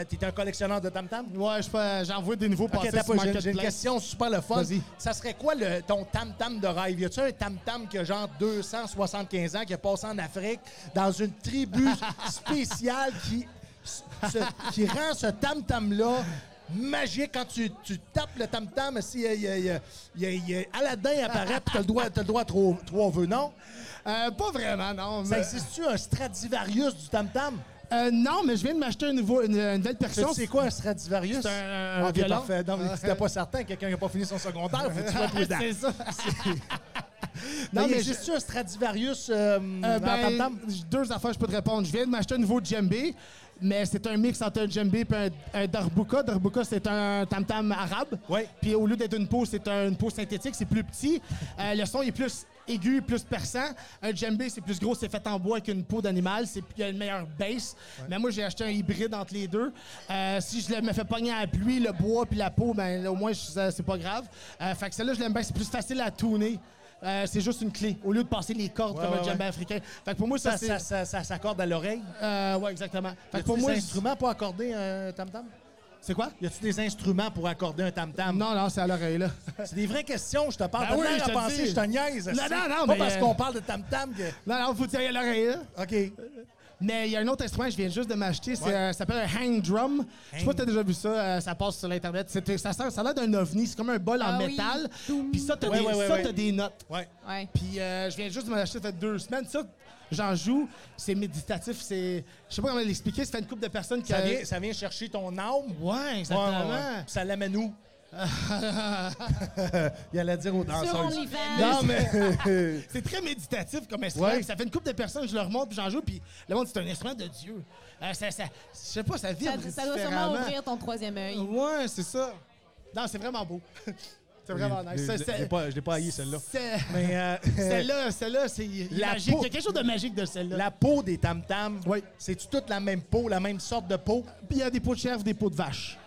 [SPEAKER 2] tu es un collectionneur de tam-tam?
[SPEAKER 4] Ouais, je fais- j'en vois des nouveaux
[SPEAKER 2] Ok,
[SPEAKER 4] passer
[SPEAKER 2] t'as
[SPEAKER 4] sur
[SPEAKER 2] pas, j'ai- j'ai une
[SPEAKER 4] Marketplace.
[SPEAKER 2] question super le fun.
[SPEAKER 4] Vas-y.
[SPEAKER 2] Ça serait quoi le, ton tam-tam de rêve? Y a-tu un tam-tam qui a genre 275 ans, qui a passé en Afrique, dans une tribu spéciale qui, se- qui rend ce tam-tam-là magique quand tu, tu tapes le tam-tam? Si euh, y a, y a- y a- y a- y a- Aladdin apparaît, puis t'as le droit, t'as le droit à trois, trois vœux, non?
[SPEAKER 4] Euh, pas vraiment, non.
[SPEAKER 2] Ça
[SPEAKER 4] mais-
[SPEAKER 2] existe-tu un Stradivarius du tam-tam?
[SPEAKER 4] Euh, non, mais je viens de m'acheter un nouveau, une, une nouvelle
[SPEAKER 2] Tu sais,
[SPEAKER 4] percussion.
[SPEAKER 2] c'est quoi un Stradivarius?
[SPEAKER 4] C'est un- un
[SPEAKER 2] Ok,
[SPEAKER 4] violon.
[SPEAKER 2] parfait. Non, mais c'était pas certain. Quelqu'un qui n'a pas fini son secondaire, faut que tu sois prudent.
[SPEAKER 4] C'est ça.
[SPEAKER 2] Non,
[SPEAKER 4] Non,
[SPEAKER 2] mais
[SPEAKER 4] mais
[SPEAKER 2] juste Ben, un Stradivarius euh,
[SPEAKER 4] Euh,
[SPEAKER 2] en
[SPEAKER 4] ben,
[SPEAKER 2] tam-tam?
[SPEAKER 4] j- deux affaires, je peux te répondre. Je viens de m'acheter un nouveau djembé, mais c'est un mix entre un djembé et un, un darbuka. Darbuka, c'est un tam-tam arabe.
[SPEAKER 2] Ouais.
[SPEAKER 4] Puis au lieu d'être une peau, c'est un- une peau synthétique, c'est plus petit. Euh, le son est plus aigu, plus perçant. Un djembé, c'est plus gros, c'est fait en bois qu'une peau d'animal. C'est il y a une meilleure bass. Mais moi, j'ai acheté un hybride entre les deux. Euh, si je le- me fais pogner à la pluie, le bois puis la peau, ben là, au moins, je- ça, c'est pas grave. Euh, fait que celle-là, je l'aime bien. C'est plus facile à tuner. Euh, c'est juste une clé, au lieu de passer les cordes
[SPEAKER 2] Ouais,
[SPEAKER 4] comme
[SPEAKER 2] ouais,
[SPEAKER 4] un djembé
[SPEAKER 2] ouais.
[SPEAKER 4] africain. Fait que pour moi, ça,
[SPEAKER 2] Ça,
[SPEAKER 4] c'est...
[SPEAKER 2] ça, ça- ça s'accorde à l'oreille.
[SPEAKER 4] Euh, ouais, exactement. Fait que
[SPEAKER 2] pour
[SPEAKER 4] pour
[SPEAKER 2] des
[SPEAKER 4] moi,
[SPEAKER 2] instruments pour accorder un tam-tam?
[SPEAKER 4] c'est quoi?
[SPEAKER 2] Y a-tu des instruments pour accorder un tam-tam?
[SPEAKER 4] Non, non, c'est à l'oreille, là.
[SPEAKER 2] C'est des vraies questions, je te parle.
[SPEAKER 4] Ben
[SPEAKER 2] T'as
[SPEAKER 4] oui,
[SPEAKER 2] l'air
[SPEAKER 4] je
[SPEAKER 2] à
[SPEAKER 4] te
[SPEAKER 2] penser,
[SPEAKER 4] dis.
[SPEAKER 2] je te niaise.
[SPEAKER 4] Non,
[SPEAKER 2] c'est-
[SPEAKER 4] non,
[SPEAKER 2] Pas
[SPEAKER 4] non, mais,
[SPEAKER 2] parce
[SPEAKER 4] euh,
[SPEAKER 2] qu'on parle de tam-tam que...
[SPEAKER 4] Non, non, faut dire à l'oreille, là.
[SPEAKER 2] OK.
[SPEAKER 4] Mais il y a un autre instrument que je viens juste de m'acheter, c'est,
[SPEAKER 2] Ouais.
[SPEAKER 4] euh, ça s'appelle un hang drum. Je sais pas si t'as déjà vu ça, euh, ça passe sur l'internet. C'est- Ça, sert- ça a l'air d'un ovni, c'est comme un bol en
[SPEAKER 5] Ah oui.
[SPEAKER 4] métal.
[SPEAKER 5] Doum.
[SPEAKER 4] Puis ça, t'as
[SPEAKER 2] Ouais,
[SPEAKER 4] des,
[SPEAKER 2] ouais, ouais,
[SPEAKER 4] ça,
[SPEAKER 2] ouais.
[SPEAKER 4] t'as des notes.
[SPEAKER 2] Ouais.
[SPEAKER 5] Ouais.
[SPEAKER 4] Puis euh, je viens juste de me l'acheter, ça fait deux semaines. Ça, j'en joue, c'est méditatif, c'est. Je sais pas comment l'expliquer, ça fait une couple de personnes qui.
[SPEAKER 2] Ça, vient, ça vient chercher ton âme.
[SPEAKER 4] Ouais,
[SPEAKER 2] Ouais,
[SPEAKER 4] Euh, exactement.
[SPEAKER 2] ouais, ouais. Puis Ça l'amène où? Il allait dire aux
[SPEAKER 5] Sur
[SPEAKER 2] danseuses.
[SPEAKER 5] OnlyFans.
[SPEAKER 2] Non, mais...
[SPEAKER 4] C'est très méditatif comme instrument.
[SPEAKER 2] Ouais.
[SPEAKER 4] Puis Ça fait une couple de personnes, je leur montre, puis j'en joue, puis le monde, c'est un instrument de Dieu. Euh, ça, ça- je sais pas, ça vibre
[SPEAKER 5] Ça, ça doit sûrement ouvrir ton troisième œil.
[SPEAKER 4] différemment. Ouais, c'est ça. Non, c'est vraiment beau. c'est vraiment nice.
[SPEAKER 2] Je
[SPEAKER 4] Ça,
[SPEAKER 2] l'ai-
[SPEAKER 4] c'est-
[SPEAKER 2] je l'ai pas- je l'ai pas haï, celle-là.
[SPEAKER 4] c'est-
[SPEAKER 2] Mais... euh,
[SPEAKER 4] Celle-là, celle-là, c'est il est
[SPEAKER 2] La
[SPEAKER 4] magique.
[SPEAKER 2] peau-
[SPEAKER 4] Il y a quelque chose de magique de celle-là.
[SPEAKER 2] La peau des tam-tams,
[SPEAKER 4] Oui.
[SPEAKER 2] c'est-tu toute la même peau, la même sorte de peau?
[SPEAKER 4] Puis il y a des peaux de chèvre, des peaux de vache.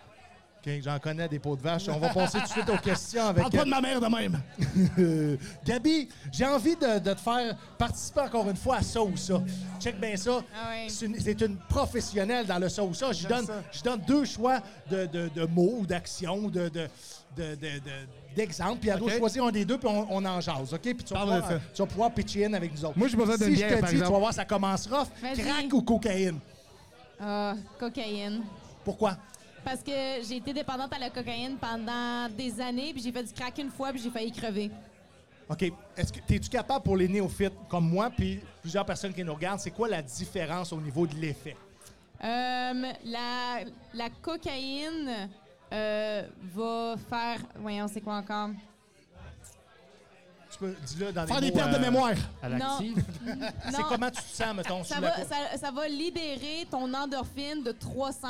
[SPEAKER 2] OK, j'en connais des peaux de vache. On va passer tout de suite aux questions avec
[SPEAKER 4] Parle pas de ma mère de même.
[SPEAKER 2] Euh, Gabi, j'ai envie de, de te faire participer encore une fois à ça ou ça. Check bien ça.
[SPEAKER 5] Ah ouais.
[SPEAKER 2] C'est une- C'est une, professionnelle dans le ça ou ça. Je
[SPEAKER 4] J'aime
[SPEAKER 2] donne,
[SPEAKER 4] ça.
[SPEAKER 2] je donne deux choix de, de- de mots ou d'actions, de, de, de- de- de- d'exemples. Puis à toi de
[SPEAKER 4] OK.
[SPEAKER 2] choisir un des deux, puis on, on en jase, OK? Puis tu vas,
[SPEAKER 4] Parle de
[SPEAKER 2] pouvoir,
[SPEAKER 4] ça.
[SPEAKER 2] tu vas pouvoir pitcher in avec nous autres.
[SPEAKER 4] Moi, j'ai besoin d'une
[SPEAKER 2] Si je
[SPEAKER 4] bière,
[SPEAKER 2] te dis,
[SPEAKER 4] par
[SPEAKER 2] tu
[SPEAKER 4] exemple.
[SPEAKER 2] vas voir, ça commence rough.
[SPEAKER 5] Vas-y.
[SPEAKER 2] Crack ou cocaïne?
[SPEAKER 5] Ah, cocaïne.
[SPEAKER 2] Pourquoi?
[SPEAKER 5] Parce que j'ai été dépendante à la cocaïne pendant des années, puis j'ai fait du crack une fois, puis j'ai failli crever.
[SPEAKER 2] OK. Est-ce que es-tu capable pour les néophytes comme moi, puis plusieurs personnes qui nous regardent, c'est quoi la différence au niveau de l'effet?
[SPEAKER 5] Euh, la, la cocaïne euh, va faire. Voyons, c'est quoi encore?
[SPEAKER 2] Tu peux dis-le dans
[SPEAKER 4] Faire
[SPEAKER 2] des
[SPEAKER 4] des
[SPEAKER 2] mots,
[SPEAKER 4] pertes de
[SPEAKER 2] euh,
[SPEAKER 4] mémoire.
[SPEAKER 3] À
[SPEAKER 5] Non.
[SPEAKER 3] l'active.
[SPEAKER 2] C'est
[SPEAKER 5] Non,
[SPEAKER 2] comment tu te sens, mettons,
[SPEAKER 5] ça
[SPEAKER 2] sous
[SPEAKER 5] va,
[SPEAKER 2] la peau.
[SPEAKER 5] ça, ça va libérer ton endorphine de 300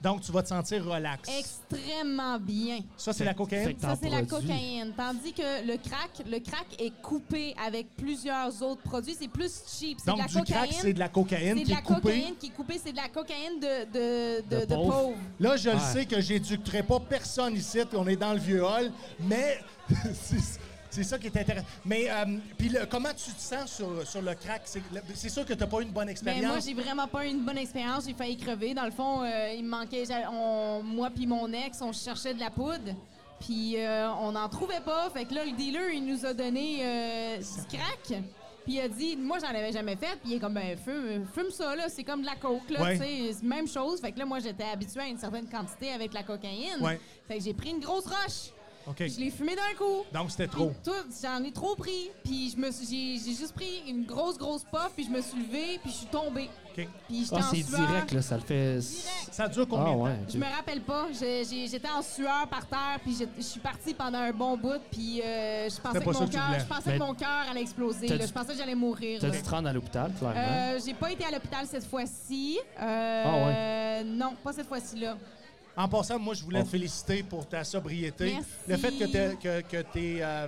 [SPEAKER 2] Donc, tu vas te sentir relax.
[SPEAKER 5] Extrêmement bien.
[SPEAKER 2] Ça, c'est la
[SPEAKER 3] Fait
[SPEAKER 2] cocaïne.
[SPEAKER 3] que
[SPEAKER 5] Ça,
[SPEAKER 3] t'en
[SPEAKER 5] c'est la
[SPEAKER 3] produis.
[SPEAKER 5] cocaïne. Tandis que le crack, le crack est coupé avec plusieurs autres produits. C'est plus cheap. C'est de
[SPEAKER 2] Donc,
[SPEAKER 5] la
[SPEAKER 2] du crack, c'est
[SPEAKER 5] cocaïne.
[SPEAKER 2] de la cocaïne
[SPEAKER 5] C'est de
[SPEAKER 2] qui
[SPEAKER 5] la
[SPEAKER 2] est coupée.
[SPEAKER 5] cocaïne qui est coupée. C'est de la cocaïne de, de,
[SPEAKER 3] De
[SPEAKER 5] de, de
[SPEAKER 3] pauvre.
[SPEAKER 5] pauvre.
[SPEAKER 2] Là, je le
[SPEAKER 3] Ouais.
[SPEAKER 2] sais que j'éduquerai pas personne ici, puis on est dans le vieux hall, mais c'est- c'est ça qui est intéressant. Mais, euh, puis le- comment tu te sens sur, sur le crack? C'est le- C'est sûr que tu n'as pas eu une bonne
[SPEAKER 5] Mais moi,
[SPEAKER 2] expérience.
[SPEAKER 5] j'ai vraiment pas eu une bonne expérience. J'ai failli crever. Dans le fond, euh, il me manquait. j'a- on- moi puis mon ex, on cherchait de la poudre. Puis euh, on n'en trouvait pas. Fait que là, le dealer, il nous a donné euh, du crack. Puis il a dit, moi, j'en avais jamais fait. Puis il est comme, ben, fume, fume ça, là. C'est comme de la coke, là.
[SPEAKER 2] Ouais.
[SPEAKER 5] tu sais, c'est Même chose. Fait que là, moi, j'étais habituée à une certaine quantité avec la cocaïne.
[SPEAKER 2] Ouais.
[SPEAKER 5] Fait que j'ai pris une grosse roche.
[SPEAKER 2] OK.
[SPEAKER 5] Je l'ai fumée d'un coup.
[SPEAKER 2] Donc, c'était
[SPEAKER 5] Puis
[SPEAKER 2] trop.
[SPEAKER 5] tout, j'en ai trop pris. Puis je me suis- j'ai j'ai juste pris une grosse, grosse puff, puis je me suis levée, puis je suis tombée.
[SPEAKER 2] OK.
[SPEAKER 5] Puis j'étais
[SPEAKER 3] Ah,
[SPEAKER 5] en
[SPEAKER 3] c'est
[SPEAKER 5] sueur.
[SPEAKER 3] direct, là. Ça le fait.
[SPEAKER 5] Direct.
[SPEAKER 2] Ça dure combien
[SPEAKER 3] Ah,
[SPEAKER 2] de temps?
[SPEAKER 3] ouais.
[SPEAKER 5] Je me rappelle pas. J'ai- j'ai- J'étais en sueur par terre, puis j'ai- je suis partie pendant un bon bout, puis euh, je pensais
[SPEAKER 2] C'était
[SPEAKER 5] que
[SPEAKER 2] pas ça
[SPEAKER 5] mon
[SPEAKER 2] que tu
[SPEAKER 5] cœur,
[SPEAKER 2] voulais.
[SPEAKER 5] je pensais
[SPEAKER 3] Mais
[SPEAKER 5] que mon cœur allait exploser.
[SPEAKER 3] t'as
[SPEAKER 5] là.
[SPEAKER 3] dû-
[SPEAKER 5] Je pensais que j'allais mourir.
[SPEAKER 3] T'as
[SPEAKER 5] là.
[SPEAKER 3] dû te rendre à l'hôpital, clairement.
[SPEAKER 5] Euh, j'ai pas été à l'hôpital cette fois-ci.
[SPEAKER 3] Ah
[SPEAKER 5] Euh, Non, pas cette fois-ci là.
[SPEAKER 2] En passant, moi, je voulais
[SPEAKER 3] Oh.
[SPEAKER 2] te féliciter pour ta sobriété.
[SPEAKER 5] Merci.
[SPEAKER 2] Le fait que tu que, que t'es, euh,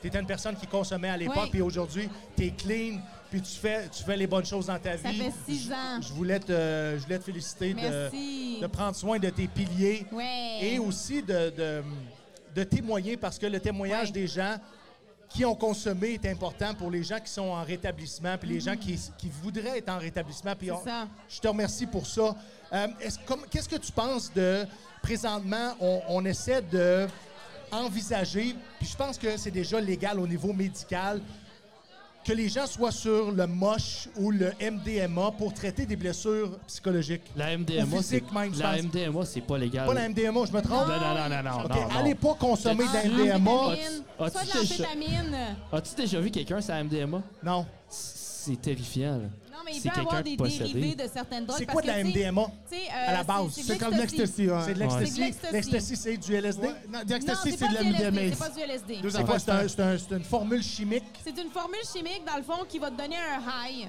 [SPEAKER 2] t'étais une personne qui consommait à l'époque,
[SPEAKER 5] Oui.
[SPEAKER 2] puis aujourd'hui, tu es clean, puis tu fais, tu fais les bonnes choses dans ta
[SPEAKER 5] Ça
[SPEAKER 2] vie.
[SPEAKER 5] fait six ans.
[SPEAKER 2] Je voulais te, je voulais te féliciter de,
[SPEAKER 5] Merci.
[SPEAKER 2] de prendre soin de tes piliers
[SPEAKER 5] Ouais.
[SPEAKER 2] et aussi de, de, de témoigner parce que le témoignage
[SPEAKER 5] Ouais.
[SPEAKER 2] des gens qui ont consommé est important pour les gens qui sont en rétablissement, puis les gens qui, qui voudraient être en rétablissement. Puis on-
[SPEAKER 5] Mm-hmm. ça.
[SPEAKER 2] je te remercie pour ça. Euh, est-ce- comme- Qu'est-ce que tu penses de présentement, on, on essaie de envisager, puis je pense que c'est déjà légal au niveau médical, que les gens soient sur le MOSH ou le MDMA pour traiter des blessures psychologiques.
[SPEAKER 3] La
[SPEAKER 2] Ou
[SPEAKER 3] MDMA, c'est
[SPEAKER 2] physique, même, je
[SPEAKER 3] la
[SPEAKER 2] pense.
[SPEAKER 3] MDMA, c'est pas légal.
[SPEAKER 2] Pas la MDMA, je me trompe?
[SPEAKER 3] Non, non, non, non,
[SPEAKER 5] Ah,
[SPEAKER 3] non.
[SPEAKER 2] OK,
[SPEAKER 3] non, non.
[SPEAKER 2] allez pas consommer
[SPEAKER 3] Ah,
[SPEAKER 2] d'MDMA.
[SPEAKER 5] Amphétamine.
[SPEAKER 3] Ah,
[SPEAKER 5] Soit de
[SPEAKER 3] tu t'es-
[SPEAKER 5] l'amphétamine.
[SPEAKER 3] As-tu déjà vu quelqu'un sur la MDMA?
[SPEAKER 2] Non.
[SPEAKER 3] C'est terrifiant, là.
[SPEAKER 5] Non, mais il
[SPEAKER 3] C'est
[SPEAKER 5] peut avoir
[SPEAKER 3] quelqu'un
[SPEAKER 5] des
[SPEAKER 3] de possédé.
[SPEAKER 5] dérivés de certaines drogues.
[SPEAKER 2] C'est
[SPEAKER 5] parce
[SPEAKER 2] quoi de
[SPEAKER 5] que,
[SPEAKER 2] la
[SPEAKER 5] tu sais-
[SPEAKER 2] MDMA?
[SPEAKER 5] tu sais, euh,
[SPEAKER 2] À la base,
[SPEAKER 4] C'est comme l'ecstasy, ouais.
[SPEAKER 2] C'est euh, de
[SPEAKER 5] C'est de
[SPEAKER 2] l'ecstasy.
[SPEAKER 5] l'ecstasy.
[SPEAKER 2] L'ecstasy, c'est du LSD.
[SPEAKER 4] Ouais, non,
[SPEAKER 5] Non,
[SPEAKER 4] L'ecstasy,
[SPEAKER 5] c'est
[SPEAKER 4] c'est de
[SPEAKER 5] pas
[SPEAKER 4] la
[SPEAKER 5] du LSD,
[SPEAKER 4] MDMA.
[SPEAKER 5] c'est pas du LSD.
[SPEAKER 4] Deux
[SPEAKER 2] C'est
[SPEAKER 4] affaires
[SPEAKER 2] quoi? C'est un-
[SPEAKER 4] différentes.
[SPEAKER 2] c'est un- c'est une formule chimique.
[SPEAKER 5] C'est une formule chimique, dans le fond, qui va te donner un high.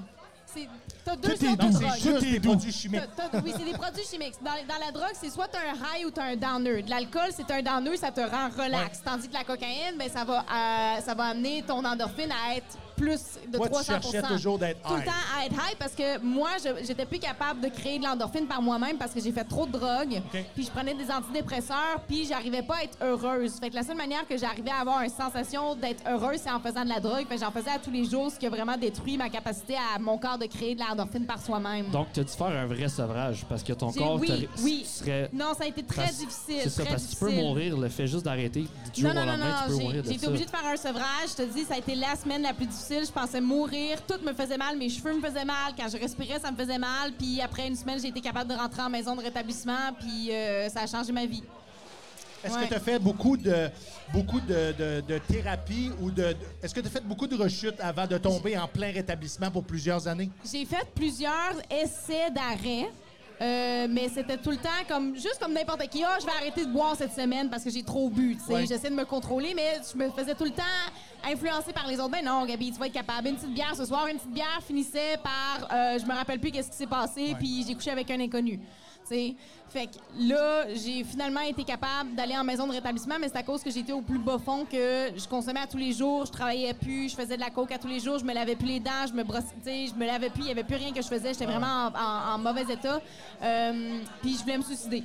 [SPEAKER 5] C'est- T'as deux
[SPEAKER 4] Tout est
[SPEAKER 5] sortes
[SPEAKER 4] doux,
[SPEAKER 5] de
[SPEAKER 4] c'est
[SPEAKER 5] drogues.
[SPEAKER 2] Juste
[SPEAKER 4] Tout est
[SPEAKER 2] des
[SPEAKER 4] doux.
[SPEAKER 2] produits chimiques.
[SPEAKER 5] T'as- t'as- oui, c'est des produits chimiques. Dans, dans la drogue, c'est soit t'as un high ou t'as un downer. De l'alcool, c'est un downer, ça te rend relax. Tandis que la cocaïne, ben, ça, va, euh, ça va amener ton endorphine à être plus de
[SPEAKER 2] Toi, tu
[SPEAKER 5] 300
[SPEAKER 2] cherchais toujours d'être
[SPEAKER 5] Tout le
[SPEAKER 2] high.
[SPEAKER 5] temps à être high parce que moi, je- j'étais plus capable de créer de l'endorphine par moi-même parce que j'ai fait trop de drogue.
[SPEAKER 2] OK.
[SPEAKER 5] Puis je prenais des antidépresseurs, puis j'arrivais pas à être heureuse. Fait que la seule manière que j'arrivais à avoir une sensation d'être heureuse, c'est en faisant de la drogue. Fait que j'en faisais à tous les jours, ce qui a vraiment détruit ma capacité à mon corps de créer de l'endorphine par soi-même.
[SPEAKER 3] Donc, t'as dû faire un vrai sevrage parce que ton
[SPEAKER 5] J'ai-
[SPEAKER 3] corps
[SPEAKER 5] oui,
[SPEAKER 3] t'aurait-
[SPEAKER 5] oui.
[SPEAKER 3] serait.
[SPEAKER 5] Non, ça a été très
[SPEAKER 3] parce-
[SPEAKER 5] difficile.
[SPEAKER 3] C'est ça,
[SPEAKER 5] très
[SPEAKER 3] parce que tu peux
[SPEAKER 5] difficile.
[SPEAKER 3] mourir, le fait juste d'arrêter du jour
[SPEAKER 5] Non, non,
[SPEAKER 3] au
[SPEAKER 5] non,
[SPEAKER 3] lendemain, tu
[SPEAKER 5] non,
[SPEAKER 3] peux mourir
[SPEAKER 5] j'ai-
[SPEAKER 3] de
[SPEAKER 5] j'ai été
[SPEAKER 3] ça.
[SPEAKER 5] obligée de faire un sevrage. Je te dis, ça a été la semaine la plus difficile. Je pensais mourir. Tout me faisait mal. Mes cheveux me faisaient mal. Quand je respirais, ça me faisait mal. Puis après une semaine, j'ai été capable de rentrer en maison de rétablissement. Puis euh, ça a changé ma vie.
[SPEAKER 2] Est-ce
[SPEAKER 5] Ouais.
[SPEAKER 2] que tu as fait beaucoup de beaucoup de, de- de thérapie ou de, de- est-ce que tu as fait beaucoup de rechutes avant de tomber en plein rétablissement pour plusieurs années
[SPEAKER 5] J'ai fait plusieurs essais d'arrêt. euh, mais c'était tout le temps comme juste comme n'importe qui. Ah, je vais arrêter de boire cette semaine parce que j'ai trop bu. tu sais.
[SPEAKER 2] Ouais.
[SPEAKER 5] J'essaie de me contrôler, mais je me faisais tout le temps influencer par les autres. Ben non, Gabi, tu vas être capable. Une petite bière ce soir, une petite bière finissait par euh, je me rappelle plus qu'est-ce qui s'est passé, puis j'ai couché avec un inconnu. tu sais. Fait que là, j'ai finalement été capable d'aller en maison de rétablissement, mais c'est à cause que j'étais au plus bas fond que je consommais à tous les jours, je travaillais plus, je faisais de la coke à tous les jours, je me lavais plus les dents, je me brossais, tu sais, je me lavais plus, il y avait plus rien que je faisais, j'étais vraiment en, en- en mauvais état, Euh, puis je voulais me suicider.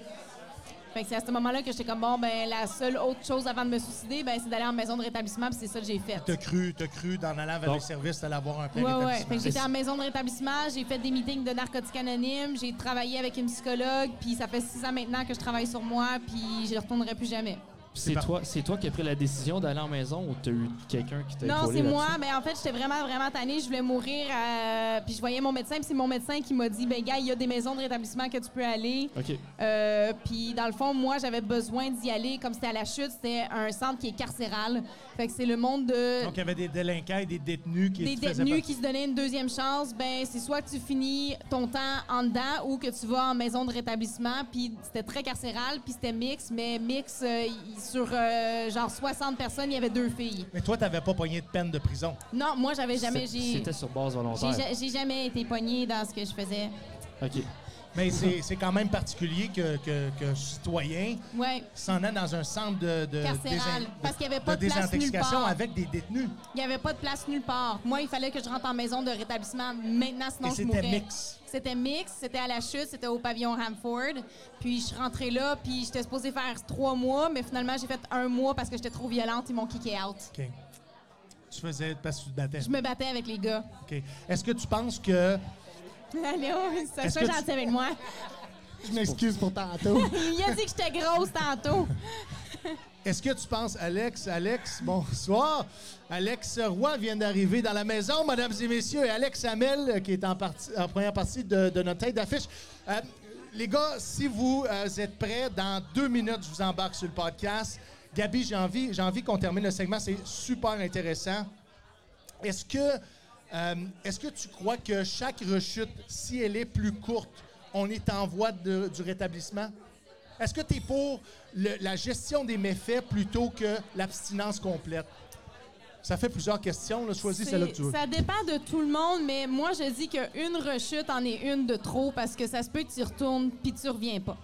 [SPEAKER 5] Fait que c'est à ce moment-là que j'étais comme bon, ben la seule autre chose avant de me suicider, ben c'est d'aller en maison de rétablissement, puis c'est ça que j'ai fait.
[SPEAKER 2] T'as cru, t'as cru d'en allant vers
[SPEAKER 3] Donc-
[SPEAKER 2] les services, t'allais avoir un plein
[SPEAKER 5] Ouais, ouais. Fait
[SPEAKER 2] rétablissement.
[SPEAKER 5] que j'étais en maison de rétablissement, j'ai fait des meetings de narcotiques anonymes, j'ai travaillé avec une psychologue, puis ça fait six ans maintenant que je travaille sur moi, puis je ne retournerai plus jamais.
[SPEAKER 3] C'est
[SPEAKER 2] par-
[SPEAKER 3] toi, c'est toi qui as pris la décision d'aller en maison ou t'as eu quelqu'un qui t'a
[SPEAKER 5] Non,
[SPEAKER 3] épaulé
[SPEAKER 5] c'est
[SPEAKER 3] là-dessus?
[SPEAKER 5] moi. Mais en fait, j'étais vraiment, vraiment tannée. Je voulais mourir. euh, puis je voyais mon médecin. Puis c'est mon médecin qui m'a dit, ben gars, il y a des maisons de rétablissement que tu peux aller.
[SPEAKER 3] OK.
[SPEAKER 5] Euh, puis dans le fond, moi, j'avais besoin d'y aller. Comme c'était à la chute, c'était un centre qui est carcéral. Fait que c'est le monde de...
[SPEAKER 2] Donc il y avait des délinquants et des détenus qui
[SPEAKER 5] des
[SPEAKER 2] te faisaient
[SPEAKER 5] détenus
[SPEAKER 2] pas-
[SPEAKER 5] qui se donnaient une deuxième chance, ben c'est soit que tu finis ton temps en dedans ou que tu vas en maison de rétablissement. Puis c'était très carcéral, puis c'était mix, mais mix euh, y- sur euh, genre 60 personnes, il y avait deux filles.
[SPEAKER 2] Mais toi, t'avais pas pogné de peine de prison.
[SPEAKER 5] Non, moi j'avais jamais.
[SPEAKER 3] C'est-
[SPEAKER 5] j'ai-
[SPEAKER 3] C'était sur base
[SPEAKER 5] J'ai
[SPEAKER 3] volontaire.
[SPEAKER 5] ja- J'ai jamais été pognée dans ce que je faisais.
[SPEAKER 3] OK.
[SPEAKER 2] Mais c'est c'est quand même particulier que, que, que citoyen
[SPEAKER 5] Ouais.
[SPEAKER 2] s'en est dans un centre de, de,
[SPEAKER 5] Carcéral,
[SPEAKER 2] désin-
[SPEAKER 5] parce qu'il y avait pas de place
[SPEAKER 2] désintoxication
[SPEAKER 5] nulle part.
[SPEAKER 2] avec des détenus.
[SPEAKER 5] Il n'y avait pas de place nulle part. Moi, il fallait que je rentre en maison de rétablissement maintenant, sinon
[SPEAKER 2] et
[SPEAKER 5] je
[SPEAKER 2] c'était
[SPEAKER 5] mourrais.
[SPEAKER 2] mix.
[SPEAKER 5] C'était mix, c'était à la chute, c'était au pavillon Hamford. Puis je suis rentrée là, puis j'étais supposée faire trois mois, mais finalement j'ai fait un mois parce que j'étais trop violente, ils m'ont kické out.
[SPEAKER 2] OK. Tu faisais parce que tu te battais.
[SPEAKER 5] Je me battais avec les gars.
[SPEAKER 2] OK. Est-ce que tu penses que
[SPEAKER 5] Léo, oh, ça
[SPEAKER 2] Est-ce
[SPEAKER 5] soit
[SPEAKER 2] que
[SPEAKER 5] gentil
[SPEAKER 2] tu-
[SPEAKER 5] avec moi.
[SPEAKER 4] Je m'excuse pour tantôt.
[SPEAKER 5] Il a dit que j'étais grosse tantôt.
[SPEAKER 2] Est-ce que tu penses, Alex, Alex, bonsoir. Alex Roy vient d'arriver dans la maison, mesdames et messieurs. Et Alex Hamel, euh, qui est en, partie- en première partie de, de notre tête d'affiche. Euh, les gars, si vous euh, êtes prêts, dans deux minutes, je vous embarque sur le podcast. Gabi, j'ai envie, j'ai envie qu'on termine le segment. C'est super intéressant. Est-ce que, euh, est-ce que tu crois que chaque rechute, si elle est plus courte, on est en voie de- du rétablissement? Est-ce que tu es pour le- la gestion des méfaits plutôt que l'abstinence complète? Ça fait plusieurs questions. Là. Choisis
[SPEAKER 5] C'est-
[SPEAKER 2] celle-là que tu veux.
[SPEAKER 5] Ça dépend de tout le monde, mais moi, je dis qu'une rechute en est une de trop parce que ça se peut que tu y retournes puis tu reviens pas.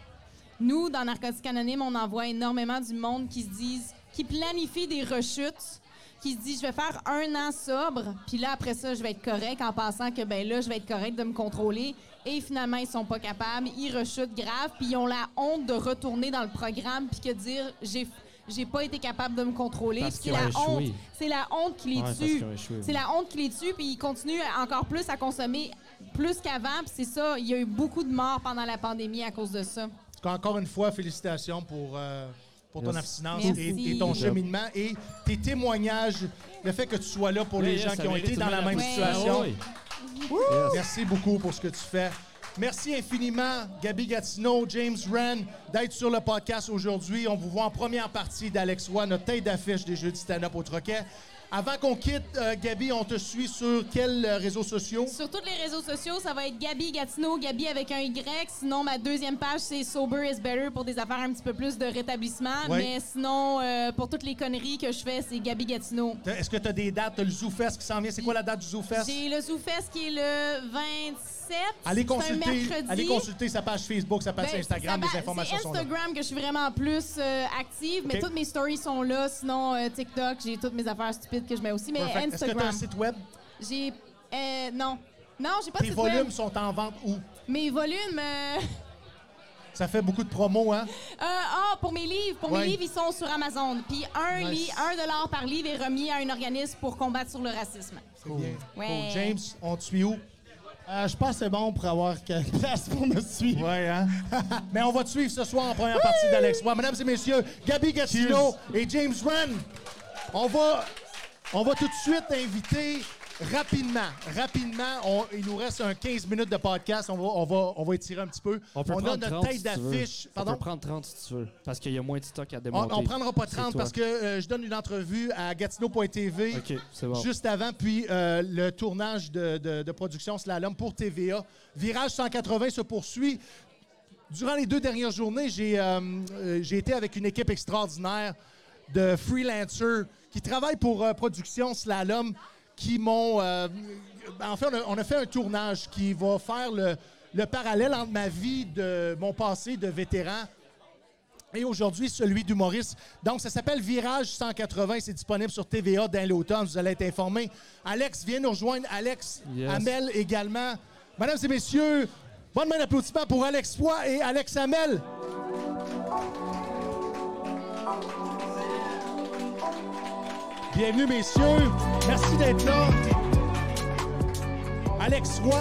[SPEAKER 5] Nous, dans Narcotiques Anonymes, on en voit énormément du monde qui se disent, qui planifient des rechutes, qui se disent, je vais faire un an sobre, puis là, après ça, je vais être correct en pensant que, ben là, je vais être correct de me contrôler. Et finalement, ils sont pas capables, ils rechutent grave, puis ils ont la honte de retourner dans le programme puis que dire, j'ai j'ai pas été capable de me contrôler.
[SPEAKER 3] Parce
[SPEAKER 5] Puis C'est
[SPEAKER 3] qu'ils
[SPEAKER 5] la
[SPEAKER 3] ont échoué.
[SPEAKER 5] honte. C'est la honte qui les
[SPEAKER 3] Ouais, parce
[SPEAKER 5] tue.
[SPEAKER 3] qu'ils ont échoué,
[SPEAKER 5] C'est
[SPEAKER 3] oui.
[SPEAKER 5] la honte qui les tue, puis ils continuent à- encore plus à consommer plus qu'avant. Puis c'est ça, il y a eu beaucoup de morts pendant la pandémie à cause de ça.
[SPEAKER 2] Encore une fois, félicitations pour, euh, pour ton
[SPEAKER 3] Yes.
[SPEAKER 2] abstinence
[SPEAKER 5] Merci.
[SPEAKER 2] et, et ton
[SPEAKER 5] Good
[SPEAKER 3] job.
[SPEAKER 2] cheminement et tes témoignages, le fait que tu sois là pour
[SPEAKER 3] Yeah,
[SPEAKER 2] les
[SPEAKER 3] yeah,
[SPEAKER 2] gens
[SPEAKER 3] ça
[SPEAKER 2] qui ont
[SPEAKER 3] mérite
[SPEAKER 2] été
[SPEAKER 3] tout
[SPEAKER 2] dans
[SPEAKER 3] de
[SPEAKER 2] la
[SPEAKER 3] même
[SPEAKER 2] même
[SPEAKER 5] la
[SPEAKER 3] Ah
[SPEAKER 5] place.
[SPEAKER 2] situation.
[SPEAKER 3] oui.
[SPEAKER 2] Merci beaucoup pour ce que tu fais. Merci infiniment, Gabi Gatineau, James Wren, d'être sur le podcast aujourd'hui. On vous voit en première partie d'Alex Roy, notre tête d'affiche des Jeux du stand-up au Troquet. Avant qu'on quitte, euh, Gabi, on te suit sur quels euh, réseaux sociaux?
[SPEAKER 5] Sur tous les réseaux sociaux, ça va être Gabi Gatineau, Gabi avec un Y. Sinon, ma deuxième page, c'est Sober is Better pour des affaires un petit peu plus de rétablissement.
[SPEAKER 2] Ouais.
[SPEAKER 5] Mais sinon, euh, pour toutes les conneries que je fais, c'est Gabi Gatineau.
[SPEAKER 2] T'as- Est-ce que tu as des dates? T'as le ZooFest qui s'en vient. C'est quoi la date du ZooFest?
[SPEAKER 5] J'ai le ZooFest qui est le 27.
[SPEAKER 2] Allez
[SPEAKER 5] C'est un
[SPEAKER 2] consulter,
[SPEAKER 5] mercredi.
[SPEAKER 2] allez consulter sa page Facebook, sa page
[SPEAKER 5] Ben,
[SPEAKER 2] Instagram,
[SPEAKER 5] ça va-
[SPEAKER 2] les informations
[SPEAKER 5] C'est
[SPEAKER 2] sont là.
[SPEAKER 5] Instagram que je suis vraiment plus euh, active, mais
[SPEAKER 2] OK.
[SPEAKER 5] toutes mes stories sont là. Sinon, euh, TikTok, j'ai toutes mes affaires stupides que je mets aussi. Mais
[SPEAKER 2] Perfect. Est-ce que tu as un
[SPEAKER 5] Instagram,
[SPEAKER 2] site web?
[SPEAKER 5] j'ai. euh, non. Non, j'ai pas de
[SPEAKER 2] Tes
[SPEAKER 5] site
[SPEAKER 2] volumes
[SPEAKER 5] web.
[SPEAKER 2] sont en vente où?
[SPEAKER 5] Mes volumes. euh,
[SPEAKER 2] Ça fait beaucoup de promos, hein?
[SPEAKER 5] euh, Ah, pour mes livres. Pour
[SPEAKER 2] Ouais.
[SPEAKER 5] mes livres, ils sont sur Amazon. Puis un,
[SPEAKER 2] Nice.
[SPEAKER 5] lit- un dollar par livre est remis à un organisme pour combattre sur le racisme.
[SPEAKER 2] C'est bien.
[SPEAKER 5] Ouais.
[SPEAKER 2] Cool. James, on te suit où?
[SPEAKER 4] Euh, je pense que c'est bon pour avoir quelques place pour me suivre.
[SPEAKER 2] Ouais, hein? Mais on va te suivre ce soir en première partie d'Alex Roy. Mesdames et messieurs, Gabi Gatineau et James Wren, on va, on va tout de suite inviter rapidement, rapidement, on- il nous reste un 15 minutes de podcast, on va, on va, on va étirer un petit peu.
[SPEAKER 3] On peut
[SPEAKER 2] a
[SPEAKER 3] prendre
[SPEAKER 2] notre
[SPEAKER 3] 30
[SPEAKER 2] tête
[SPEAKER 3] si tu veux.
[SPEAKER 2] d'affiche.
[SPEAKER 3] On
[SPEAKER 2] Pardon?
[SPEAKER 3] peut prendre 30 si tu veux. Parce qu'il y a moins de stock à
[SPEAKER 2] On,
[SPEAKER 3] démonter.
[SPEAKER 2] on prendra pas 30
[SPEAKER 3] C'est
[SPEAKER 2] parce que
[SPEAKER 3] toi.
[SPEAKER 2] euh, je donne une entrevue à gatineau.tv
[SPEAKER 3] OK, c'est bon.
[SPEAKER 2] juste avant, puis euh, le tournage de, de- de production Slalom pour TVA. Virage 180 se poursuit. Durant les deux dernières journées, j'ai euh, euh, j'ai été avec une équipe extraordinaire de freelancers qui travaillent pour euh, production Slalom, qui m'ont... euh, en fait, on a, on a fait un tournage qui va faire le, le parallèle entre ma vie de mon passé de vétéran et aujourd'hui, celui d'humoriste. Donc, ça s'appelle Virage 180. C'est disponible sur TVA dans l'automne. Vous allez être informés. Alex, viens nous rejoindre. Alex,
[SPEAKER 3] Yes.
[SPEAKER 2] Amel également. Mesdames et messieurs, bonne main d'applaudissement pour Alex Foy et Alex Amel. Bienvenue, messieurs. Merci d'être là. Alex Roy,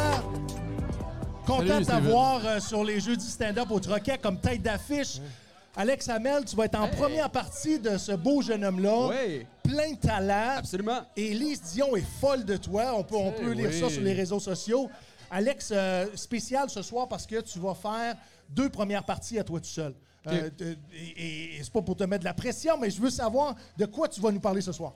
[SPEAKER 2] Content de
[SPEAKER 3] Salut, Steven.
[SPEAKER 2] t'avoir euh, sur les jeux du stand-up au Troquet comme tête d'affiche. Alex Hamel, tu vas être en première partie de ce beau jeune homme-là.
[SPEAKER 6] Oui,
[SPEAKER 2] Plein de talent.
[SPEAKER 6] absolument.
[SPEAKER 2] Et Lise Dion est folle de toi. On peut, on peut lire ça
[SPEAKER 6] oui.
[SPEAKER 2] sur les réseaux sociaux. Alex, euh, spécial ce soir parce que tu vas faire deux premières parties à toi tout seul. Euh, de- et et- et c'est pas pour te mettre de la pression, mais je veux savoir de quoi tu vas nous parler ce soir.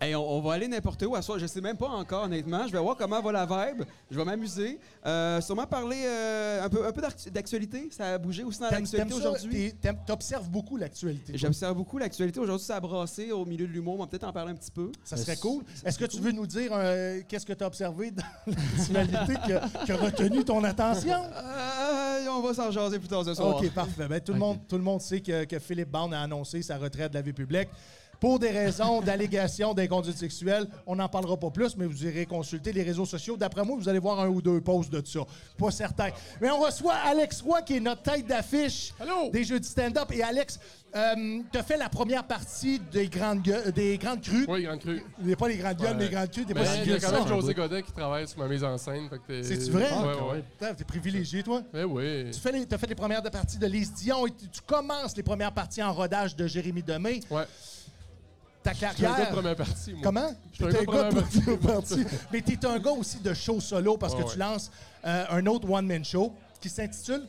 [SPEAKER 6] Hey, on, on va aller n'importe où à soir. Je sais même pas encore, honnêtement. Je vais voir comment va la vibe. Je vais m'amuser. Euh, sûrement parler euh, un peu, un peu d'actu- d'actualité. Ça a bougé aussi dans
[SPEAKER 2] T'aimes-
[SPEAKER 6] l'actualité
[SPEAKER 2] t'aimes ça?
[SPEAKER 6] aujourd'hui.
[SPEAKER 2] T'es- t'aimes- T'observes beaucoup l'actualité.
[SPEAKER 6] J'observe beaucoup l'actualité. Aujourd'hui, ça a brassé au milieu de l'humour. On va peut-être en parler un petit peu.
[SPEAKER 2] Ça serait cool. Est-ce que tu veux nous dire euh, qu'est-ce que tu as observé dans l'actualité qui, a- qui a retenu ton attention?
[SPEAKER 7] Ah,
[SPEAKER 6] Euh, on va s'en jaser plus tard ce soir.
[SPEAKER 2] OK, parfait. Ben, tout, le monde, tout le monde sait que, que Philippe Barne a annoncé sa retraite de la vie publique pour des raisons d'allégation d'inconduite sexuelle. On n'en parlera pas plus, mais vous irez consulter les réseaux sociaux. D'après moi, vous allez voir un ou deux posts de ça. Pas certain. Mais on reçoit Alex Roy, qui est notre tête d'affiche des jeux de stand-up. Et Alex, euh, tu as fait la première partie des grandes, gueu- des grandes crues.
[SPEAKER 7] Oui, Grande Cru.
[SPEAKER 2] Il Pas les grandes gueules,
[SPEAKER 7] Ouais.
[SPEAKER 2] mais les grandes crues. T'es
[SPEAKER 7] Mais
[SPEAKER 2] pas si
[SPEAKER 7] il y
[SPEAKER 2] vieux
[SPEAKER 7] a
[SPEAKER 2] que
[SPEAKER 7] quand
[SPEAKER 2] ça.
[SPEAKER 7] même José Godet qui travaille sur ma mise en scène. fait que t'es-
[SPEAKER 2] C'est-tu vrai?
[SPEAKER 7] Euh, Ouais,
[SPEAKER 2] Ah,
[SPEAKER 7] ouais, ouais.
[SPEAKER 2] Putain, T'es privilégié, toi.
[SPEAKER 7] Ben oui.
[SPEAKER 2] Tu fais les, as fait les premières parties de Lise Dion et tu, tu commences les premières parties en rodage de Jérémy Demé.
[SPEAKER 7] Ouais.
[SPEAKER 2] Ta
[SPEAKER 7] Je suis un gars de
[SPEAKER 2] carrière.
[SPEAKER 7] première partie, moi.
[SPEAKER 2] Comment?
[SPEAKER 7] Je suis un
[SPEAKER 2] T'es
[SPEAKER 7] gars de première
[SPEAKER 2] de
[SPEAKER 7] partie,
[SPEAKER 2] première partie. Mais t'es un gars aussi de show solo parce
[SPEAKER 7] Ouais,
[SPEAKER 2] que tu
[SPEAKER 7] Ah, ouais.
[SPEAKER 2] lances euh, un autre one-man show qui s'intitule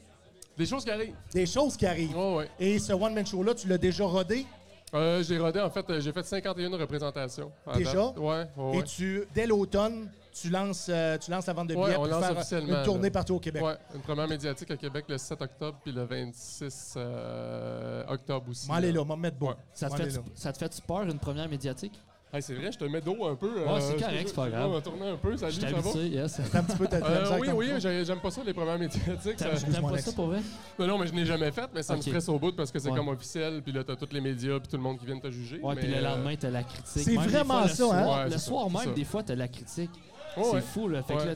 [SPEAKER 7] Des choses qui arrivent.
[SPEAKER 2] Des choses qui arrivent.
[SPEAKER 7] Ouais, ouais.
[SPEAKER 2] Et ce one-man show-là, tu l'as déjà rodé
[SPEAKER 7] Euh, j'ai rodé, en fait, euh, j'ai fait 51 représentations. à
[SPEAKER 2] Déjà?
[SPEAKER 7] date. Ouais, ouais,
[SPEAKER 2] et tu, dès l'automne, tu lances, euh, tu lances la vente de
[SPEAKER 7] Ouais,
[SPEAKER 2] billets
[SPEAKER 7] on
[SPEAKER 2] pour
[SPEAKER 7] lance
[SPEAKER 2] faire
[SPEAKER 7] officiellement,
[SPEAKER 2] une tournée
[SPEAKER 7] là.
[SPEAKER 2] partout au Québec.
[SPEAKER 7] ouais. Ouais, une première médiatique à Québec le 7 octobre puis le 26 euh, octobre aussi.
[SPEAKER 2] M'en aller là, m'en mettre beau.
[SPEAKER 7] Ouais.
[SPEAKER 3] Ça te,
[SPEAKER 2] M'en aller
[SPEAKER 3] fait,
[SPEAKER 2] là.
[SPEAKER 3] ça te fait peur une première médiatique?
[SPEAKER 7] Hey, c'est vrai, je te mets d'eau un peu. euh, Ouais,
[SPEAKER 3] c'est correct, c'est pas grave.
[SPEAKER 7] On va tourner un peu, salut,
[SPEAKER 3] Je
[SPEAKER 7] ça va?
[SPEAKER 3] t'habitue, yes.
[SPEAKER 2] T'as un petit peu ta ta misère
[SPEAKER 7] Euh, oui,
[SPEAKER 2] avec ton
[SPEAKER 7] oui,
[SPEAKER 2] micro.
[SPEAKER 7] j'ai- j'aime pas ça, les premières médiatiques. ça-
[SPEAKER 3] T'aimes
[SPEAKER 2] Excuse-moi,
[SPEAKER 3] pas
[SPEAKER 2] Alex.
[SPEAKER 3] ça pour vrai?
[SPEAKER 7] Non, non, mais je n'ai jamais fait, mais ça
[SPEAKER 3] Ok.
[SPEAKER 7] me stresse au bout parce que c'est
[SPEAKER 3] Ouais.
[SPEAKER 7] comme officiel, puis là, t'as tous les médias, puis tout le monde qui vient te juger.
[SPEAKER 3] Ouais, puis
[SPEAKER 7] mais,
[SPEAKER 3] le
[SPEAKER 7] euh,
[SPEAKER 3] lendemain, t'as la critique.
[SPEAKER 2] C'est
[SPEAKER 3] Même des
[SPEAKER 2] vraiment
[SPEAKER 3] fois, le
[SPEAKER 2] ça,
[SPEAKER 3] soir-
[SPEAKER 2] hein?
[SPEAKER 7] Ouais,
[SPEAKER 3] Le
[SPEAKER 7] c'est
[SPEAKER 3] soir
[SPEAKER 7] ça, c'est
[SPEAKER 3] même,
[SPEAKER 7] ça.
[SPEAKER 3] des fois, t'as la critique.
[SPEAKER 7] euh, ouais,
[SPEAKER 3] c'est
[SPEAKER 7] ouais.
[SPEAKER 3] fou, là. Fait que
[SPEAKER 7] Ouais.
[SPEAKER 3] là,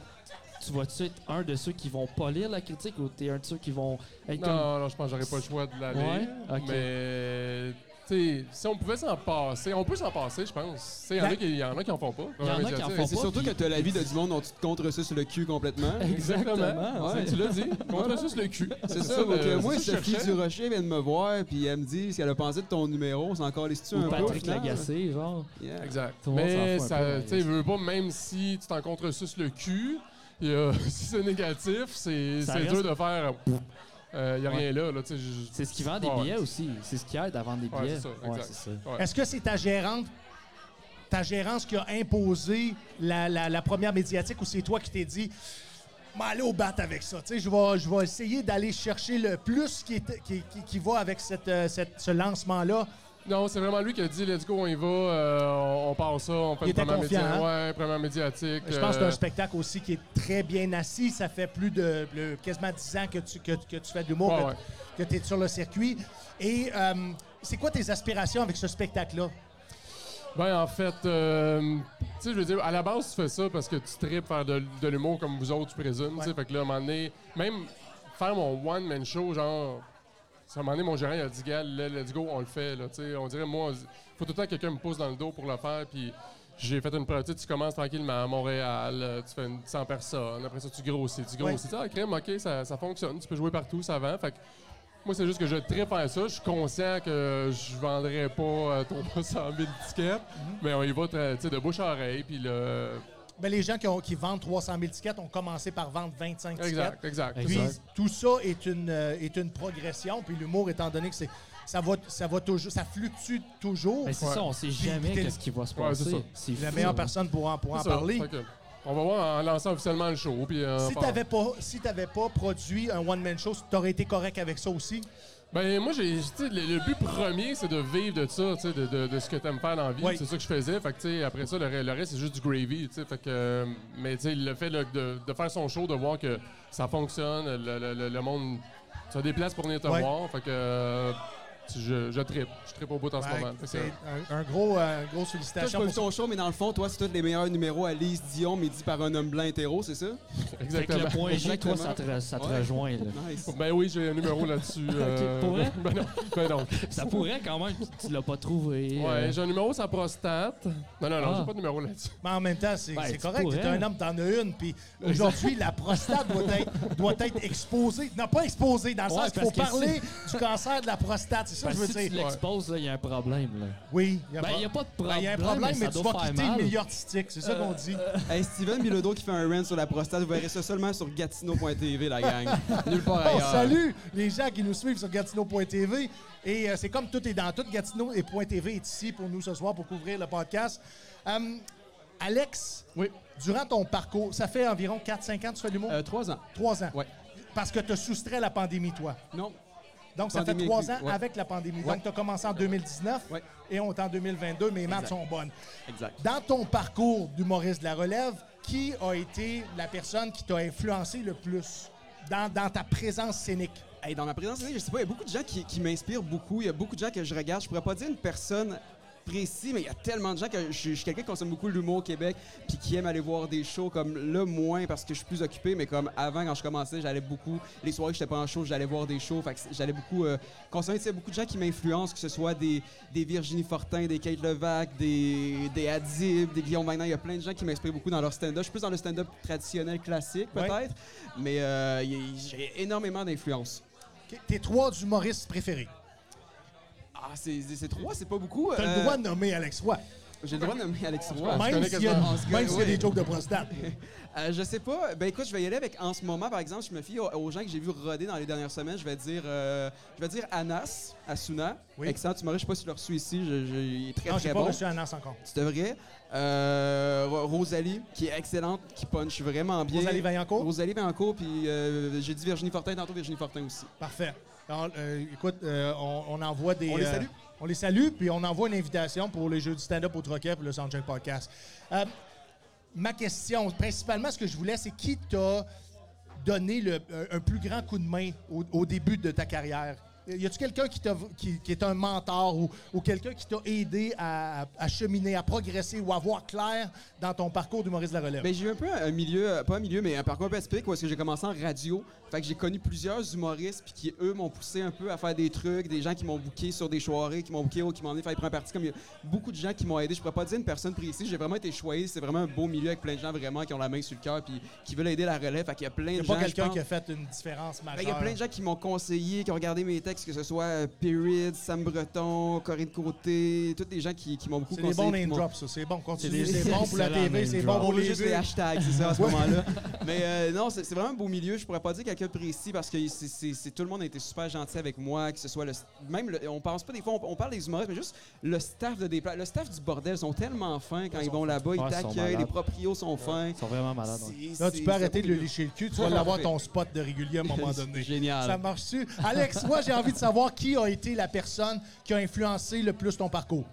[SPEAKER 3] tu vas-tu être un de ceux qui vont pas lire la critique ou t'es un de ceux qui vont être comme.
[SPEAKER 7] Non, non, je pense que j'aurais pas le choix de la
[SPEAKER 3] Ouais,
[SPEAKER 7] lire,
[SPEAKER 3] ok.
[SPEAKER 7] Mais t'sais, si on pouvait s'en passer, on peut s'en passer, je pense. Il y, en a
[SPEAKER 2] La-
[SPEAKER 7] qui- y en a qui en font pas.
[SPEAKER 3] Il y en a qui en
[SPEAKER 7] Médiatique.
[SPEAKER 3] font
[SPEAKER 7] Mais
[SPEAKER 3] pas.
[SPEAKER 7] c'est-
[SPEAKER 6] C'est surtout que
[SPEAKER 3] puis-
[SPEAKER 6] t'as la vie de du monde dont tu te contre ça sur le cul complètement.
[SPEAKER 7] Exactement.
[SPEAKER 6] ouais.
[SPEAKER 7] Tu l'as dit. Contre juste le cul.
[SPEAKER 6] C'est ça, donc,
[SPEAKER 7] euh,
[SPEAKER 6] euh, moi,
[SPEAKER 7] c'est ça que je
[SPEAKER 6] Sophie
[SPEAKER 7] cherchais.
[SPEAKER 6] Durocher vient de me voir, puis elle me dit ce qu'elle a pensé de ton numéro. C'est encore les tu un
[SPEAKER 3] Ou
[SPEAKER 6] peu. au
[SPEAKER 3] Patrick
[SPEAKER 6] final?
[SPEAKER 3] Lagacé, genre.
[SPEAKER 6] Yeah.
[SPEAKER 7] Exact.
[SPEAKER 3] Tout le monde
[SPEAKER 7] mais
[SPEAKER 3] s'en fout un
[SPEAKER 7] ça,
[SPEAKER 3] peu, mais-
[SPEAKER 7] tu sais, veux pas, même si tu t'en contre-suces le cul, il y a- si c'est négatif, c'est
[SPEAKER 3] Ça
[SPEAKER 7] c'est
[SPEAKER 3] reste-
[SPEAKER 7] dur de faire. euh, Il n'y a rien là. là tu sais, je-
[SPEAKER 3] C'est ce qui vend des
[SPEAKER 7] Ouais,
[SPEAKER 3] billets aussi. C'est ce qui aide à vendre des
[SPEAKER 7] Ouais,
[SPEAKER 3] billets.
[SPEAKER 7] c'est ça,
[SPEAKER 3] Ouais,
[SPEAKER 7] exact.
[SPEAKER 3] c'est ça.
[SPEAKER 2] Est-ce que c'est ta gérante, ta gérance qui a imposé la, la- la première médiatique ou c'est toi qui t'es dit, m'aller au bat avec ça? Tu sais, je vais, je vais essayer d'aller chercher le plus qui, est- qui, qui- qui va avec cette, euh, cette- ce lancement-là.
[SPEAKER 7] Non, c'est vraiment lui qui a dit let's go, on y va, euh, on, on part ça, on fait
[SPEAKER 2] Il
[SPEAKER 7] une
[SPEAKER 2] était
[SPEAKER 7] première,
[SPEAKER 2] confiant,
[SPEAKER 7] média-
[SPEAKER 2] hein?
[SPEAKER 7] ouais, première médiatique.
[SPEAKER 2] Je pense que c'est
[SPEAKER 7] euh,
[SPEAKER 2] un spectacle aussi qui est très bien assis. Ça fait plus de le- quasiment 10 ans que tu, que, que tu fais de l'humour,
[SPEAKER 7] Ouais,
[SPEAKER 2] que-
[SPEAKER 7] ouais.
[SPEAKER 2] que, tu es sur le circuit. Et euh, c'est quoi tes aspirations avec ce spectacle-là?
[SPEAKER 7] Ben, en fait, euh, tu sais, je veux dire, à la base, tu fais ça parce que tu tripes faire de, de l'humour comme vous autres, tu présumes. tu sais. Fait que là, à un moment donné, même faire mon one-man show, genre, à un moment donné, mon gérant, il a dit, gars, là, let's go, on le fait. Là, tu sais. on dirait, moi, faut tout le temps que quelqu'un me pousse dans le dos pour le faire. Puis j'ai fait une preuve. Tu sais, tu commences tranquillement à Montréal, euh, tu fais une 100 personnes. Après ça, tu grossis, tu grossis. Tu dis, Ah, crème, OK, ça, ça fonctionne. Tu peux jouer partout, ça vend. Fait que moi, c'est juste que je tripe à ça. Je suis conscient que je vendrais pas euh, 300 000 tickets,
[SPEAKER 2] Mhm.
[SPEAKER 7] mais on y va tra- tu sais, de bouche à oreille. Puis le...
[SPEAKER 2] Ben, les gens qui, ont- qui vendent 300 000 tickets ont commencé par vendre 25 tickets.
[SPEAKER 7] Exact, exact.
[SPEAKER 2] Puis tout ça est une, euh, est une progression. Puis l'humour, étant donné que c'est ça va, ça va toujours, ça fluctue toujours.
[SPEAKER 3] Mais Ben, c'est
[SPEAKER 7] Ouais.
[SPEAKER 3] ça, on sait
[SPEAKER 2] Puis-
[SPEAKER 3] jamais
[SPEAKER 2] puis t'es-
[SPEAKER 3] qu'est-ce qui va se
[SPEAKER 7] Ouais, c'est
[SPEAKER 3] passer.
[SPEAKER 7] ça.
[SPEAKER 3] c'est
[SPEAKER 2] la
[SPEAKER 3] fou,
[SPEAKER 2] meilleure
[SPEAKER 3] hein.
[SPEAKER 2] personne pour en, pour en
[SPEAKER 7] C'est ça.
[SPEAKER 2] parler.
[SPEAKER 7] Fait que on va voir en lançant officiellement le show. Puis, euh, on
[SPEAKER 2] Si
[SPEAKER 7] part.
[SPEAKER 2] t'avais pas, si t'avais pas produit un one man show, t'aurais été correct avec ça aussi.
[SPEAKER 7] Ben, moi, j'ai, tu sais, le, le but premier, c'est de vivre de ça, tu sais, de, de- de ce que t'aimes faire dans la vie.
[SPEAKER 2] Oui.
[SPEAKER 7] C'est ça que je faisais. Fait que, tu sais, après ça, le, re- le reste, c'est juste du gravy. tu sais. Fait que, euh, mais tu sais, le fait là, de, de faire son show, de voir que ça fonctionne, le, le- le- le monde se déplace pour venir te
[SPEAKER 2] Oui.
[SPEAKER 7] voir. Fait que euh, tu- je, je tripe. Je tripe au bout en ce
[SPEAKER 2] Ouais,
[SPEAKER 7] moment. Fait que,
[SPEAKER 2] c'est un, un gros, euh, gros
[SPEAKER 6] Toi, je
[SPEAKER 2] sollicitation.
[SPEAKER 6] peux
[SPEAKER 2] pour ça.
[SPEAKER 6] ton show, mais dans le fond, toi, c'est tous les meilleurs numéros à Lise Dion, mais dit par un homme blanc hétéro, c'est ça?
[SPEAKER 3] Fait que
[SPEAKER 7] exactement.
[SPEAKER 3] le point G, toi,
[SPEAKER 6] Exactement.
[SPEAKER 3] ça te, re- ça te
[SPEAKER 6] Ouais.
[SPEAKER 3] rejoint. là.
[SPEAKER 6] Nice.
[SPEAKER 7] Ben oui, j'ai un numéro là-dessus. euh,
[SPEAKER 3] pour vrai?
[SPEAKER 7] ben non. Ben non.
[SPEAKER 3] Ça pourrait quand même, tu- tu l'as pas trouvé.
[SPEAKER 7] Ouais,
[SPEAKER 3] euh,
[SPEAKER 7] j'ai un numéro sur la prostate. Non, non, non,
[SPEAKER 3] Ah.
[SPEAKER 7] j'ai pas de numéro là-dessus.
[SPEAKER 2] Mais en même temps, c'est
[SPEAKER 3] Ben,
[SPEAKER 2] c'est
[SPEAKER 3] tu
[SPEAKER 2] correct.
[SPEAKER 3] pourrais.
[SPEAKER 2] T'es un homme, t'en as une. Puis aujourd'hui, la prostate doit être, doit être exposée. Non, pas exposée, dans le
[SPEAKER 3] Ouais,
[SPEAKER 2] sens qu'il
[SPEAKER 3] parce
[SPEAKER 2] faut
[SPEAKER 3] que
[SPEAKER 2] parler du cancer de la prostate. C'est ça
[SPEAKER 3] parce
[SPEAKER 2] que je
[SPEAKER 3] que
[SPEAKER 2] veux
[SPEAKER 3] si tu
[SPEAKER 2] dire.
[SPEAKER 3] l'exposes, là, il y a un problème. Là.
[SPEAKER 2] Oui, il y a
[SPEAKER 3] Ben,
[SPEAKER 2] pas-
[SPEAKER 3] il n'y a pas de
[SPEAKER 2] Ben,
[SPEAKER 3] problème.
[SPEAKER 2] il y a un problème, mais,
[SPEAKER 3] ça
[SPEAKER 2] tu
[SPEAKER 3] doit
[SPEAKER 2] vas
[SPEAKER 3] faire
[SPEAKER 2] quitter
[SPEAKER 3] mal. Euh,
[SPEAKER 2] le milieu artistique. C'est ça qu'on dit.
[SPEAKER 6] Hey, Steven Bilodeau qui fait un rant sur la prostate, vous verrez ça seulement sur gatineau.tv, la gang. Nulle part
[SPEAKER 2] On
[SPEAKER 3] euh,
[SPEAKER 6] ailleurs.
[SPEAKER 2] salue Oh, les gens qui nous suivent sur Gatineau.tv. Et euh, c'est comme tout est dans tout. Gatineau et point .tv est ici pour nous ce soir pour couvrir le podcast. Euh, Alex,
[SPEAKER 6] Oui.
[SPEAKER 2] durant ton parcours, ça fait environ 4-5 ans que tu fais de l'humour?
[SPEAKER 6] Euh, trois ans.
[SPEAKER 2] Trois ans.
[SPEAKER 6] Ouais.
[SPEAKER 2] Parce que tu as soustrait la pandémie, toi.
[SPEAKER 6] Non.
[SPEAKER 2] Donc, ça
[SPEAKER 6] Pandémie
[SPEAKER 2] fait trois
[SPEAKER 6] inclus,
[SPEAKER 2] ans
[SPEAKER 6] ouais.
[SPEAKER 2] avec la pandémie.
[SPEAKER 6] Ouais.
[SPEAKER 2] Donc, tu as commencé en 2019
[SPEAKER 6] Ouais.
[SPEAKER 2] et on est en 2022. Mes maths
[SPEAKER 6] Exact.
[SPEAKER 2] sont bonnes.
[SPEAKER 6] Exact.
[SPEAKER 2] Dans ton parcours d'humoriste de la relève, qui a été la personne qui t'a influencé le plus dans, dans ta présence scénique?
[SPEAKER 6] Hey, dans ma présence, je sais pas, il y a beaucoup de gens qui, qui m'inspirent beaucoup. Il y a beaucoup de gens que je regarde. Je pourrais pas dire une personne précise, mais il y a tellement de gens que je, je suis quelqu'un qui consomme beaucoup l'humour au Québec, puis qui aime aller voir des shows comme le moins parce que je suis plus occupé, mais comme avant quand je commençais, j'allais beaucoup les soirées, j'étais pas en show, j'allais voir des shows, fait que c'est- j'allais beaucoup euh, consommer. Tu sais, beaucoup de gens qui m'influencent, que ce soit des, des Virginie Fortin, des Kate Levac, des, des Adib, des Guillaume Magnan. Il y a plein de gens qui m'inspirent beaucoup dans leur stand-up. Je suis plus dans le stand-up traditionnel classique
[SPEAKER 2] Ouais.
[SPEAKER 6] peut-être, mais euh, il y a- j'ai énormément d'influence.
[SPEAKER 2] Ok, Tes trois humoristes préférés.
[SPEAKER 6] Ah, c'est c'est- c'est trois, c'est pas beaucoup.
[SPEAKER 2] T'as
[SPEAKER 6] Euh,
[SPEAKER 2] le droit de nommer Alex Roy.
[SPEAKER 6] J'ai le droit de nommer Alex Roy.
[SPEAKER 7] se
[SPEAKER 2] Même
[SPEAKER 7] connaît
[SPEAKER 2] s'il y a,
[SPEAKER 7] quasiment.
[SPEAKER 6] On se
[SPEAKER 2] même
[SPEAKER 6] connaît,
[SPEAKER 2] s'il y a
[SPEAKER 6] ouais.
[SPEAKER 2] des jokes de prostate.
[SPEAKER 6] Euh, je sais pas. Ben écoute, je vais y aller avec en ce moment, par exemple, je me fie aux, aux gens que j'ai vu roder dans les dernières semaines. Je vais dire, euh, je vais dire Anas Asuna.
[SPEAKER 2] Oui.
[SPEAKER 6] Excellent, tu m'aurais, je sais pas si tu le reçu ici. Je, je- il est très
[SPEAKER 2] Non, j'ai
[SPEAKER 6] très
[SPEAKER 2] pas
[SPEAKER 6] bon.
[SPEAKER 2] reçu un anse encore.
[SPEAKER 6] Tu devrais. Euh, Ro- Rosalie, qui est excellente, qui punch vraiment bien.
[SPEAKER 2] Rosalie Vaillancourt?
[SPEAKER 6] Rosalie Vaillancourt, puis euh, j'ai dit Virginie Fortin, tantôt Virginie Fortin aussi.
[SPEAKER 2] Parfait. Alors, euh, écoute, euh, on, on envoie des.
[SPEAKER 6] On les
[SPEAKER 2] euh,
[SPEAKER 6] salue.
[SPEAKER 2] on les salue, puis on envoie une invitation pour les jeux du stand-up au Troquet pour le Soundcheck Podcast. Euh, ma question, principalement, ce que je voulais, c'est qui t'a donné le, un, un plus grand coup de main au, au début de ta carrière? Y a-tu quelqu'un qui, t'a- qui, qui est un mentor ou, ou quelqu'un qui t'a aidé à, à cheminer, à progresser ou à voir clair dans ton parcours d'humoriste de la relève?
[SPEAKER 6] Ben, j'ai eu un peu un milieu, euh, pas un milieu, mais un parcours un peu atypique où est-ce que j'ai commencé en radio. Fait que j'ai connu plusieurs humoristes puis qui, eux, m'ont poussé un peu à faire des trucs, des gens qui m'ont booké sur des soirées, qui m'ont booké ou qui m'ont emmené faire les premières parties. Comme il y a beaucoup de gens qui m'ont aidé. Je pourrais pas dire une personne précise, j'ai vraiment été choisi. C'est vraiment un beau milieu avec plein de gens vraiment qui ont la main sur le cœur puis qui veulent aider la relève. Fait qu'il y a plein
[SPEAKER 2] Il
[SPEAKER 6] de
[SPEAKER 2] n'y a
[SPEAKER 6] gens.
[SPEAKER 2] pas
[SPEAKER 6] je
[SPEAKER 2] quelqu'un
[SPEAKER 6] pense-
[SPEAKER 2] qui a fait une différence
[SPEAKER 6] ben,
[SPEAKER 2] majeure.
[SPEAKER 6] Il y a plein de gens qui m'ont conseillé, qui ont regardé mes textes, que ce soit euh, Period, Sam Breton, Corinne Côté, tous des gens qui, qui m'ont beaucoup
[SPEAKER 2] C'est
[SPEAKER 6] conseillé.
[SPEAKER 2] des bons
[SPEAKER 6] puis
[SPEAKER 2] name
[SPEAKER 6] m'ont-
[SPEAKER 2] drops, ça. C'est bon. Continue.
[SPEAKER 6] des-
[SPEAKER 2] C'est bon pour la
[SPEAKER 3] excellents
[SPEAKER 2] TV,
[SPEAKER 3] name
[SPEAKER 2] c'est
[SPEAKER 3] drops.
[SPEAKER 2] bon Ah, pour
[SPEAKER 6] roule
[SPEAKER 2] les
[SPEAKER 6] juste les
[SPEAKER 2] vues.
[SPEAKER 6] hashtags, c'est ça, à ce moment-là. Mais euh, non, c'est c'est vraiment un beau milieu. Je pourrais pas dire quelqu'un de précis parce que c'est- c'est c'est- tout le monde a été super gentil avec moi, que ce soit le... Même, le- on pense pas des fois, on, on parle des humoristes, mais juste le staff de Dépla- Le staff du bordel sont tellement fins quand ils vont là-bas,
[SPEAKER 3] Ouais,
[SPEAKER 6] ils
[SPEAKER 3] ils sont
[SPEAKER 6] t'accueillent, les
[SPEAKER 3] malades.
[SPEAKER 6] proprios sont fins.
[SPEAKER 3] Ils sont vraiment malades. ouais.
[SPEAKER 6] C'est-
[SPEAKER 2] Là,
[SPEAKER 6] c'est-
[SPEAKER 2] tu peux arrêter de
[SPEAKER 6] c'est
[SPEAKER 2] le
[SPEAKER 6] beau
[SPEAKER 2] licher le cul. Tu vas l'avoir ton spot de régulier à un moment donné.
[SPEAKER 6] Génial.
[SPEAKER 2] Ça marche-tu? Alex, moi, j'ai envie de savoir qui a été la personne qui a influencé le plus ton parcours,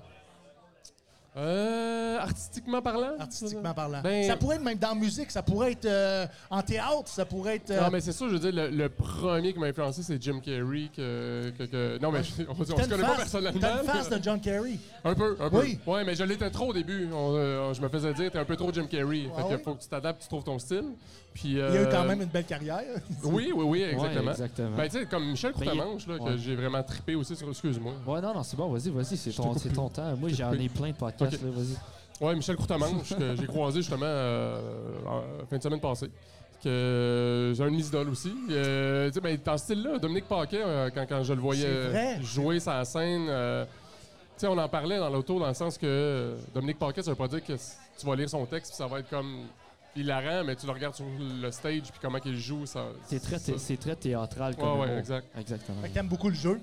[SPEAKER 7] Euh, artistiquement parlant?
[SPEAKER 2] artistiquement parlant.
[SPEAKER 7] Ben-
[SPEAKER 2] ça pourrait être même dans la musique, ça pourrait être euh, en théâtre, ça pourrait être... euh,
[SPEAKER 7] Non, mais c'est sûr, je veux dire, le, le premier qui m'a influencé, c'est Jim Carrey. Que, que- que- Non, mais je- on, on se
[SPEAKER 2] t'as une
[SPEAKER 7] connaît pas
[SPEAKER 2] face-
[SPEAKER 7] personnellement.
[SPEAKER 2] T'as une
[SPEAKER 7] mais-
[SPEAKER 2] face de John Kerry.
[SPEAKER 7] Un peu, un peu.
[SPEAKER 2] Oui.
[SPEAKER 7] Ouais, mais je l'étais trop au début. On, euh, je me faisais dire, t'es un peu trop Jim Carrey.
[SPEAKER 2] Ah
[SPEAKER 7] fait que
[SPEAKER 2] oui?
[SPEAKER 7] faut que tu t'adaptes, tu trouves ton style. Puis, euh,
[SPEAKER 2] Il a eu quand même une belle carrière.
[SPEAKER 7] Oui, oui, oui, exactement.
[SPEAKER 3] Ouais, exactement.
[SPEAKER 7] Ben, tu sais, comme Michel
[SPEAKER 3] Ben, il-
[SPEAKER 7] Courtemanche, là, que
[SPEAKER 3] ouais.
[SPEAKER 7] j'ai vraiment trippé aussi sur. Excuse-moi.
[SPEAKER 3] Ouais, non, non, c'est bon, vas-y, vas-y, c'est ton, c'est ton temps. Moi, j'en ai plein de podcasts,
[SPEAKER 7] Ok.
[SPEAKER 3] là, vas-y.
[SPEAKER 7] Ouais, Michel Courtemanche, que j'ai croisé justement euh, en fin de semaine passée. Que euh, j'ai un de mes idoles aussi. Euh, tu sais, ben, dans ce style-là, Dominique Paquet, euh, quand, quand je le voyais
[SPEAKER 2] C'est vrai.
[SPEAKER 7] euh, jouer sa scène, euh, tu sais, on en parlait dans l'auto dans le sens que euh, Dominique Paquet, ça veut pas dire que c- tu vas lire son texte puis ça va être comme hilarant, mais tu le regardes sur le stage puis comment qu'il joue, ça.
[SPEAKER 3] C'est très,
[SPEAKER 7] ça-
[SPEAKER 3] thé- c'est très théâtral comme
[SPEAKER 7] Ouais, ouais,
[SPEAKER 3] humour.
[SPEAKER 7] exact.
[SPEAKER 3] Exactement.
[SPEAKER 2] Fait que t'aimes beaucoup le jeu.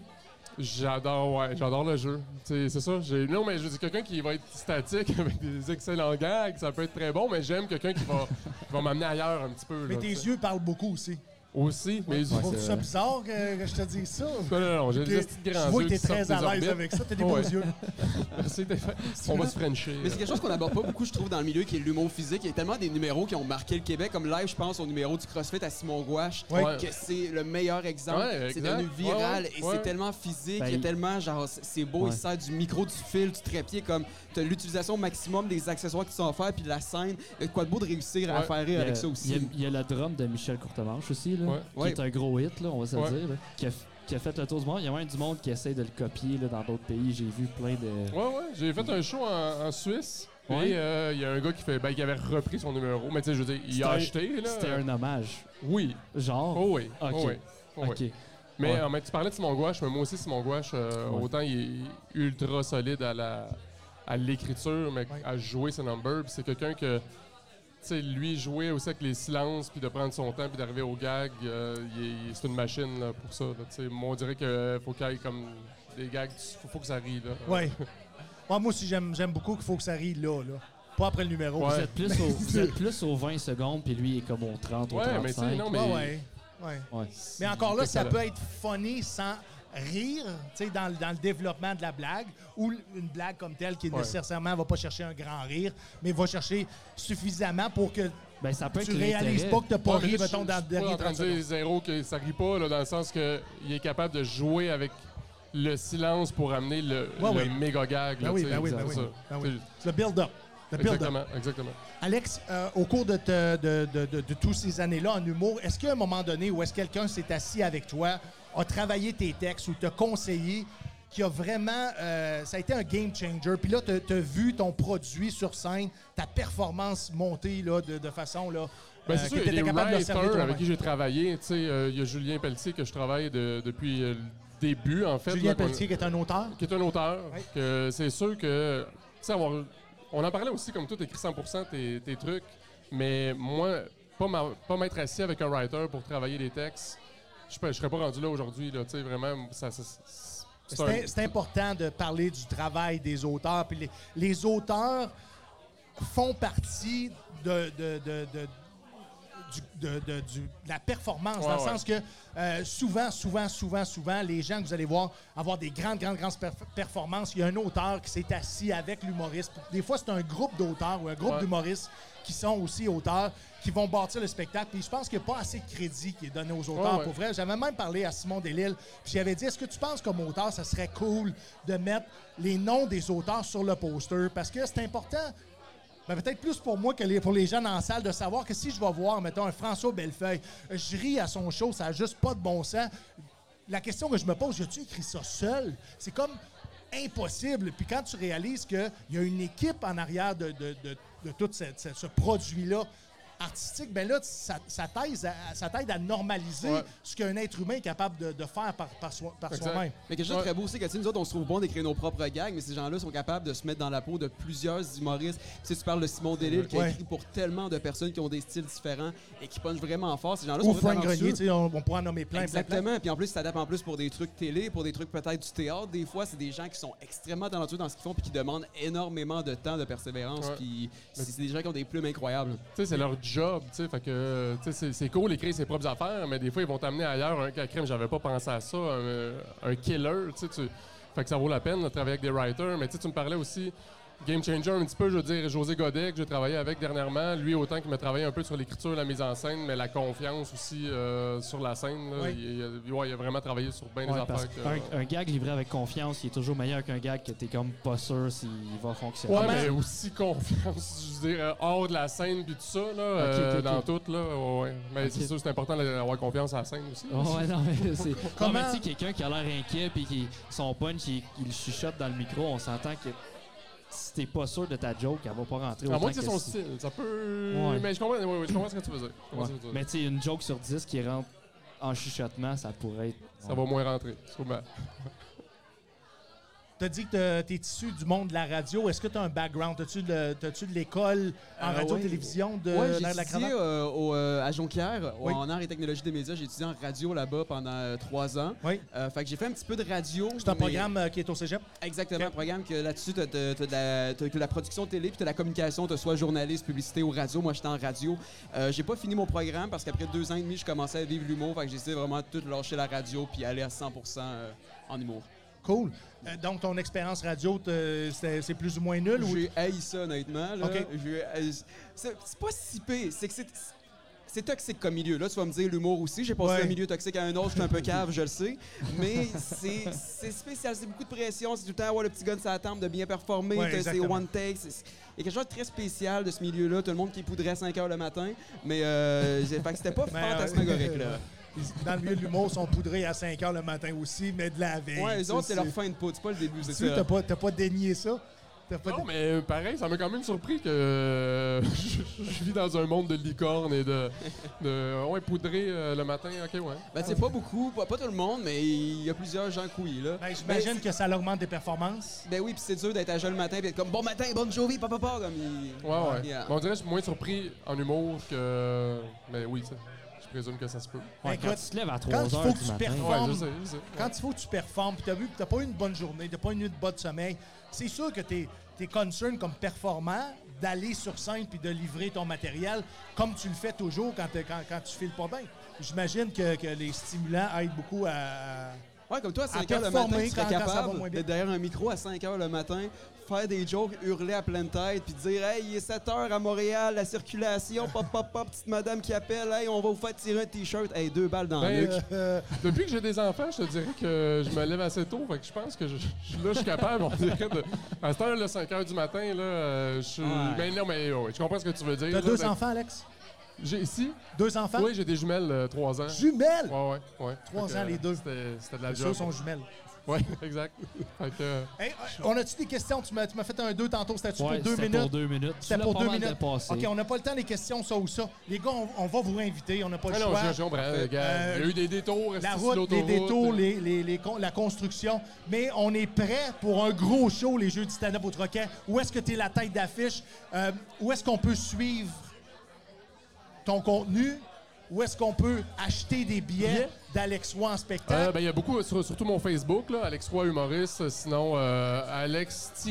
[SPEAKER 7] J'adore, ouais, j'adore le jeu. Tu sais, C'est ça. j'ai- Non, mais je veux dire, quelqu'un qui va être statique avec des excellents gags, ça peut être très bon, mais j'aime quelqu'un qui va, qui va m'amener ailleurs un petit peu.
[SPEAKER 2] Mais
[SPEAKER 7] là,
[SPEAKER 2] tes
[SPEAKER 7] tu sais.
[SPEAKER 2] yeux parlent beaucoup aussi.
[SPEAKER 7] Aussi, mais
[SPEAKER 2] Tu trouves
[SPEAKER 3] c'est
[SPEAKER 2] ça
[SPEAKER 3] vrai.
[SPEAKER 2] bizarre que, que je te dise ça?
[SPEAKER 7] Non, non, non, j'ai
[SPEAKER 2] Tu
[SPEAKER 7] des petits grands
[SPEAKER 2] vois
[SPEAKER 7] yeux
[SPEAKER 2] que t'es
[SPEAKER 7] qui sortent
[SPEAKER 2] très
[SPEAKER 7] des
[SPEAKER 2] à l'aise
[SPEAKER 7] orbites.
[SPEAKER 2] avec ça, t'as des
[SPEAKER 7] Ouais.
[SPEAKER 2] beaux yeux.
[SPEAKER 7] Merci, Stéphane. On va se frencher.
[SPEAKER 6] Mais c'est quelque chose qu'on n'aborde pas beaucoup, je trouve, dans le milieu, qui est l'humour physique. Il y a tellement des numéros qui ont marqué le Québec, comme live, je pense, au numéro du CrossFit à Simon Gouache,
[SPEAKER 2] Ouais.
[SPEAKER 6] que c'est le meilleur exemple.
[SPEAKER 7] Ouais,
[SPEAKER 6] c'est
[SPEAKER 7] exact.
[SPEAKER 6] devenu viral
[SPEAKER 7] Ouais, ouais,
[SPEAKER 6] et
[SPEAKER 7] ouais.
[SPEAKER 6] c'est tellement physique,
[SPEAKER 3] Ben,
[SPEAKER 6] il y a
[SPEAKER 3] il-
[SPEAKER 6] tellement, genre, c'est- c'est beau,
[SPEAKER 3] Ouais.
[SPEAKER 6] il sert du micro, du fil, du trépied, comme t'as l'utilisation maximum des accessoires qui sont offerts, puis de la scène. Il y a de quoi de beau de réussir à
[SPEAKER 7] Ouais.
[SPEAKER 6] faire
[SPEAKER 3] Il y
[SPEAKER 6] rire
[SPEAKER 3] a-
[SPEAKER 6] avec ça aussi.
[SPEAKER 3] Il y a, il y a le drum de Michel Courtemanche aussi, là,
[SPEAKER 7] Ouais.
[SPEAKER 3] qui
[SPEAKER 6] Ouais.
[SPEAKER 3] est un gros hit, là, on va se
[SPEAKER 7] Ouais.
[SPEAKER 3] le dire, là, qui, a, f- qui a fait le tour du monde. Il y a même du monde qui essaie de le copier là, dans d'autres pays. J'ai vu plein de...
[SPEAKER 7] Ouais, ouais, j'ai fait un show en, en Suisse. Et
[SPEAKER 3] Ouais.
[SPEAKER 7] il y a un gars qui, fait, ben, qui avait repris son numéro. Mais tu sais, je veux dire, il a
[SPEAKER 3] C'était
[SPEAKER 7] acheté. là.
[SPEAKER 3] C'était un hommage.
[SPEAKER 7] Oui.
[SPEAKER 3] Genre...
[SPEAKER 7] Oh oui.
[SPEAKER 3] Ok.
[SPEAKER 7] Oh oui. Oh oui.
[SPEAKER 3] ok.
[SPEAKER 7] Mais,
[SPEAKER 3] Ouais.
[SPEAKER 7] euh, mais tu parlais de Simon Gouache, mais moi aussi, Simon Gouache, euh,
[SPEAKER 3] Ouais.
[SPEAKER 7] autant il est ultra solide à la à l'écriture, mais
[SPEAKER 2] Ouais.
[SPEAKER 7] à jouer ses numbers. Puis C'est quelqu'un que, tu sais, lui, jouer aussi avec les silences, puis de prendre son temps, puis d'arriver au gag, euh, il est- il- c'est une machine là, pour ça. là. Tu sais, moi, on dirait qu'il faut qu'il y ait comme des gags, il faut, faut que ça rie. Là.
[SPEAKER 2] Ouais. Ouais, moi aussi, j'aime j'aime beaucoup qu'il faut que ça rie là, là. Pas après le numéro.
[SPEAKER 7] Ouais.
[SPEAKER 3] Vous, êtes plus au, vous êtes plus aux 20 secondes, puis lui est comme aux 30,
[SPEAKER 7] Ouais,
[SPEAKER 3] aux 35.
[SPEAKER 7] mais tu sais, non, mais.
[SPEAKER 2] Ouais, Ah, ouais. ouais.
[SPEAKER 3] Ouais.
[SPEAKER 2] Mais encore là, ça
[SPEAKER 7] Excellent.
[SPEAKER 2] peut être funny sans rire, tu sais, dans, le- dans le développement de la blague, ou l- une blague comme telle qui
[SPEAKER 7] Ouais.
[SPEAKER 2] nécessairement va pas chercher un grand rire, mais va chercher suffisamment pour que
[SPEAKER 3] Ben, ça peut être
[SPEAKER 2] tu réalises
[SPEAKER 3] l'intérêt.
[SPEAKER 2] pas que t'as pas
[SPEAKER 7] Ouais, mais
[SPEAKER 2] ri,
[SPEAKER 7] là,
[SPEAKER 2] mettons,
[SPEAKER 7] je-
[SPEAKER 2] dans
[SPEAKER 7] je
[SPEAKER 2] le
[SPEAKER 7] suis pas
[SPEAKER 2] dernier
[SPEAKER 7] en train
[SPEAKER 2] 30
[SPEAKER 7] de dire
[SPEAKER 2] secondes.
[SPEAKER 7] zéro que ça rit pas, là, dans le sens que il est capable de jouer avec le silence pour amener le,
[SPEAKER 2] Ouais,
[SPEAKER 7] le
[SPEAKER 2] oui.
[SPEAKER 7] méga gag. là,
[SPEAKER 2] Ben oui,
[SPEAKER 7] tu sais,
[SPEAKER 2] ben oui,
[SPEAKER 7] c'est
[SPEAKER 2] ben oui,
[SPEAKER 7] ça.
[SPEAKER 2] ben
[SPEAKER 7] Tu sais,
[SPEAKER 2] oui. Le build-up. Le build-up.
[SPEAKER 7] Exactement, exactement.
[SPEAKER 2] Alex, euh, au cours de, te- de, de, de- de tous ces années-là en humour, est-ce qu'il y a un moment donné où est-ce que quelqu'un s'est assis avec toi, a travaillé tes textes ou t'a conseillé, qui a vraiment... euh, ça a été un game changer. Puis là, t'as t'as vu ton produit sur scène, ta performance monter là, de, de façon là,
[SPEAKER 7] Ben,
[SPEAKER 2] euh,
[SPEAKER 7] c'est sûr,
[SPEAKER 2] que
[SPEAKER 7] il y a
[SPEAKER 2] t'étais
[SPEAKER 7] des
[SPEAKER 2] capable de le servir
[SPEAKER 7] writers
[SPEAKER 2] toi-même.
[SPEAKER 7] avec qui j'ai travaillé. Tu sais, euh, il y a Julien Pelletier que je travaille de- depuis euh, le début, en fait.
[SPEAKER 2] Julien
[SPEAKER 7] là, qu'on-
[SPEAKER 2] Pelletier, qui est un auteur.
[SPEAKER 7] qui est un auteur,
[SPEAKER 2] Oui.
[SPEAKER 7] que c'est sûr que, tu sais, avoir- on en parlait aussi, comme tout, écrit 100% tes, tes trucs, mais moi, pas ma- pas m'être assis avec un writer pour travailler les textes, je peux- je serais pas rendu là aujourd'hui, là, tu sais, vraiment, ça, ça- c'est- c'est
[SPEAKER 2] C'est
[SPEAKER 7] un-
[SPEAKER 2] c'est important de parler du travail des auteurs. Puis les, les auteurs font partie de, de- de- de- du- de, de- du- de la performance, dans
[SPEAKER 7] Ouais,
[SPEAKER 2] le sens que euh, souvent, souvent, souvent, souvent, les gens que vous allez voir avoir des grandes, grandes, grandes perf- performances, il y a un auteur qui s'est assis avec l'humoriste. Des fois, c'est un groupe d'auteurs ou un groupe
[SPEAKER 7] Ouais.
[SPEAKER 2] d'humoristes qui sont aussi auteurs, qui vont bâtir le spectacle. Puis je pense qu'il n'y a pas assez de crédit qui est donné aux auteurs
[SPEAKER 7] Ouais, ouais.
[SPEAKER 2] pour vrai. J'avais même parlé à Simon Delille, puis j'avais dit, est-ce que tu penses comme auteur, ça serait cool de mettre les noms des auteurs sur le poster? Parce que c'est important. Ben, peut-être plus pour moi que les- pour les gens dans la salle de savoir que si je vais voir, mettons, un François Bellefeuille, je ris à son show, ça n'a juste pas de bon sens. La question que je me pose, as-tu écrit ça seul? C'est comme impossible. Puis quand tu réalises qu'il y a une équipe en arrière de, de- de- de tout cette- cette- ce produit-là artistique, ben là, ça, ça t'aide à, ça t'aide à normaliser
[SPEAKER 7] Ouais.
[SPEAKER 2] ce qu'un être humain est capable de, de faire par, par soi- par
[SPEAKER 7] Exact.
[SPEAKER 2] soi-même.
[SPEAKER 6] Mais quelque chose de
[SPEAKER 7] Ouais.
[SPEAKER 6] très beau aussi, que tu sais, nous autres, on se trouve bon d'écrire nos propres gags, mais ces gens-là sont capables de se mettre dans la peau de plusieurs humoristes. Tu sais, tu parles de Simon Delille qui a
[SPEAKER 2] Ouais.
[SPEAKER 6] écrit pour tellement de personnes qui ont des styles différents et qui punchent vraiment fort. Ces gens-là
[SPEAKER 2] Ou
[SPEAKER 6] sont très
[SPEAKER 2] Frank Grenier,
[SPEAKER 6] talentueux.
[SPEAKER 2] tu sais, on, on pourrait en nommer plein, plein, plein.
[SPEAKER 6] Exactement. Puis en plus, ça s'adaptent en plus pour des trucs télé, pour des trucs peut-être du théâtre. Des fois, c'est des gens qui sont extrêmement talentueux dans ce qu'ils font puis qui demandent énormément de temps, de persévérance.
[SPEAKER 7] Ouais.
[SPEAKER 6] Puis c'est c'est des gens qui ont des plumes incroyables.
[SPEAKER 7] Tu sais, c'est leur job, tu sais, fait que euh, tu sais, c'est- c'est cool d'écrire ses propres affaires, mais des fois ils vont t'amener ailleurs un à crème, j'avais pas pensé à ça, un, un killer, tu sais, tu- fait que ça vaut la peine de travailler avec des writers, mais tu sais, tu me parlais aussi game changer un petit peu, je veux dire José Godet que j'ai travaillé avec dernièrement, lui autant qu'il m'a travaillé un peu sur l'écriture, la mise en scène, mais la confiance aussi euh, sur la scène, là,
[SPEAKER 2] Ouais.
[SPEAKER 7] il, il- ouais, il a vraiment travaillé sur bien des
[SPEAKER 3] Ouais, parce
[SPEAKER 7] affaires. que-
[SPEAKER 3] qu'un- un gag livré avec confiance, il est toujours meilleur qu'un gag que t'es comme pas sûr s'il va fonctionner.
[SPEAKER 7] Ouais, mais aussi confiance, je veux dire, euh, hors de la scène puis tout ça, là,
[SPEAKER 3] ok,
[SPEAKER 7] euh,
[SPEAKER 3] ok.
[SPEAKER 7] dans tout, là, ouais, ouais. Mais
[SPEAKER 3] Ok.
[SPEAKER 7] c'est sûr, c'est important d'avoir confiance à la scène aussi.
[SPEAKER 3] Oh, ouais, non, mais c'est. Non,
[SPEAKER 2] Comment-
[SPEAKER 3] mais tu sais, quelqu'un qui a l'air inquiet puis qui son punch, il, il chuchote dans le micro, on s'entend que si t'es pas sûr de ta joke, elle va pas rentrer.
[SPEAKER 7] À
[SPEAKER 3] autant
[SPEAKER 7] moins que c'est
[SPEAKER 3] que
[SPEAKER 7] son
[SPEAKER 3] si-
[SPEAKER 7] style, ça peut.
[SPEAKER 3] Ouais.
[SPEAKER 7] Mais je comprends, ouais, ouais, je comprends ce que tu veux dire. Je comprends
[SPEAKER 3] Ouais.
[SPEAKER 7] ce que tu veux dire.
[SPEAKER 3] Mais tu sais, une joke sur 10 qui rentre en chuchotement, ça pourrait être.
[SPEAKER 7] Ça va moins rentrer, sûrement.
[SPEAKER 2] T'as dit que t'es- t'es issu du monde de la radio. Est-ce que t'as un background? T'as-tu de, t'as-tu de l'école en
[SPEAKER 6] Euh, ouais.
[SPEAKER 2] radio-télévision de
[SPEAKER 6] ouais, j'ai
[SPEAKER 2] l'ère de la
[SPEAKER 6] étudié
[SPEAKER 2] cravate?
[SPEAKER 6] euh, au, euh, à Jonquière,
[SPEAKER 2] Oui.
[SPEAKER 6] en arts et technologies des médias. J'ai étudié en radio là-bas pendant euh, trois ans.
[SPEAKER 2] Oui.
[SPEAKER 6] Euh, fait que j'ai fait un petit peu de radio.
[SPEAKER 2] C'est un
[SPEAKER 6] mais-
[SPEAKER 2] programme euh, qui est au cégep?
[SPEAKER 6] Exactement,
[SPEAKER 2] Ok.
[SPEAKER 6] un programme que là-dessus, t'as t'as- t'as de, la- t'as de la production télé, puis t'as de la communication, t'as soit journaliste, publicité ou radio. Moi, j'étais en radio. Euh, j'ai pas fini mon programme parce qu'après deux ans et demi, je commençais à vivre l'humour. Fait que j'ai essayé vraiment de tout lâcher la radio puis aller à 100% euh, en humour.
[SPEAKER 2] Cool. Euh, donc, ton expérience radio, te- c'est c'est plus ou moins nul? Ou...
[SPEAKER 6] J'ai haï ça, honnêtement. là.
[SPEAKER 2] Ok.
[SPEAKER 6] J'ai- euh, c'est c'est pas si pire. C'est que c'est. C'est toxique comme milieu. Là, tu vas me dire l'humour aussi. J'ai passé
[SPEAKER 2] Ouais.
[SPEAKER 6] d'un milieu toxique à un autre. Je suis un peu cave, je le sais. Mais c'est c'est spécial. C'est beaucoup de pression. C'est tout le temps, ouais, le petit gun, ça attend de bien performer.
[SPEAKER 2] Ouais,
[SPEAKER 6] T'as- c'est
[SPEAKER 2] exactement.
[SPEAKER 6] one take. C'est- Il y a quelque chose de très spécial de ce milieu-là. Tout le monde qui poudrait à 5 h le matin. Mais euh, j'ai- fait que c'était pas
[SPEAKER 2] Mais, euh,
[SPEAKER 6] fantasmagorique, là.
[SPEAKER 2] Dans le milieu de l'humour, ils sont poudrés à 5 h le matin aussi, mais de la veille.
[SPEAKER 6] Ouais, les autres, c'est leur
[SPEAKER 2] Tu
[SPEAKER 6] fin de poudre. C'est pas le début, c'est
[SPEAKER 2] sais,
[SPEAKER 6] ça.
[SPEAKER 2] T'as pas, t'as pas dénié ça? T'as pas
[SPEAKER 7] Non,
[SPEAKER 2] dé-
[SPEAKER 7] mais euh, pareil, ça m'a quand même surpris que euh, je, je vis dans un monde de licornes et de. de ouais, poudré euh, le matin, ok, ouais.
[SPEAKER 6] Ben, c'est pas beaucoup, pas, pas tout le monde, mais il y a plusieurs gens couillés, là.
[SPEAKER 2] Ben,
[SPEAKER 6] Mais-
[SPEAKER 2] J'imagine que ça augmente tes performances.
[SPEAKER 6] Ben oui, puis c'est dur d'être à jeun le matin puis être comme bon matin, bonne journée, papa, papa, comme il...
[SPEAKER 7] Ouais, ouais.
[SPEAKER 6] Yeah.
[SPEAKER 7] Mais on dirait que je suis moins surpris en humour que. Mais oui, ça, je présume que ça se peut.
[SPEAKER 3] Ouais, quand
[SPEAKER 2] Écoute,
[SPEAKER 3] tu te lèves à 3
[SPEAKER 2] quand il
[SPEAKER 3] h
[SPEAKER 2] faut
[SPEAKER 3] du
[SPEAKER 2] que tu
[SPEAKER 3] matin,
[SPEAKER 2] performes,
[SPEAKER 7] Ouais, je sais, je sais.
[SPEAKER 2] Quand il faut que tu performes, puis t'as vu que t'as pas eu une bonne journée, t'as pas eu une bonne sommeil, c'est sûr que t'es es concern comme performant d'aller sur scène puis de livrer ton matériel comme tu le fais toujours quand, t'es- quand, quand tu files pas bien. J'imagine que, que les stimulants aident beaucoup à...
[SPEAKER 6] Ouais, comme toi, à 5
[SPEAKER 2] À
[SPEAKER 6] heures le matin,
[SPEAKER 2] performer
[SPEAKER 6] tu serais
[SPEAKER 2] quand- quand ça va
[SPEAKER 6] capable
[SPEAKER 2] moins bien.
[SPEAKER 6] d'être derrière un micro à 5 heures le matin, faire des jokes, hurler à pleine tête, puis dire Hey, il est 7 heures à Montréal, la circulation, pop, pop, pop, petite madame qui appelle, hey, on va vous faire tirer un t-shirt, hey, deux balles dans
[SPEAKER 7] Ben,
[SPEAKER 6] le
[SPEAKER 7] euh,
[SPEAKER 6] nuque.
[SPEAKER 7] Depuis que j'ai des enfants, je te dirais que je me lève assez tôt. Fait que je pense que je, je- là, je suis capable. On dirait de, à cette heure, là, 5 h du matin, là, euh, je suis.
[SPEAKER 6] Ouais.
[SPEAKER 7] Ben non, mais ouais, je comprends ce que tu veux dire.
[SPEAKER 2] T'as
[SPEAKER 7] là,
[SPEAKER 2] deux
[SPEAKER 7] de-
[SPEAKER 2] enfants, Alex?
[SPEAKER 7] J'ai ici.
[SPEAKER 2] Deux enfants?
[SPEAKER 7] ben- Oui, j'ai des jumelles, 3 ans.
[SPEAKER 2] Jumelles!
[SPEAKER 7] Ouais, ouais, ouais.
[SPEAKER 2] Trois
[SPEAKER 7] Fait que,
[SPEAKER 2] ans, les deux.
[SPEAKER 7] C'était c'était de la
[SPEAKER 2] Les deux
[SPEAKER 7] job.
[SPEAKER 2] sont jumelles.
[SPEAKER 7] Ouais, exact. Fait que, euh,
[SPEAKER 2] Hey, euh, on a-tu des questions? Tu m'as tu m'as fait un deux tantôt, c'était-tu
[SPEAKER 3] Ouais,
[SPEAKER 2] pour deux
[SPEAKER 3] c'était
[SPEAKER 2] minutes?
[SPEAKER 3] pour deux minutes. Tu
[SPEAKER 2] C'était
[SPEAKER 3] l'as
[SPEAKER 2] pour
[SPEAKER 3] pas
[SPEAKER 2] deux
[SPEAKER 3] mal
[SPEAKER 2] minutes.
[SPEAKER 3] dépassé.
[SPEAKER 2] OK, on n'a pas le temps des questions, ça ou ça. Les gars, on, on va vous inviter, on n'a pas le
[SPEAKER 7] ah non,
[SPEAKER 2] choix.
[SPEAKER 7] je, je comprends, les gars.
[SPEAKER 2] Euh,
[SPEAKER 7] Il y a eu des détours.
[SPEAKER 2] La
[SPEAKER 7] est-ce que c'est
[SPEAKER 2] route, les
[SPEAKER 7] l'autoroute,
[SPEAKER 2] détours,
[SPEAKER 7] euh,
[SPEAKER 2] les, les- les con- la construction. Mais on est prêt pour un gros show, les Jeux du stand-up au Troquet. Où est-ce que tu es la tête d'affiche? Euh, où est-ce qu'on peut suivre ton contenu?
[SPEAKER 4] où est-ce qu'on peut acheter des billets
[SPEAKER 7] Billets?
[SPEAKER 4] d'Alex Roy en spectacle?
[SPEAKER 7] Euh, ben, Il y a beaucoup, sur- surtout mon Facebook, là, Alex Roy Humoriste. Sinon, euh,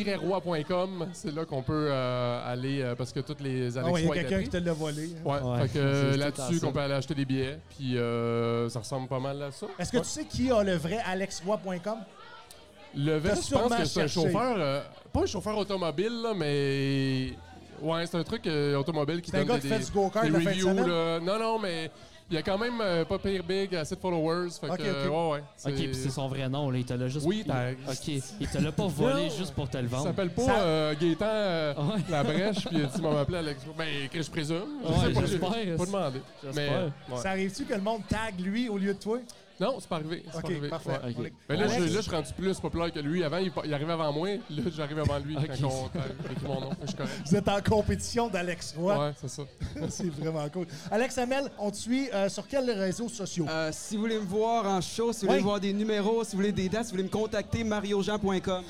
[SPEAKER 7] alex-roy.com, c'est là qu'on peut euh, aller euh, parce que toutes les
[SPEAKER 4] Ah
[SPEAKER 7] Alex
[SPEAKER 4] ouais, il y a
[SPEAKER 7] Roy étaient
[SPEAKER 4] quelqu'un
[SPEAKER 7] pris.
[SPEAKER 4] qui te l'a volé. hein.
[SPEAKER 7] Ouais,
[SPEAKER 3] Ouais,
[SPEAKER 7] fait que
[SPEAKER 3] c'est
[SPEAKER 7] euh,
[SPEAKER 3] tout à
[SPEAKER 7] là-dessus
[SPEAKER 3] ça.
[SPEAKER 7] qu'on peut aller acheter des billets. Puis euh, ça ressemble pas mal à ça.
[SPEAKER 4] Est-ce que
[SPEAKER 7] Ouais.
[SPEAKER 4] tu sais qui a le vrai alexroy.com?
[SPEAKER 7] Le
[SPEAKER 4] T'as
[SPEAKER 7] vest, je
[SPEAKER 4] sûrement
[SPEAKER 7] pense que c'est un
[SPEAKER 4] cherché.
[SPEAKER 7] chauffeur, euh, pas un chauffeur automobile, là, mais ouais, c'est un truc euh, automobile qui
[SPEAKER 4] C'est un
[SPEAKER 7] donne
[SPEAKER 4] gars
[SPEAKER 7] des,
[SPEAKER 4] qui fait
[SPEAKER 7] des-
[SPEAKER 4] du go-kart
[SPEAKER 7] des
[SPEAKER 4] la fin de
[SPEAKER 7] reviews.
[SPEAKER 4] semaine?
[SPEAKER 7] là. Non, non, mais il y a quand même euh, pas pire big, assez de followers. Fait
[SPEAKER 4] Ok,
[SPEAKER 7] que, euh,
[SPEAKER 4] ok.
[SPEAKER 7] ouais, ouais,
[SPEAKER 3] Ok, puis c'est son vrai nom, là. Il te l'a juste.
[SPEAKER 7] Oui,
[SPEAKER 3] il-
[SPEAKER 7] t'as-
[SPEAKER 3] Ok, il te l'a pas volé
[SPEAKER 4] Non.
[SPEAKER 3] juste pour te le
[SPEAKER 7] Il
[SPEAKER 3] vendre.
[SPEAKER 7] s'appelle pas
[SPEAKER 4] Ça-
[SPEAKER 7] euh, Gaétan euh,
[SPEAKER 3] Ouais.
[SPEAKER 7] La Brèche, puis euh, il a dit, m'en appelé Alex. Ben, que je présume. Je
[SPEAKER 3] Ouais,
[SPEAKER 7] sais pas, j'ai
[SPEAKER 3] j'espère,
[SPEAKER 7] pas demandé. Mais,
[SPEAKER 3] j'espère.
[SPEAKER 7] ouais.
[SPEAKER 4] Ça arrive-tu que le monde tag lui au lieu de toi?
[SPEAKER 7] Non, c'est pas arrivé. c'est
[SPEAKER 4] Ok,
[SPEAKER 7] pas arrivé.
[SPEAKER 4] parfait.
[SPEAKER 7] Ouais.
[SPEAKER 3] Ok.
[SPEAKER 4] On est-
[SPEAKER 7] Ben là,
[SPEAKER 4] Alex-
[SPEAKER 7] je, là, je suis rendu plus populaire que lui. Avant, il, pa- il arrivait avant moi. Là, j'arrive avant lui
[SPEAKER 3] Ok.
[SPEAKER 7] quand on a écrit mon nom. Je suis correct.
[SPEAKER 4] Vous êtes en compétition d'Alex Roy.
[SPEAKER 7] Ouais, c'est ça.
[SPEAKER 4] C'est vraiment cool. Alex Hamel, on te suit euh, sur quels réseaux sociaux?
[SPEAKER 6] Euh, si vous voulez me voir en show, si vous voulez
[SPEAKER 4] Oui.
[SPEAKER 6] voir des numéros, si vous voulez des dates, si vous voulez me contacter, mariojean.com.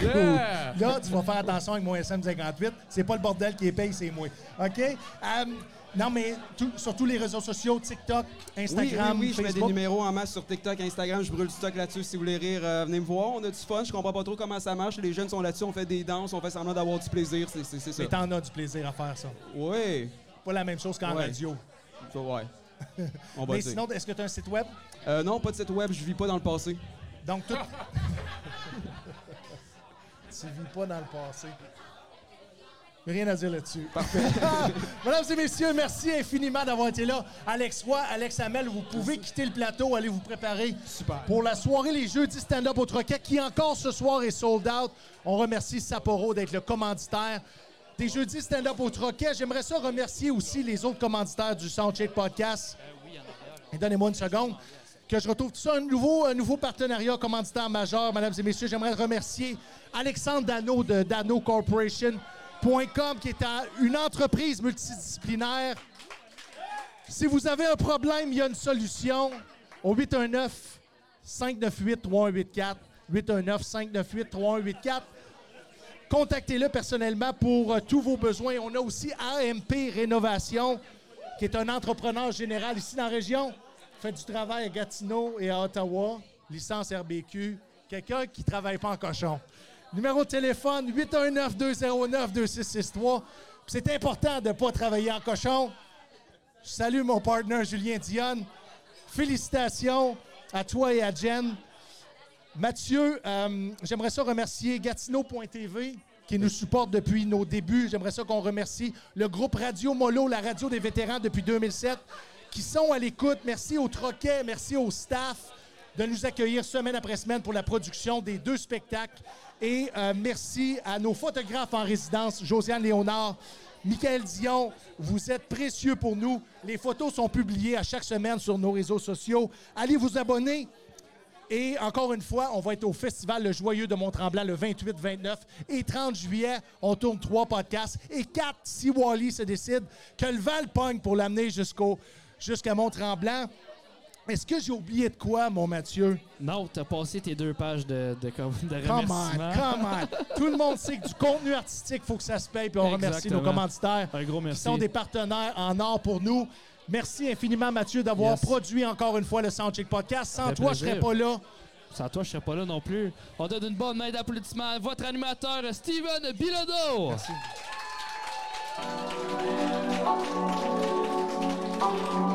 [SPEAKER 7] Yeah!
[SPEAKER 4] Là, tu vas faire attention avec mon SM58. C'est pas le bordel qui est payé, c'est moi. OK? Euh, non, mais tout- sur tous les réseaux sociaux, TikTok, Instagram,
[SPEAKER 6] oui, oui, oui, je mets des
[SPEAKER 4] Facebook.
[SPEAKER 6] numéros en masse sur TikTok, Instagram, je brûle du stock là-dessus. Si vous voulez rire, euh, venez me voir. On a du fun, je comprends pas trop comment ça marche. Les jeunes sont là-dessus, on fait des danses, on fait semblant d'avoir du plaisir, c'est c'est- c'est ça.
[SPEAKER 4] Mais t'en as du plaisir à faire ça.
[SPEAKER 6] Oui,
[SPEAKER 4] Pas la même chose qu'en
[SPEAKER 6] Ouais.
[SPEAKER 4] radio.
[SPEAKER 6] ça, ouais. On va
[SPEAKER 4] mais
[SPEAKER 6] dire.
[SPEAKER 4] sinon, est-ce que tu as un site web?
[SPEAKER 6] Euh, non, pas de site web, je vis pas dans le passé.
[SPEAKER 4] Donc, tout. tu vis pas dans le passé. Rien à dire là-dessus. Parfait. Mesdames et messieurs, merci infiniment d'avoir été là. Alex Roy, Alex Hamel, vous pouvez quitter le plateau, allez vous préparer pour la soirée les jeudis stand-up au Troquet qui encore ce soir est sold out. On remercie Sapporo d'être le commanditaire des jeudis stand-up au Troquet. J'aimerais ça remercier aussi les autres commanditaires du Soundcheck Podcast. Et Donnez-moi une seconde que je retrouve tout ça. Un nouveau, un nouveau partenariat commanditaire majeur, mesdames et messieurs. J'aimerais remercier Alexandre Dano de Dano Corporation.com, qui est à- une entreprise multidisciplinaire. Si vous avez un problème, il y a une solution au 819 598 3184 819 598 3184 Contactez-le personnellement pour euh, tous vos besoins. On a aussi AMP Rénovation, qui est un entrepreneur général ici dans la région. Fait du travail à Gatineau et à Ottawa, licence RBQ. Quelqu'un qui travaille pas en cochon. Numéro de téléphone 819-209-2663. Puis C'est important de ne pas travailler en cochon. Je salue mon partenaire Julien Dionne. Félicitations à toi et à Jen. Mathieu, euh, j'aimerais ça remercier Gatineau.tv qui nous supporte depuis nos débuts. J'aimerais ça qu'on remercie le groupe Radio Molo, la radio des vétérans depuis 2007, qui sont à l'écoute. Merci au Troquet, merci au staff de nous accueillir semaine après semaine pour la production des deux spectacles. Et euh, merci à nos photographes en résidence, Josiane Léonard, Michael Dion, vous êtes précieux pour nous. Les photos sont publiées à chaque semaine sur nos réseaux sociaux. Allez vous abonner. Et encore une fois, on va être au Festival Le Joyeux de Mont-Tremblant le 28, 29 et 30 juillet. On tourne trois podcasts et quatre si Wally se décide que le Val pogne pour l'amener jusqu'au jusqu'à Mont-Tremblant. Est-ce que j'ai oublié de quoi, mon Mathieu?
[SPEAKER 3] Non, t'as passé tes deux pages de, de, com- de
[SPEAKER 4] Come on,
[SPEAKER 3] remerciements.
[SPEAKER 4] come on. Tout le monde sait que du contenu artistique, il faut que ça se paye. Puis on remercie nos
[SPEAKER 3] Exactement.
[SPEAKER 4] commanditaires
[SPEAKER 3] Un gros
[SPEAKER 4] qui
[SPEAKER 3] merci.
[SPEAKER 4] sont des partenaires en or pour nous. Merci infiniment, Mathieu, d'avoir
[SPEAKER 3] Yes.
[SPEAKER 4] produit encore une fois le Soundcheck Podcast. Sans
[SPEAKER 3] fait
[SPEAKER 4] toi, je serais
[SPEAKER 3] plaisir.
[SPEAKER 4] pas là.
[SPEAKER 3] Sans toi, je serais pas là non plus. On donne une bonne main d'applaudissements à votre animateur, Steven Bilodeau.
[SPEAKER 8] Thank